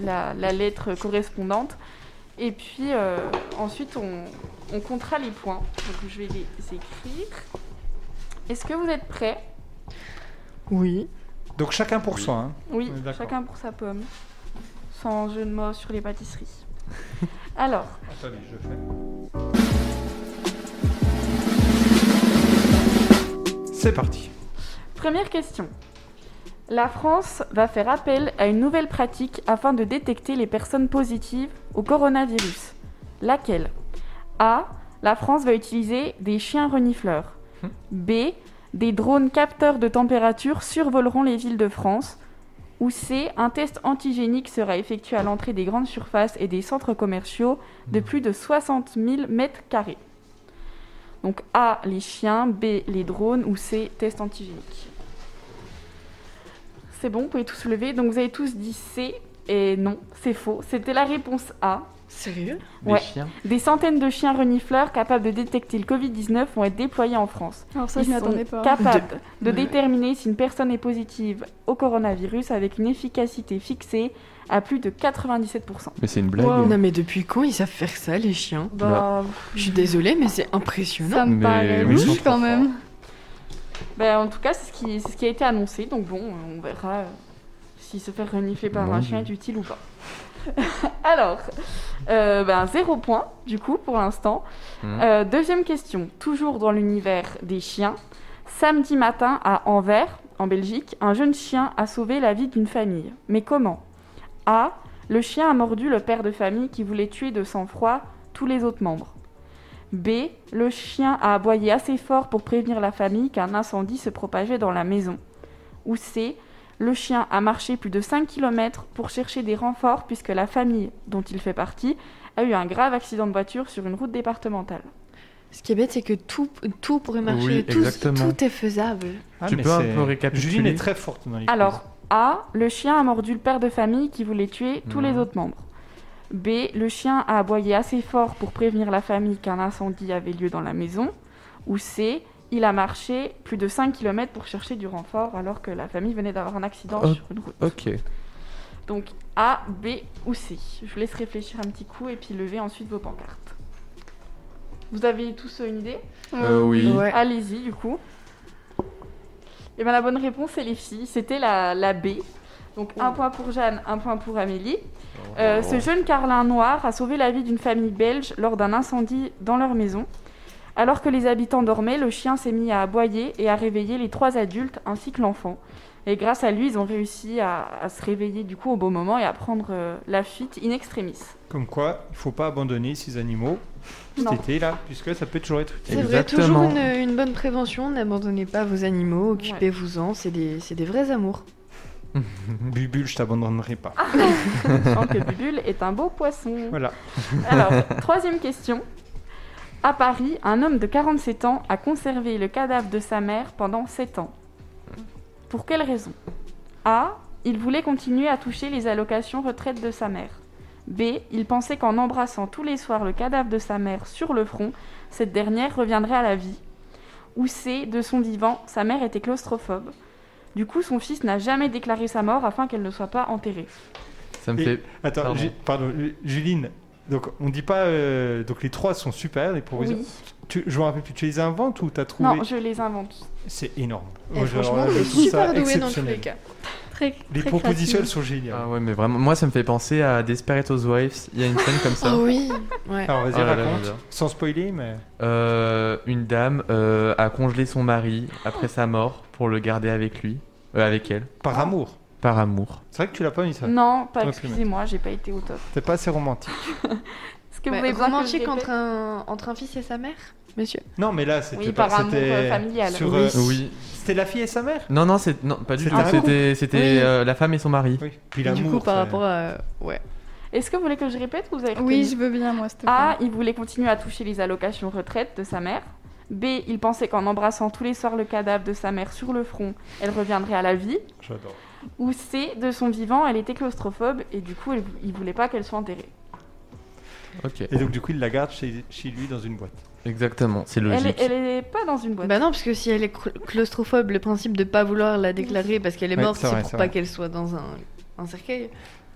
S2: la, la lettre correspondante. Et puis euh, ensuite, on, on comptera les points. Donc je vais les écrire. Est-ce que vous êtes prêts
S3: Oui.
S1: Donc chacun pour soi. hein.
S2: Oui,
S1: Oui, d'accord.
S2: chacun pour sa pomme. Sans jeu de mots sur les pâtisseries. Alors,
S1: Attendez, je fais. C'est parti.
S2: Première question. La France va faire appel à une nouvelle pratique afin de détecter les personnes positives au coronavirus. Laquelle A. La France va utiliser des chiens renifleurs.
S1: Hmm.
S2: B. Des drones capteurs de température survoleront les villes de France. Ou C. Un test antigénique sera effectué à l'entrée des grandes surfaces et des centres commerciaux de plus de 60 000 mètres carrés. Donc A, les chiens, B, les drones ou C, test antigénique. C'est bon, vous pouvez tous se lever. Donc vous avez tous dit C et non, c'est faux. C'était la réponse A.
S3: Sérieux
S4: Des
S2: Ouais.
S4: chiens.
S2: Des centaines de chiens renifleurs capables de détecter le Covid-19 vont être déployés en France.
S6: Alors ça,
S2: Ils
S6: je m'y
S2: sont
S6: attendais pas.
S2: capables de
S3: Ouais.
S2: déterminer si une personne est positive au coronavirus avec une efficacité fixée à plus de 97%.
S4: Mais c'est une blague.
S6: Wow.
S3: Non mais depuis quand ils savent faire ça les chiens
S2: Bah,
S3: Je suis désolée mais c'est impressionnant.
S6: Ça me
S4: Mais
S6: paraît
S4: oui, ils sont
S6: louche
S4: trop
S6: quand même.
S2: bah, en tout cas, c'est ce, qui, c'est ce qui a été annoncé. Donc bon, on verra euh, si se faire renifler par
S4: Mon
S2: un
S4: Dieu.
S2: chien est utile ou pas. Alors, euh, ben, zéro point du coup pour l'instant.
S4: Mhm.
S2: Euh, deuxième question, toujours dans l'univers des chiens. Samedi matin à Anvers, en Belgique, un jeune chien a sauvé la vie d'une famille. Mais comment A. Le chien a mordu le père de famille qui voulait tuer de sang-froid tous les autres membres. B. Le chien a aboyé assez fort pour prévenir la famille qu'un incendie se propageait dans la maison. Ou C. Le chien a marché plus de 5 km pour chercher des renforts puisque la famille dont il fait partie a eu un grave accident de voiture sur une route départementale.
S3: Ce qui est bête c'est que tout, tout pourrait marcher,
S4: Oui,
S3: tout,
S4: exactement.
S3: tout est faisable.
S1: Ah,
S4: Tu
S1: mais
S4: peux un
S1: c'est-
S4: peu récapituler
S1: Juline est très forte dans les
S2: Alors, A. Le chien a mordu le père de famille qui voulait tuer tous les
S4: Mhm.
S2: autres membres. B. Le chien a aboyé assez fort pour prévenir la famille qu'un incendie avait lieu dans la maison. Ou C. Il a marché plus de 5 km pour chercher du renfort alors que la famille venait d'avoir un accident
S4: Oh.
S2: sur une route.
S4: Ok.
S2: Donc A, B ou C. Je vous laisse réfléchir un petit coup et puis lever ensuite vos pancartes. Vous avez tous euh, une idée
S4: Euh, oui.
S3: Ouais.
S2: Allez-y, du coup. Et bien, la bonne réponse, c'est les filles. C'était la, la B. Donc, un point pour Jeanne, un point pour Amélie. Euh, ce jeune carlin noir a sauvé la vie d'une famille belge lors d'un incendie dans leur maison. Alors que les habitants dormaient, le chien s'est mis à aboyer et à réveiller les trois adultes ainsi que l'enfant. Et grâce à lui, ils ont réussi à, à se réveiller du coup au bon moment et à prendre euh, la fuite in extremis.
S1: Comme quoi, il faut pas abandonner ces animaux cet
S2: Non.
S1: été là, puisque ça peut toujours être utile.
S3: C'est vrai, toujours
S4: Exactement.
S3: une, une bonne prévention, n'abandonnez pas vos animaux, occupez-vous-en, c'est des, c'est des vrais amours.
S1: Bubule, je t'abandonnerai pas.
S2: Ah. Sachant que Bubule est un beau poisson.
S1: Voilà.
S2: Alors, troisième question. À Paris, un homme de 47 ans a conservé le cadavre de sa mère pendant 7 ans. Pour quelle raison A. Il voulait continuer à toucher les allocations retraite de sa mère. B. Il pensait qu'en embrassant tous les soirs le cadavre de sa mère sur le front, cette dernière reviendrait à la vie. Ou C. De son vivant, sa mère était claustrophobe. Du coup, son fils n'a jamais déclaré sa mort afin qu'elle ne soit pas enterrée.
S4: Ça me
S1: Et-
S4: fait.
S1: Attends,
S4: Pardon.
S1: Ju- pardon, Ju- Juline. Donc on dit pas. euh, donc les trois sont super les propositions.
S2: Oui.
S1: Tu, je me rappelle plus, tu les inventes ou t'as trouvé
S2: Non, je Eh, les invente.
S1: C'est énorme.
S3: Et
S1: Moi, je-
S3: franchement,
S1: je
S3: vous êtes
S1: trouve
S3: super
S1: ça
S3: doués dans tous
S1: exceptionnel.
S3: les cas.
S6: Très,
S1: Les
S6: très
S1: propositions, elles
S6: créative.
S1: sont géniales.
S4: Ah ouais, mais vraiment, moi ça me fait penser à Desperate Housewives. Il y a une scène comme ça.
S3: Oh oui ouais.
S1: Alors vas-y,
S4: Oh là là
S1: raconte.
S4: là là.
S1: Sans spoiler, mais.
S4: Euh, une dame euh, a congelé son mari après sa mort pour le garder avec lui, euh, avec elle,
S2: Ah.
S1: Par amour.
S4: par amour.
S1: C'est vrai que tu l'as pas mis ça.
S2: Non, pas
S1: Toi,
S2: excusez-moi, j'ai pas été au top.
S1: T'es pas assez romantique.
S2: Est-ce que
S3: Ouais,
S2: vous voulez vraiment que je
S3: romantique entre
S2: répète
S3: un, entre un fils et sa mère, monsieur
S1: Non, mais là, c'était
S2: Oui,
S1: pas-
S2: par amour,
S1: c'était
S2: euh, familial.
S1: Sur,
S2: Oui.
S1: euh,
S4: Oui.
S1: C'était la fille et sa mère.
S4: Non, non, c'est non, pas du
S1: C'était
S4: tout.
S1: un couple.
S4: C'était, c'était
S3: Oui.
S4: euh, la femme et son mari.
S1: Oui. Puis
S3: Du
S1: l'amour.
S3: coup, par
S1: c'est-
S3: rapport à... Ouais.
S2: Est-ce que vous voulez que je répète ou vous avez retenu
S6: Oui, je veux bien, moi, s'il te plaît.
S2: A, il voulait continuer à toucher les allocations retraite de sa mère. B, il pensait qu'en embrassant tous les soirs le cadavre de sa mère sur le front, elle reviendrait à la vie.
S1: J'adore.
S2: Ou C, de son vivant, elle était claustrophobe et du coup, elle- il voulait pas qu'elle soit enterrée.
S4: Ok,
S1: Et donc, du coup, il la garde chez, chez lui dans une boîte.
S4: exactement, c'est
S2: Elle,
S4: logique.
S2: est- elle est pas dans une boîte.
S3: Bah non, parce que si elle est cl- claustrophobe, le principe de pas vouloir la déclarer parce qu'elle est
S1: Ouais,
S3: morte,
S1: c'est
S3: c'est
S1: vrai,
S3: pour
S1: c'est
S3: pas
S1: vrai.
S3: qu'elle soit dans un, un cercueil.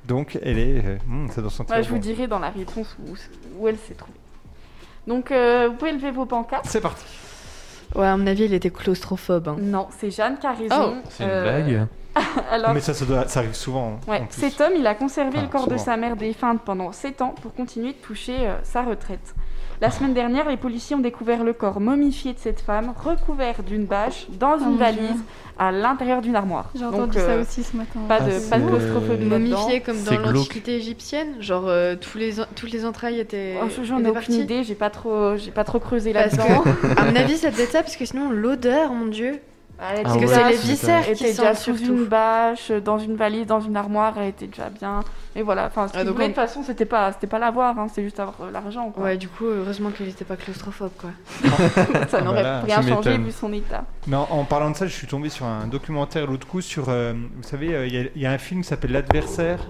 S1: Donc, elle est. euh, hmm, c'est dans son
S2: Bah, je vous
S1: tiroir.
S2: dirai dans la réponse où, où elle s'est trouvée. Donc, euh, vous pouvez lever vos pancartes.
S1: C'est parti.
S3: Ouais, à mon avis, elle était claustrophobe. hein.
S2: Non, c'est Jeanne qui a raison.
S4: Oh, C'est une
S2: Euh,
S4: blague.
S2: Alors,
S1: Mais ça, ça, doit- ça arrive souvent. hein,
S2: Ouais,
S1: en plus.
S2: cet homme, il a conservé
S1: Ah,
S2: le corps de
S1: souvent.
S2: sa mère défunte pendant 7 ans pour continuer de toucher euh, sa retraite. La semaine dernière, les policiers ont découvert le corps momifié de cette femme, recouvert d'une bâche,
S3: Oh
S2: dans
S6: mon
S2: une
S6: Dieu.
S2: valise, à l'intérieur d'une armoire.
S6: J'ai
S2: Donc,
S6: entendu ça
S2: euh,
S6: aussi ce matin.
S2: Pas
S4: Ah,
S2: de, pas de
S4: c'est-
S2: claustrophobie là-dedans.
S3: Momifiée comme dans
S4: C'est glauque.
S3: l'antiquité égyptienne, genre euh, tous les en- toutes les entrailles étaient.
S2: Oh, je- J'en ai
S3: étaient
S2: aucune
S3: parties.
S2: idée, j'ai pas trop, j'ai pas trop creusé
S3: Parce
S2: là-dedans.
S3: que, à mon avis, ça devait être ça parce que sinon l'odeur, mon dieu.
S2: Elle était
S3: Ah, Parce que
S4: ouais,
S3: c'est
S2: déjà-
S3: les
S4: tu
S3: viscères
S2: elle
S3: qui
S2: était
S3: sont
S2: déjà sous une
S3: surtout.
S2: bâche, euh, dans une valise, dans une armoire, elle était déjà bien. Et voilà, enfin, ce
S3: Ah,
S2: qu'il
S3: donc
S2: voulait,
S3: on-
S2: de toute façon, c'était pas, c'était pas l'avoir, hein, c'est juste avoir euh, l'argent. quoi.
S3: Ouais, du coup, heureusement qu'elle n'était pas claustrophobe, quoi.
S2: ça n'aurait
S1: Voilà,
S2: rien
S4: tu
S2: changé
S4: m'étonnes.
S2: vu son état.
S1: Mais en, en parlant de ça, je suis tombé sur un documentaire l'autre coup sur. euh, vous savez, euh, il y a- il y, a un film qui s'appelle L'adversaire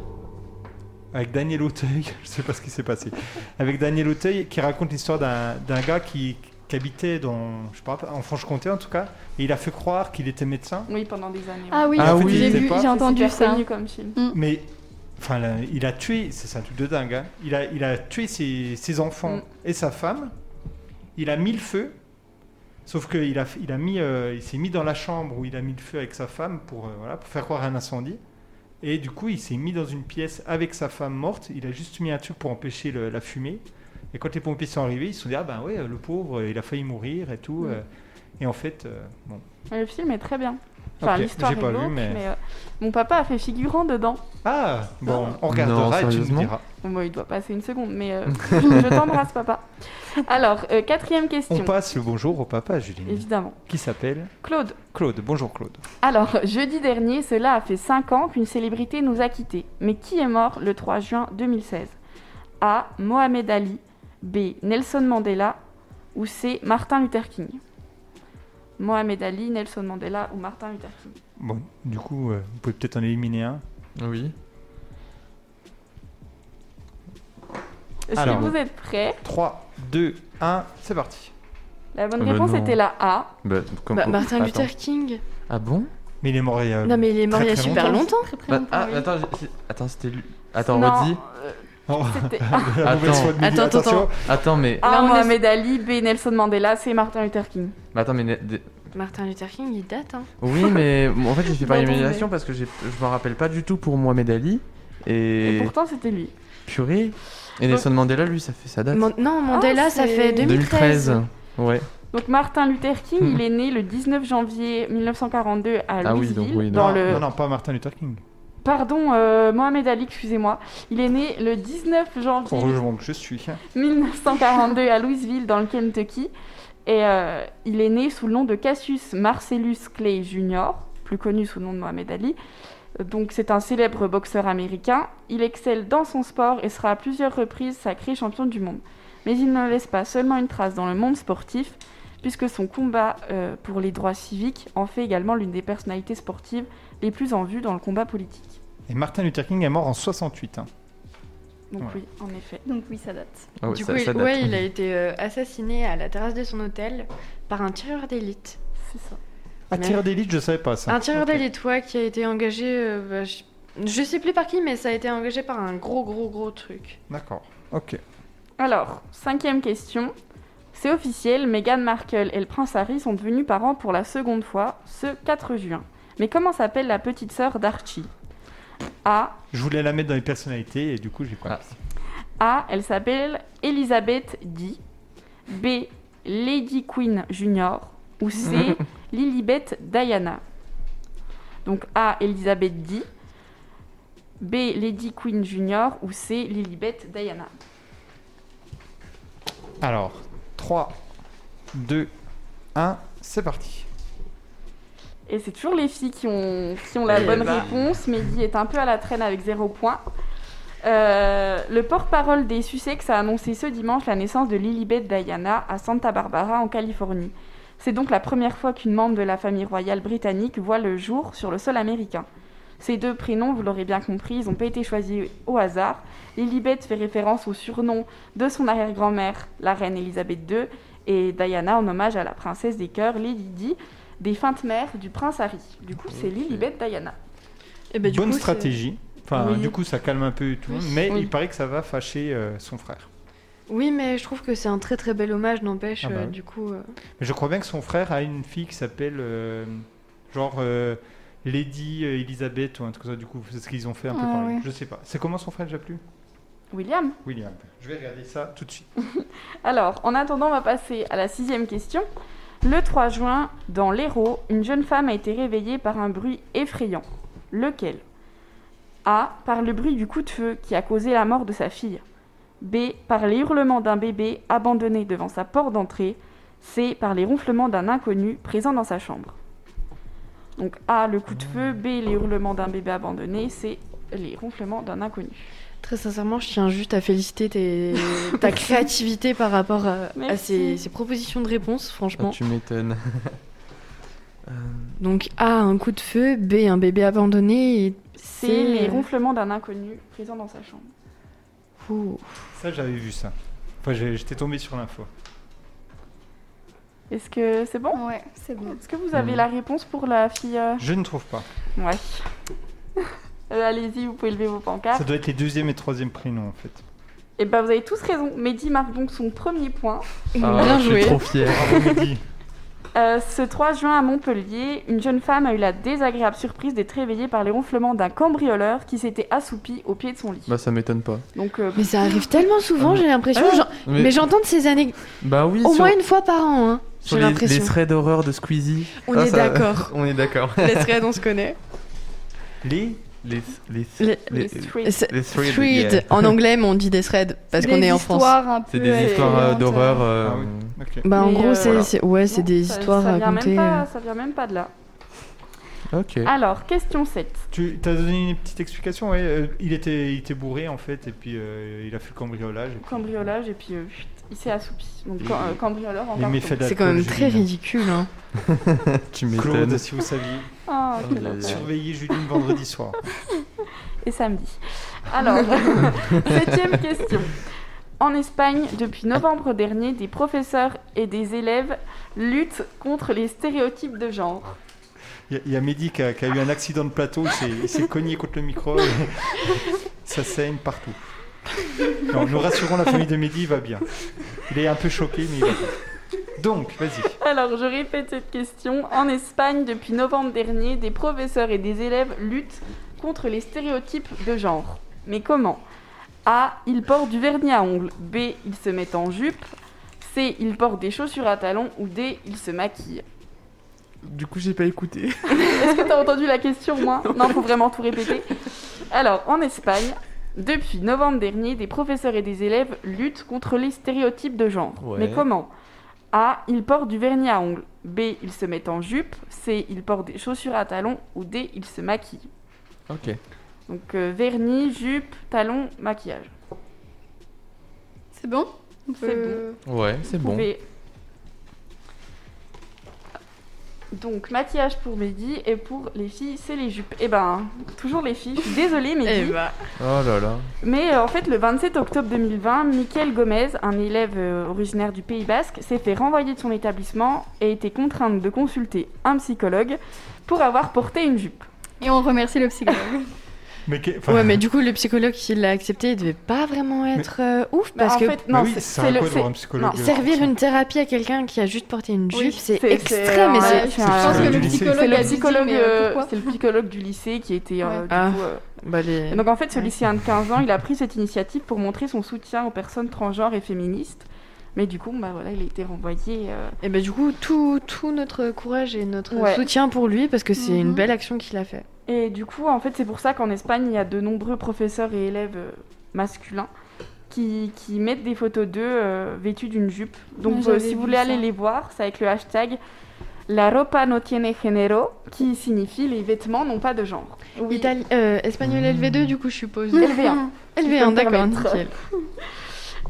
S1: avec Daniel Auteuil. je sais pas ce qui s'est passé. Avec Daniel Auteuil qui raconte l'histoire d'un d'un gars qui, qui habitait dans, je sais pas, en Franche-Comté en tout cas, et il a fait croire qu'il était médecin,
S2: Oui, pendant des années. ouais.
S6: Ah oui,
S1: Ah oui,
S6: j'ai
S1: c'était
S6: vu,
S1: pas-
S6: j'ai entendu
S2: C'est super
S6: ça.
S2: connu comme film.
S1: mais enfin, là, il a tué. C'est c'est un truc de dingue. hein. Il a, il a tué ses, ses enfants
S2: Mm.
S1: et sa femme. Il a mis le feu. Sauf qu'il a, il a mis, euh, il s'est mis dans la chambre où il a mis le feu avec sa femme pour, euh, voilà, pour faire croire à un incendie. Et du coup, il s'est mis dans une pièce avec sa femme morte. Il a juste mis un truc pour empêcher le- la fumée. Et quand les pompiers sont arrivés, ils se sont dit ah ben ouais, le pauvre, euh, il a failli mourir et tout. euh. Et en fait, euh, bon.
S2: Mais Le film est très bien. Enfin,
S1: Ok,
S2: l'histoire
S1: j'ai
S2: est
S1: pas vu,
S2: glauque,
S1: mais-
S2: mais... euh, mon papa a fait figurant dedans.
S1: Ah bon, on
S4: Non,
S1: regardera et tu nous
S4: sérieusement
S1: diras.
S2: Bon, bah, il doit passer une seconde, mais euh, je t'embrasse, papa. Alors, euh, quatrième
S1: On
S2: question.
S1: passe le bonjour au papa Julie,
S2: Évidemment.
S1: qui s'appelle
S2: Claude.
S1: Claude, bonjour Claude.
S2: Alors, jeudi dernier, cela a fait 5 ans qu'une célébrité nous a quittés. Mais qui est mort le 3 juin 2016 A. Mohamed Ali. B. Nelson Mandela. Ou C. Martin Luther King. Mohamed Ali, Nelson Mandela ou Martin Luther King.
S1: Bon, du coup, euh, vous pouvez peut-être en éliminer un.
S4: Oui.
S2: Est-ce
S1: Alors.
S2: que vous êtes prêts
S1: 3, 2, 1, c'est parti.
S2: La bonne
S4: Ah bah
S2: réponse
S4: non.
S2: était la A.
S4: Bah, comme-
S3: Bah,
S4: oh,
S3: Martin
S4: attends.
S3: Luther King.
S4: Ah bon
S1: Mais il est mort il y a...
S3: Non, mais il est mort
S1: Euh, très,
S3: il y a
S1: très
S3: super longtemps.
S6: Très, très
S4: Bah,
S6: longtemps,
S4: ah,
S6: oui.
S4: attends, j'ai- c'est- attends, c'était lui. Attends,
S2: Non,
S4: redis.
S2: euh,
S1: Oh,
S2: c'était
S1: la mauvaise
S4: Attends.
S1: foi de Mehdi,
S3: Attends, attends,
S1: attention.
S4: Attends, mais,
S2: A.
S3: Là, on est-
S2: Mohamed Ali, B. Nelson Mandela, C. Martin Luther King.
S4: mais attends, mais. ne- de-
S3: Martin Luther King, il date, hein.
S4: Oui, mais bon, en fait, j'ai fait par
S2: Non, non,
S4: élimination parce que j'ai- je m'en rappelle pas du tout pour Mohamed Ali.
S2: Et,
S4: Et.
S2: pourtant, c'était lui.
S4: Purée. Et Nelson Mandela, lui, ça fait sa date.
S3: Man- non, Mandela,
S2: Ah,
S3: ça
S2: c'est-
S3: fait 2013.
S4: Ouais.
S2: Donc, Martin Luther King,
S4: Hmm.
S2: il est né le 19 janvier 1942 à
S4: Ah oui,
S2: Louisville.
S4: donc oui,
S2: dans
S1: non,
S2: le...
S1: non, non, pas Martin Luther King.
S2: Pardon, euh, Mohamed Ali, excusez-moi. Il est né le 19 janvier
S1: Heureusement que je suis.
S2: 1942 à Louisville, dans le Kentucky. Et euh, il est né sous le nom de Cassius Marcellus Clay Jr., plus connu sous le nom de Mohamed Ali. Euh, Donc c'est un célèbre boxeur américain. Il excelle dans son sport et sera à plusieurs reprises sacré champion du monde. Mais il ne laisse pas seulement une trace dans le monde sportif, puisque son combat euh, pour les droits civiques en fait également l'une des personnalités sportives les plus en vue dans le combat politique.
S1: Et Martin Luther King est mort en 68. hein.
S2: Donc
S1: Ouais.
S2: oui, en effet.
S6: Donc oui, ça date.
S4: Ah ouais,
S3: du
S4: ça-
S3: coup,
S4: ça
S3: il,
S4: date.
S3: ouais, il a été euh, assassiné à la terrasse de son hôtel par un tireur d'élite.
S2: C'est ça.
S1: Ah,
S3: Mais-
S1: tireur d'élite, je savais pas ça.
S3: Un tireur
S1: Ok.
S3: d'élite, ouais, qui a été engagé. euh, bah, je... je sais plus par qui, mais ça a été engagé par un gros, gros, gros truc.
S1: D'accord, ok.
S2: Alors, cinquième question. C'est officiel, Meghan Markle et le prince Harry sont devenus parents pour la seconde fois, ce 4 juin. Mais comment s'appelle la petite sœur d'Archie A.
S1: Je voulais la mettre dans les personnalités et du coup, j'ai pas.
S2: A. Elle s'appelle Elizabeth Dee. B. Lady Queen Junior. Ou C. Lilibet Diana. Donc A. Elizabeth Dee. B. Lady Queen Junior. Ou C. Lilibet Diana.
S1: Alors, 3, 2, 1, c'est parti.
S2: Et c'est toujours les filles qui ont, qui ont la
S4: Eh
S2: bonne
S4: ben.
S2: réponse. Mehdi est un peu à la traîne avec zéro point. Euh, le porte-parole des Sussex a annoncé ce dimanche la naissance de Lilibet Diana à Santa Barbara en Californie. C'est donc la première fois qu'une membre de la famille royale britannique voit le jour sur le sol américain. Ces deux prénoms, vous l'aurez bien compris, ils n'ont pas été choisis au hasard. Lilibet fait référence au surnom de son arrière-grand-mère, la reine Elisabeth II, et Diana en hommage à la princesse des cœurs, Lady Di, des feintes mères du prince Harry. Du coup, c'est
S4: Ok.
S2: Lilibet Diana.
S3: Et ben, du
S1: Bonne
S3: coup, c'est-
S1: stratégie. Enfin,
S3: Oui.
S1: du coup, ça calme un peu tout le monde, mais
S2: Oui.
S1: il paraît que ça va fâcher euh, son frère.
S3: Oui, mais je trouve que c'est un très très bel hommage, n'empêche,
S1: Ah bah
S3: euh,
S1: oui.
S3: du coup. euh,
S1: Mais je crois bien que son frère a une fille qui s'appelle euh, genre euh, Lady euh, Elizabeth ou un truc comme ça. Du coup, c'est ce qu'ils ont fait un peu
S6: Ah,
S1: parler.
S6: ouais.
S1: Je sais pas. C'est comment son frère déjà plus
S2: William
S1: William. Je vais regarder ça tout de suite.
S2: Alors, en attendant, on va passer à la sixième question. Le 3 juin, dans l'Hérault, une jeune femme a été réveillée par un bruit effrayant. Lequel A. Par le bruit du coup de feu qui a causé la mort de sa fille. B. Par les hurlements d'un bébé abandonné devant sa porte d'entrée. C. Par les ronflements d'un inconnu présent dans sa chambre. Donc A. Le coup de feu. B. Les hurlements d'un bébé abandonné. C. Les ronflements d'un inconnu.
S3: Très sincèrement, je tiens juste à féliciter tes- ta créativité par rapport à, à
S2: Merci.
S3: ces, ces propositions de réponse,
S4: Ah,
S3: franchement.
S4: tu m'étonnes. Euh,
S3: Donc A, un coup de feu, B, un bébé abandonné, et
S2: C.
S3: C,
S2: Les
S3: euh,
S2: ronflements d'un inconnu présent dans sa chambre.
S3: Ouh.
S1: Ça, j'avais vu ça. Enfin, j'ai- j'étais tombé sur l'info.
S2: Est-ce que c'est bon
S6: Ouais, c'est bon.
S2: Est-ce que vous avez
S1: Mm.
S4: Mhm.
S2: la réponse pour la fille euh
S1: Je ne trouve pas.
S2: Ouais. Euh, Allez-y, vous pouvez lever vos pancartes.
S1: Ça doit être les deuxième et troisième prénoms en fait.
S2: Et ben vous avez tous raison. Mehdi marque donc son premier point.
S4: ah,
S3: bien
S4: Je
S3: joué.
S4: suis trop fier.
S1: Bravo Mehdi.
S2: Euh, ce 3 juin à Montpellier, une jeune femme a eu la désagréable surprise d'être réveillée par les ronflements d'un cambrioleur qui s'était assoupi au pied de son lit.
S4: Bah ça m'étonne pas.
S2: Donc euh,
S3: Mais ça arrive tellement souvent, j'ai l'impression.
S4: Ah.
S3: j'en- Mais, j'entends de ces années
S4: bah oui.
S3: au
S4: sur-
S3: moins une fois par an, hein,
S4: sur
S3: j'ai
S4: les, les
S3: l'impression.
S4: threads d'horreur de Squeezie.
S3: On
S4: Ah,
S3: est
S4: ça-
S3: d'accord.
S4: On est d'accord.
S3: Les threads, on se connaît.
S1: Les
S4: Les les
S3: Les-
S2: les
S4: les,
S2: streets.
S4: les threads.
S3: Thread.
S4: yeah.
S3: En anglais, mais on dit des threads parce qu'on
S6: Des
S3: est en France.
S6: histoires un
S4: C'est
S6: peu
S4: des histoires euh,
S6: effrayantes.
S4: d'horreur. euh,
S1: Ah oui. Ok.
S3: Bah, en
S2: Mais,
S3: gros,
S2: euh,
S3: c'est
S2: voilà.
S3: c'est- ouais, c'est
S2: Non,
S3: des
S2: ça-
S3: histoires
S2: ça vient même
S3: racontées.
S2: pas-
S3: euh.
S2: ça vient même pas de là.
S3: Ah
S4: Ok.
S2: Alors, question 7.
S1: Tu as donné une petite explication. Ouais. euh, il était il était bourré en fait et puis euh, il a fait le cambriolage. et puis-
S2: Cambriolage et puis euh, chut, il s'est assoupi. Donc cam- euh, cambrioleur en
S1: Les méfaits
S3: C'est quand même
S1: d'alcool,
S3: très
S1: Juline.
S3: ridicule. hein.
S4: Tu
S1: Claude,
S4: m'étonnes.
S1: si vous saviez,
S2: Ah,
S4: Oh
S2: quel
S4: là là.
S2: enfer.
S1: surveillez Juline vendredi soir.
S2: et samedi. Alors, septième question. En Espagne, depuis novembre dernier, des professeurs et des élèves luttent contre les stéréotypes de genre.
S1: Il y, a- il y a Mehdi qui a, qui a eu un accident de plateau, il s'est- il s'est cogné contre le micro, et ça saigne partout. Non, nous rassurons, la famille de Mehdi il va bien. Il est un peu choqué, mais il va bien. Donc, vas-y.
S2: Alors, je répète cette question. En Espagne, depuis novembre dernier, des professeurs et des élèves luttent contre les stéréotypes de genre. Mais comment A. Ils portent du vernis à ongles. B. Ils se mettent en jupe. C. Ils portent des chaussures à talons. Ou D. Ils se maquillent.
S4: Du coup j'ai pas écouté.
S2: Est-ce que t'as entendu la question, moi Non, faut vraiment tout répéter. Alors, en Espagne, depuis novembre dernier, des professeurs et des élèves luttent contre les stéréotypes de genre.
S4: Ouais.
S2: Mais comment A. Ils portent du vernis à ongles. B. Ils se mettent en jupe. C. Ils portent des chaussures à talons. Ou D. Ils se maquillent.
S4: Ok.
S2: Donc, euh, vernis, jupe, talons, maquillage.
S6: C'est bon On
S2: C'est
S6: peut-
S4: Ouais c'est
S2: Vous
S4: bon.
S2: pouvez- Donc, maquillage pour Mehdi et pour les filles, c'est les jupes. Eh ben, toujours les filles. Je suis désolée, Mehdi.
S3: Eh bah.
S4: Oh là là.
S2: Mais euh, en fait, le 27 octobre 2020, Michael Gomez, un élève euh, originaire du Pays Basque, s'est fait renvoyer de son établissement et était contraint de consulter un psychologue pour avoir porté une jupe.
S6: Et on remercie le psychologue.
S1: Mais que- enfin,
S3: Ouais, mais du coup, le psychologue, s'il l'a accepté, il devait pas vraiment être euh, ouf
S2: Bah,
S3: parce
S2: en
S3: que
S2: fait,
S1: mais
S2: non,
S1: oui,
S2: c'est-
S1: ça
S2: c'est
S1: sert à
S2: le-
S1: quoi
S2: c'est-
S1: d'avoir un psychologue
S2: non,
S1: euh,
S3: servir une thérapie à quelqu'un qui a juste porté une jupe,
S6: Oui,
S3: c'est
S2: c'est- euh,
S3: extrême.
S2: c'est
S3: Mais
S2: un-
S3: c'est.
S6: je pense que
S1: du
S6: le
S1: lycée.
S6: psychologue
S2: c'est le
S6: a dit,
S2: psychologue,
S6: mais, euh,
S2: euh,
S6: pourquoi
S2: c'est le psychologue du lycée qui était euh,
S6: Ouais.
S2: du
S3: Ah.
S2: coup, euh,
S3: Bah, les-
S2: Et Donc en fait, ce
S3: Ouais.
S2: lycéen de 15 ans, il a pris cette initiative pour montrer son soutien aux personnes transgenres et féministes. Mais du coup, bah voilà, il a été renvoyé. euh,
S3: Et bah, du coup, tout, tout notre courage et notre
S2: Ouais.
S3: soutien pour lui parce que c'est une
S6: Mhm.
S3: belle action qu'il a fait.
S2: Et du coup, en fait, c'est pour ça qu'en Espagne, il y a de nombreux professeurs et élèves euh, masculins qui, qui mettent des photos d'eux euh, vêtus d'une jupe. Donc,
S6: Ouais,
S2: euh,
S6: j'avais
S2: si vous
S6: vu
S2: voulez aller
S6: ça.
S2: les voir, c'est avec le hashtag La ropa no tiene género, qui signifie les vêtements n'ont pas de genre. Oui.
S3: Itali- euh,
S1: Mhm.
S3: espagnol LV2, du coup, je suppose.
S2: LV1.
S3: LV1, d'accord,
S2: permettre.
S3: nickel.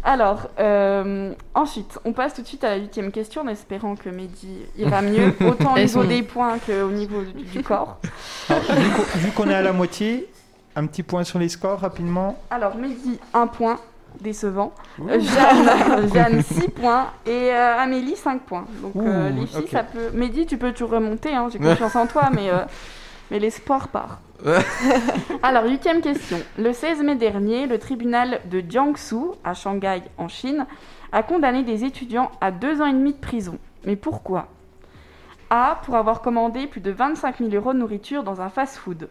S2: Alors, euh, ensuite, on passe tout de suite à la huitième question en espérant que Mehdi ira mieux, autant au
S3: Et
S2: niveau
S3: son-
S2: des points qu'au niveau du, du corps.
S1: Alors, vu qu'on- vu qu'on est à la moitié, un petit point sur les scores rapidement.
S2: Alors, Mehdi, un point, décevant. Euh, Jeanne, Jeanne, 6 points. Et euh, Amélie, 5 points. Donc, euh,
S1: Ouh,
S2: les filles,
S1: ok.
S2: ça peut. Mehdi, tu peux toujours remonter, hein, j'ai confiance en toi, mais, euh, mais l'espoir part. Alors, huitième question. Le 16 mai dernier, le tribunal de Jiangsu, à Shanghai, en Chine, a condamné des étudiants à deux ans et demi de prison. Mais pourquoi A. Pour avoir commandé plus de 25 000 euros de nourriture dans un fast-food.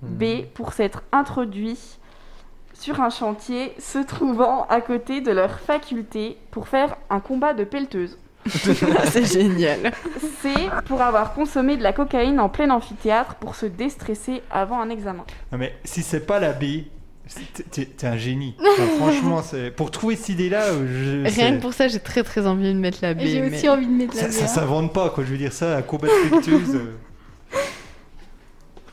S2: B. Pour s'être introduit sur un chantier se trouvant à côté de leur faculté pour faire un combat de pelleteuse.
S9: C'est génial.
S2: C. Pour avoir consommé de la cocaïne en plein amphithéâtre pour se déstresser avant un examen.
S1: Non, mais si c'est pas la B, c'est- t'es- t'es t'es un génie. Enfin, franchement, c'est- pour trouver cette idée-là, euh, je,
S3: Rien
S1: c'est-
S3: que pour ça, j'ai très très envie de mettre la B.
S6: J'ai
S3: mais-
S6: aussi envie de mettre la
S1: ça, ça
S6: bière.
S1: s'invente pas, quoi. Je veux dire ça, à combat de fructueuse, euh.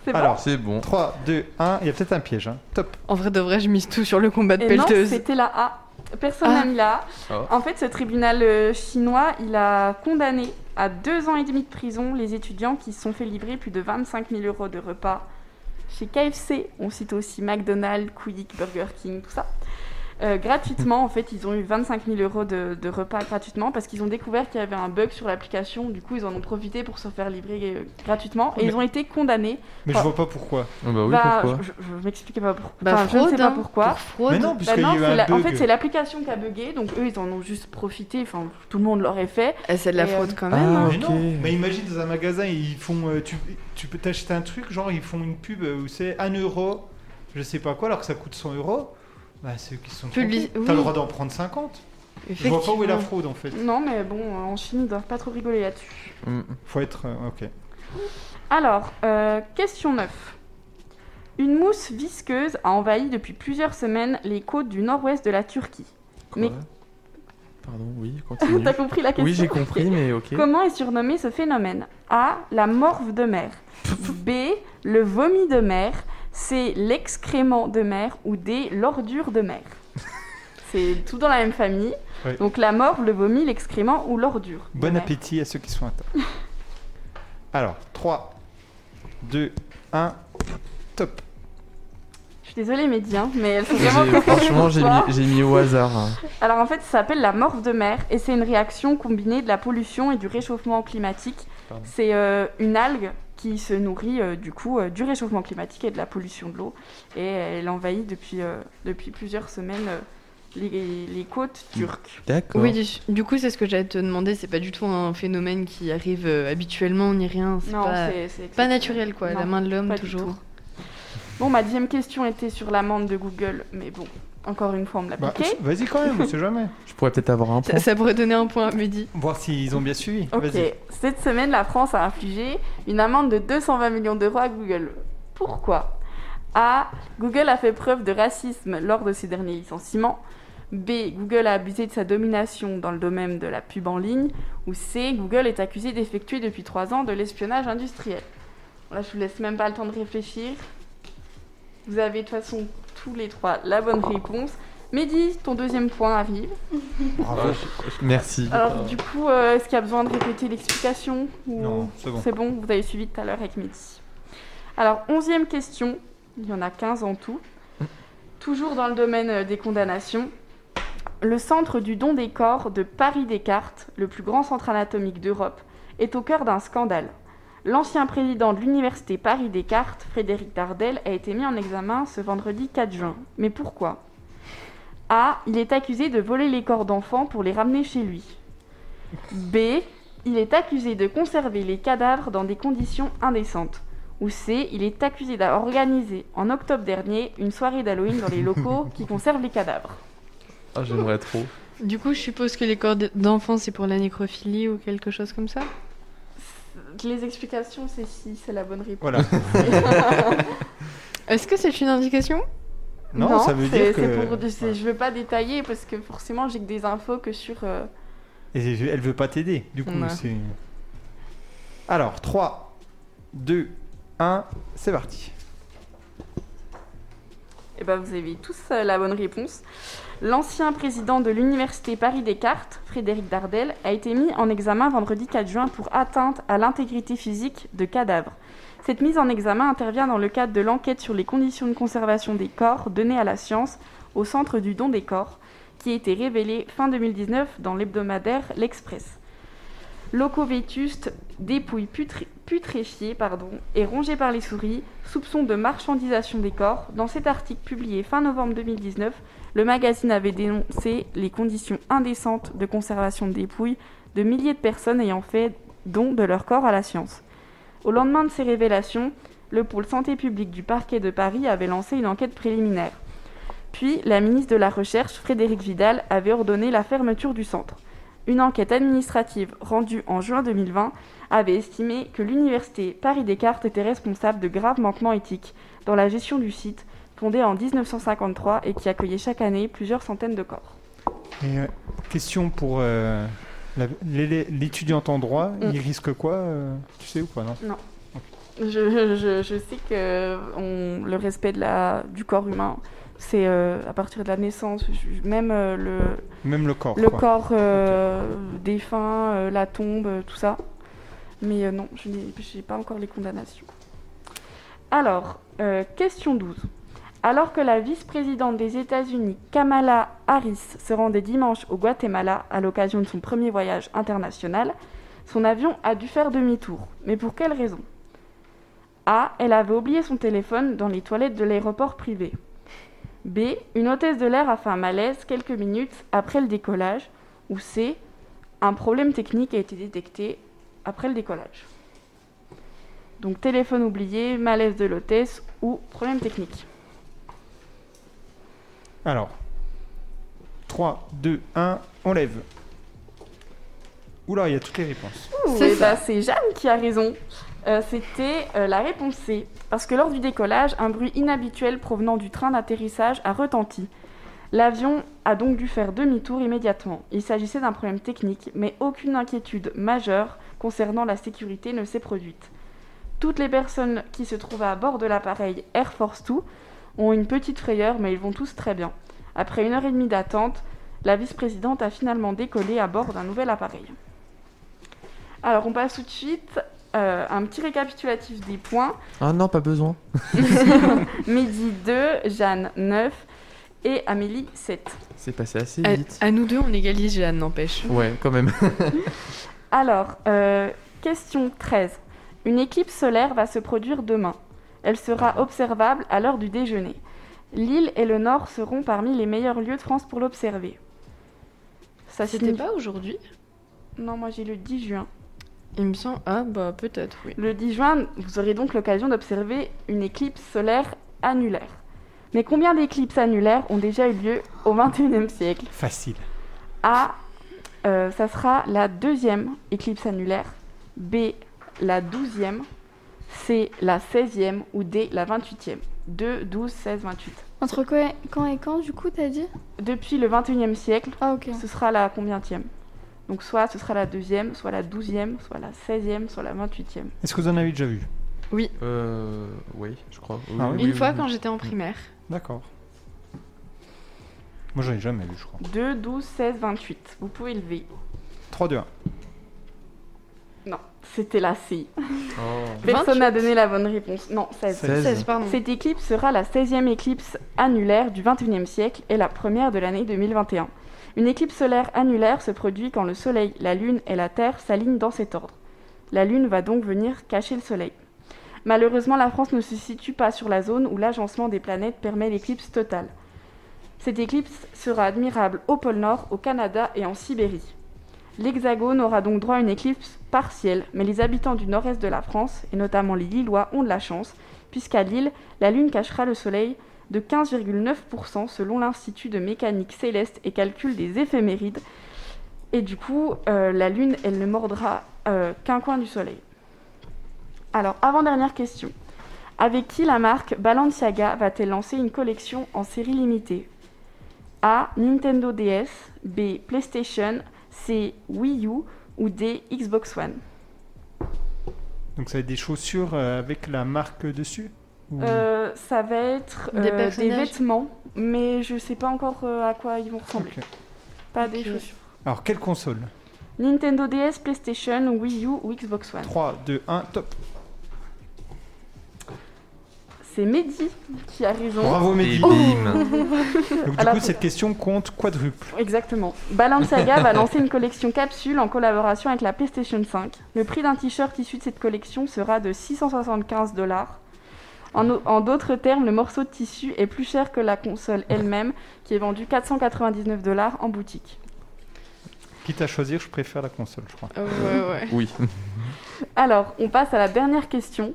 S2: C'est bon.
S1: Alors,
S4: C'est bon.
S1: 3, 2, 1, il y a peut-être un piège. hein. Top.
S3: En vrai, de vrai, je mise tout sur le combat de
S2: Et non,
S3: pelleteuse.
S2: c'était la A. Personne n'a
S3: Ah.
S2: mis la A.
S4: Oh.
S2: En fait, ce tribunal euh, chinois, il a condamné à deux ans et demi de prison les étudiants qui se sont fait livrer plus de 25 000 euros de repas chez KFC. On cite aussi McDonald's, Quick, Burger King, tout ça. Euh, gratuitement, en fait, ils ont eu 25 000 euros de, de repas gratuitement parce qu'ils ont découvert qu'il y avait un bug sur l'application. Du coup, ils en ont profité pour se faire livrer euh, gratuitement et
S1: Mais-
S2: ils ont été condamnés.
S1: Mais je vois pas pourquoi.
S4: Ah bah oui,
S2: Bah,
S4: pourquoi
S2: je, je- je m'expliquais pas pourquoi.
S3: Bah,
S2: je ne sais
S3: fraude,
S2: pas
S3: hein.
S2: pourquoi.
S3: Pour fraude.
S1: Mais non,
S2: Bah
S1: puisqu'il y
S2: non,
S1: a eu
S2: c'est
S1: un
S2: la- en
S1: bug.
S2: fait, c'est l'application qui a bugué, donc eux, ils en ont juste profité. Enfin, tout le monde l'aurait fait.
S3: Eh, c'est de la
S2: Et, euh,
S3: fraude quand
S4: Ah,
S3: même. hein.
S1: Mais
S4: Ok.
S1: non, mais imagine dans un magasin, ils font, euh, tu, tu peux t'acheter un truc, genre ils font une pub euh, où c'est 1 euro, je sais pas quoi, alors que ça coûte 100 euros. Bah, ceux qui se sont
S3: Publi-
S1: trompés,
S3: oui.
S1: t'as le droit d'en prendre 50. Ah, Je vois pas où est la fraude en fait.
S2: Non, mais bon, euh, en Chine, ils doivent pas trop rigoler là-dessus.
S4: Mm.
S1: Faut être. euh, ok.
S2: Alors, euh, question 9. Une mousse visqueuse a envahi depuis plusieurs semaines les côtes du nord-ouest de la Turquie.
S4: Quoi
S2: Mais-
S4: Pardon, oui, continue.
S2: T'as compris la question
S4: oui, j'ai compris, mais ok.
S2: Comment est surnommé ce phénomène A. La morve de mer. B. Le vomi de mer. C. L'excrément de mer. Ou D. L'ordure de mer. C'est tout dans la même famille.
S1: Oui.
S2: Donc la morve, le vomi, l'excrément ou l'ordure. de
S1: Bon
S2: mer.
S1: appétit à ceux qui sont à table. alors, 3, 2, 1, top.
S2: Je suis désolée, Mehdi, hein, mais elles sont
S4: J'ai-
S2: vraiment préparées
S4: Franchement,
S2: pour
S4: j'ai
S2: toi.
S4: mis, j'ai mis au hasard. hein.
S2: Alors en fait, ça s'appelle la morve de mer et c'est une réaction combinée de la pollution et du réchauffement climatique.
S4: Pardon.
S2: C'est euh, une algue qui se nourrit euh, du coup euh, du réchauffement climatique et de la pollution de l'eau et elle envahit depuis, euh, depuis plusieurs semaines euh, les, les côtes turques.
S4: D'accord.
S3: Oui, du, du coup, c'est ce que j'allais te demander. C'est pas du tout un phénomène qui arrive euh, habituellement ni rien. C'est
S2: Non,
S3: pas,
S2: c'est c'est
S3: pas
S2: exceptionnel.
S3: naturel, quoi.
S2: Non,
S3: la main de l'homme,
S2: pas du
S3: toujours.
S2: tout. Bon, ma deuxième question était sur l'amende de Google, mais bon, encore une fois, on me l'a
S1: Bah,
S2: piqué.
S1: Vas-y quand même, on sait jamais.
S4: Je pourrais peut-être avoir un point.
S3: Ça, ça pourrait donner un point à Mehdi.
S1: Voir s'ils ont bien suivi.
S2: Ok,
S1: Vas-y.
S2: cette semaine, la France a infligé une amende de 220 millions d'euros à Google. Pourquoi A. Google a fait preuve de racisme lors de ses derniers licenciements. B. Google a abusé de sa domination dans le domaine de la pub en ligne. Ou C. Google est accusé d'effectuer depuis trois ans de l'espionnage industriel. Là, je vous laisse même pas le temps de réfléchir. Vous avez de toute façon tous les trois la bonne réponse. Mehdi, ton deuxième point arrive.
S1: Bravo.
S4: Ah, Merci.
S2: Alors, du coup, euh, est-ce qu'il y a besoin de répéter l'explication ou-
S1: Non, c'est bon.
S2: c'est bon, vous avez suivi tout à l'heure avec Mehdi. Alors, onzième question, il y en a 15 en tout. Toujours dans le domaine euh, des condamnations, le centre du don des corps de Paris-Descartes, le plus grand centre anatomique d'Europe, est au cœur d'un scandale. L'ancien président de l'université Paris-Descartes, Frédéric Dardel, a été mis en examen ce vendredi 4 juin. Mais pourquoi A. Il est accusé de voler les corps d'enfants pour les ramener chez lui. B. Il est accusé de conserver les cadavres dans des conditions indécentes. Ou C, il est accusé d'avoir organisé en octobre dernier une soirée d'Halloween dans les locaux qui conservent les cadavres.
S4: Ah, j'aimerais trop.
S3: Du coup, je suppose que les corps d- d'enfants, c'est pour la nécrophilie ou quelque chose comme ça
S2: Les explications, c'est si c'est la bonne réponse.
S1: Voilà.
S3: Est-ce que c'est une indication
S1: Non, ça veut
S2: c'est-
S1: dire
S2: c'est
S1: que-
S2: pour du- c'est-
S1: Ouais.
S2: Je veux pas détailler parce que forcément j'ai que des infos que sur. euh,
S1: Et je- elle veut pas t'aider. Du coup,
S3: Ouais.
S1: c'est. Alors, 3, 2, 1, c'est parti.
S2: Eh ben, vous avez tous euh, la bonne réponse. L'ancien président de l'université Paris-Descartes, Frédéric Dardel, a été mis en examen vendredi 4 juin pour atteinte à l'intégrité physique de cadavres. Cette mise en examen intervient dans le cadre de l'enquête sur les conditions de conservation des corps donnée à la science au Centre du don des corps, qui a été révélée fin 2019 dans l'hebdomadaire L'Express. Locaux vétustes, dépouilles putri- putréfiées pardon, et rongées par les souris, soupçon de marchandisation des corps. Dans cet article publié fin novembre 2019, le magazine avait dénoncé les conditions indécentes de conservation de dépouilles de milliers de personnes ayant fait don de leur corps à la science. Au lendemain de ces révélations, le pôle santé publique du parquet de Paris avait lancé une enquête préliminaire. Puis, la ministre de la Recherche, Frédérique Vidal, avait ordonné la fermeture du centre. Une enquête administrative rendue en juin 2020 avait estimé que l'université Paris-Descartes était responsable de graves manquements éthiques dans la gestion du site, fondé en 1953 et qui accueillait chaque année plusieurs centaines de corps.
S1: Et, euh, question pour euh, la- l'élé- l'étudiante en droit,
S2: Mm.
S1: il risque quoi euh, Tu sais ou pas non
S2: Non. Je, je- je sais que on- le respect de la, du corps humain, c'est euh, à partir de la naissance, je- même euh, le,
S1: Même le corps.
S2: le
S1: quoi.
S2: corps euh, défunt, euh, la tombe, euh, tout ça. Mais euh, non, je n'ai j'ai pas encore les condamnations. Alors, euh, question 12. Alors que la vice-présidente des États-Unis, Kamala Harris, se rendait dimanche au Guatemala à l'occasion de son premier voyage international, son avion a dû faire demi-tour. Mais pour quelle raison A. Elle avait oublié son téléphone dans les toilettes de l'aéroport privé. B. Une hôtesse de l'air a fait un malaise quelques minutes après le décollage. Ou C. Un problème technique a été détecté après le décollage. Donc téléphone oublié, malaise de l'hôtesse ou problème technique.
S1: Alors, 3, 2, 1, on lève. Oula, il y a toutes les réponses.
S2: C'est bah, c'est Jeanne qui a raison. Euh, C'était euh, la réponse C. Parce que lors du décollage, un bruit inhabituel provenant du train d'atterrissage a retenti. L'avion a donc dû faire demi-tour immédiatement. Il s'agissait d'un problème technique, mais aucune inquiétude majeure concernant la sécurité ne s'est produite. Toutes les personnes qui se trouvaient à bord de l'appareil Air Force 2 ont une petite frayeur, mais ils vont tous très bien. Après une heure et demie d'attente, la vice-présidente a finalement décollé à bord d'un nouvel appareil. Alors, on passe tout de suite euh, un petit récapitulatif des points.
S4: Ah non, pas besoin.
S2: Mehdi 2, Jeanne 9 et Amélie 7.
S4: C'est passé assez
S2: Euh,
S3: À,
S4: vite.
S3: à nous deux, on égalise, Jeanne, n'empêche.
S2: Bah,
S4: Ouais, quand même.
S2: Alors, euh, question 13. Une équipe solaire va se produire demain. Elle sera observable à l'heure du déjeuner. L'île et le nord seront parmi les meilleurs lieux de France pour l'observer. Ça
S3: C'était
S2: signifie...
S3: pas aujourd'hui
S2: Non, moi j'ai le 10 juin.
S3: Il me semble. Ah, bah peut-être, oui.
S2: Le 10 juin, vous aurez donc l'occasion d'observer une éclipse solaire annulaire. Mais combien d'éclipses annulaires ont déjà eu lieu au XXIe siècle
S1: Facile.
S2: A, euh, ça sera la deuxième éclipse annulaire. B, la douzième. C, la seizième. Ou D, la vingt-huitième. 2, 12, 16, 28.
S6: Entre quoi- quand et quand, du coup, t'as dit
S2: Depuis le XXIe siècle,
S6: Ah, ok.
S2: ce sera la combientième Donc soit ce sera la deuxième, soit la douzième, soit la seizième, soit la vingt-huitième.
S1: Est-ce que vous en avez déjà vu
S4: Euh. Oui, je crois. Oui,
S1: Ah oui
S4: oui,
S3: Une
S4: oui,
S3: fois,
S4: oui.
S3: quand j'étais en primaire.
S1: D'accord. Moi, j'en ai jamais vu, je crois.
S2: 2, 12, 16, 28. Vous pouvez lever.
S1: 3, 2, 1.
S2: Non, c'était la C.
S4: Oh.
S2: Personne n'a
S3: 28.
S2: donné la bonne réponse. Non, 16.
S4: 16.
S3: 16, pardon.
S2: Cette éclipse sera la 16e éclipse annulaire du 21e siècle et la première de l'année 2021. Une éclipse solaire annulaire se produit quand le Soleil, la Lune et la Terre s'alignent dans cet ordre. La Lune va donc venir cacher le Soleil. Malheureusement, la France ne se situe pas sur la zone où l'agencement des planètes permet l'éclipse totale. Cette éclipse sera admirable au pôle Nord, au Canada et en Sibérie. L'Hexagone aura donc droit à une éclipse partielle, mais les habitants du nord-est de la France, et notamment les Lillois, ont de la chance, puisqu'à Lille, la Lune cachera le Soleil de 15,9% selon l'Institut de mécanique céleste et calcul des éphémérides. Et du coup, euh, la Lune, elle ne mordra euh, qu'un coin du Soleil. Alors, avant-dernière question. Avec qui la marque Balenciaga va-t-elle lancer une collection en série limitée A. Nintendo DS B. PlayStation C. Wii U ou D. Xbox One
S1: Donc, ça va être des chaussures euh, avec la marque dessus ou-
S2: Euh, ça va être
S3: Mm. Des
S2: euh, des,
S3: personnages
S2: vêtements, mais je sais pas encore euh, à quoi ils vont ressembler.
S1: Ok.
S2: Pas des
S3: Ok.
S2: chaussures.
S1: Alors, quelle console
S2: Nintendo DS, PlayStation, Wii U ou Xbox One.
S1: 3, 2, 1, top.
S2: C'est Mehdi qui a raison.
S1: Bravo,
S4: Et
S1: Mehdi.
S4: bim
S2: Oh.
S1: Donc, du
S2: Alors-
S1: coup, cette question compte quadruple.
S2: Exactement. Balan Saga va lancer une collection capsule en collaboration avec la PlayStation 5. Le prix d'un t-shirt issu de cette collection sera de 675 dollars. En, o- en d'autres termes, le morceau de tissu est plus cher que la console elle-même, qui est vendue 499 dollars en boutique.
S1: Quitte à choisir, je préfère la console, je crois.
S3: Oh, Ouais, ouais.
S4: Oui.
S2: Alors, on passe à la dernière question.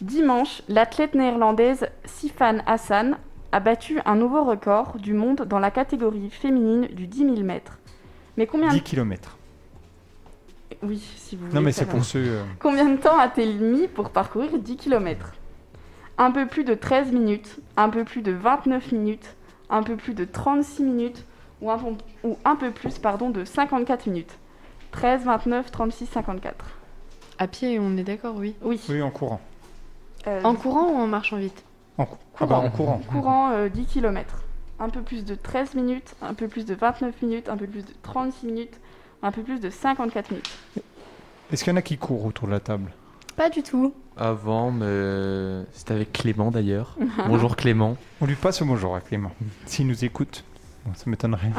S2: Dimanche, l'athlète néerlandaise Sifan Hassan a battu un nouveau record du monde dans la catégorie féminine du 10 000 mètres. Mais combien
S1: 10 km.
S2: Oui, si vous voulez.
S1: Non, mais
S2: faire
S1: c'est
S2: un-
S1: pour ceux. euh,
S2: Combien de temps a-t-il mis pour parcourir 10 km Un peu plus de 13 minutes, un peu plus de 29 minutes, un peu plus de 36 minutes ou un, pon- ou un peu plus pardon, de 54 minutes. 13, 29, 36, 54.
S3: À pied, on est d'accord, oui.
S2: Oui.
S1: Oui, en courant.
S2: euh,
S3: En courant ou en marchant vite
S1: En cou- Ah bah, en courant.
S2: courant euh, 10 km. Un peu plus de 13 minutes, un peu plus de 29 minutes, un peu plus de 36 minutes, un peu plus de 54 minutes.
S1: Est-ce qu'il y en a qui courent autour de la table
S6: Pas du tout.
S4: Avant, mais euh, c'était avec Clément d'ailleurs. Bonjour Clément.
S1: On lui passe le bonjour à Clément. S'il nous écoute, bon, ça m'étonnerait.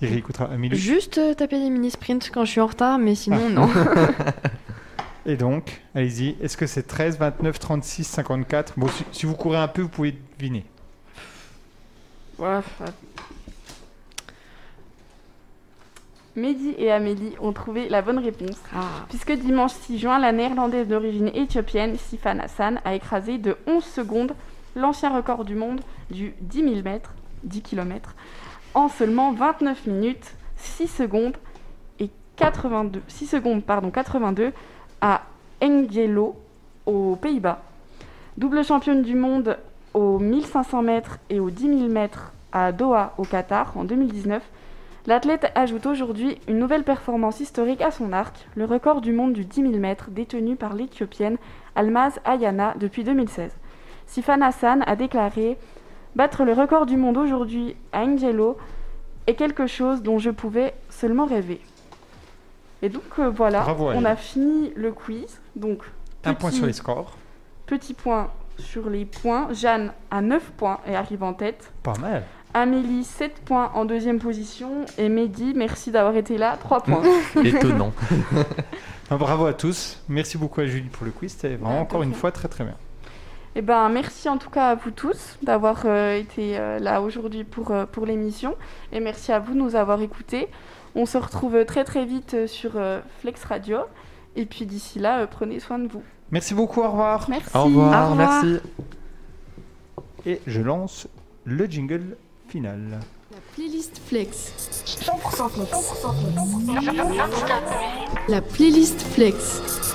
S1: Il réécoutera à mille.
S3: Juste euh, taper des mini-sprints quand je suis en retard, mais sinon, non.
S1: Et donc, allez-y, est-ce que c'est 13, 29, 36, 54 Bon, si, si vous courez un peu, vous pouvez deviner.
S2: Voilà. Mehdi et Amélie ont trouvé la bonne réponse.
S3: Ah.
S2: Puisque dimanche 6 juin, la néerlandaise d'origine éthiopienne Sifan Hassan a écrasé de 11 secondes l'ancien record du monde du 10 000 mètres, 10 km, en seulement 29 minutes, 6 secondes et 82, 6 secondes, pardon, 82 à Engelo, aux Pays-Bas. Double championne du monde aux 1500 mètres et aux 10 000 mètres à Doha, au Qatar, en 2019, L'athlète ajoute aujourd'hui une nouvelle performance historique à son arc, le record du monde du 10 000 mètres détenu par l'Éthiopienne Almaz Ayana depuis 2016. Sifan Hassan a déclaré Battre le record du monde aujourd'hui à Angelo est quelque chose dont je pouvais seulement rêver. Et donc euh, voilà,
S1: Bravo à
S2: on
S1: elle.
S2: a fini le quiz. Donc,
S1: Un point
S2: petit-
S1: sur les scores.
S2: Petit point sur les points. Jeanne a 9 points et arrive en tête.
S1: Pas mal.
S2: Amélie, 7 points en deuxième position. Et Mehdi, merci d'avoir été là, 3 points.
S4: Étonnant.
S1: Ah, bravo à tous. Merci beaucoup à Julie pour le quiz. C'était vraiment
S2: Ouais,
S1: encore
S2: de
S1: une
S2: rien.
S1: fois très très bien.
S2: et ben, merci en tout cas à vous tous d'avoir euh, été euh, là aujourd'hui pour, euh, pour l'émission. Et merci à vous de nous avoir écoutés. On se retrouve très très vite euh, sur euh, Flex Radio. Et puis d'ici là, euh, prenez soin de vous.
S1: Merci beaucoup, au revoir.
S2: Merci.
S4: Au revoir,
S3: Au revoir.
S4: merci.
S1: Et je lance le jingle final.
S9: La playlist flex. 100% flex. La playlist flex.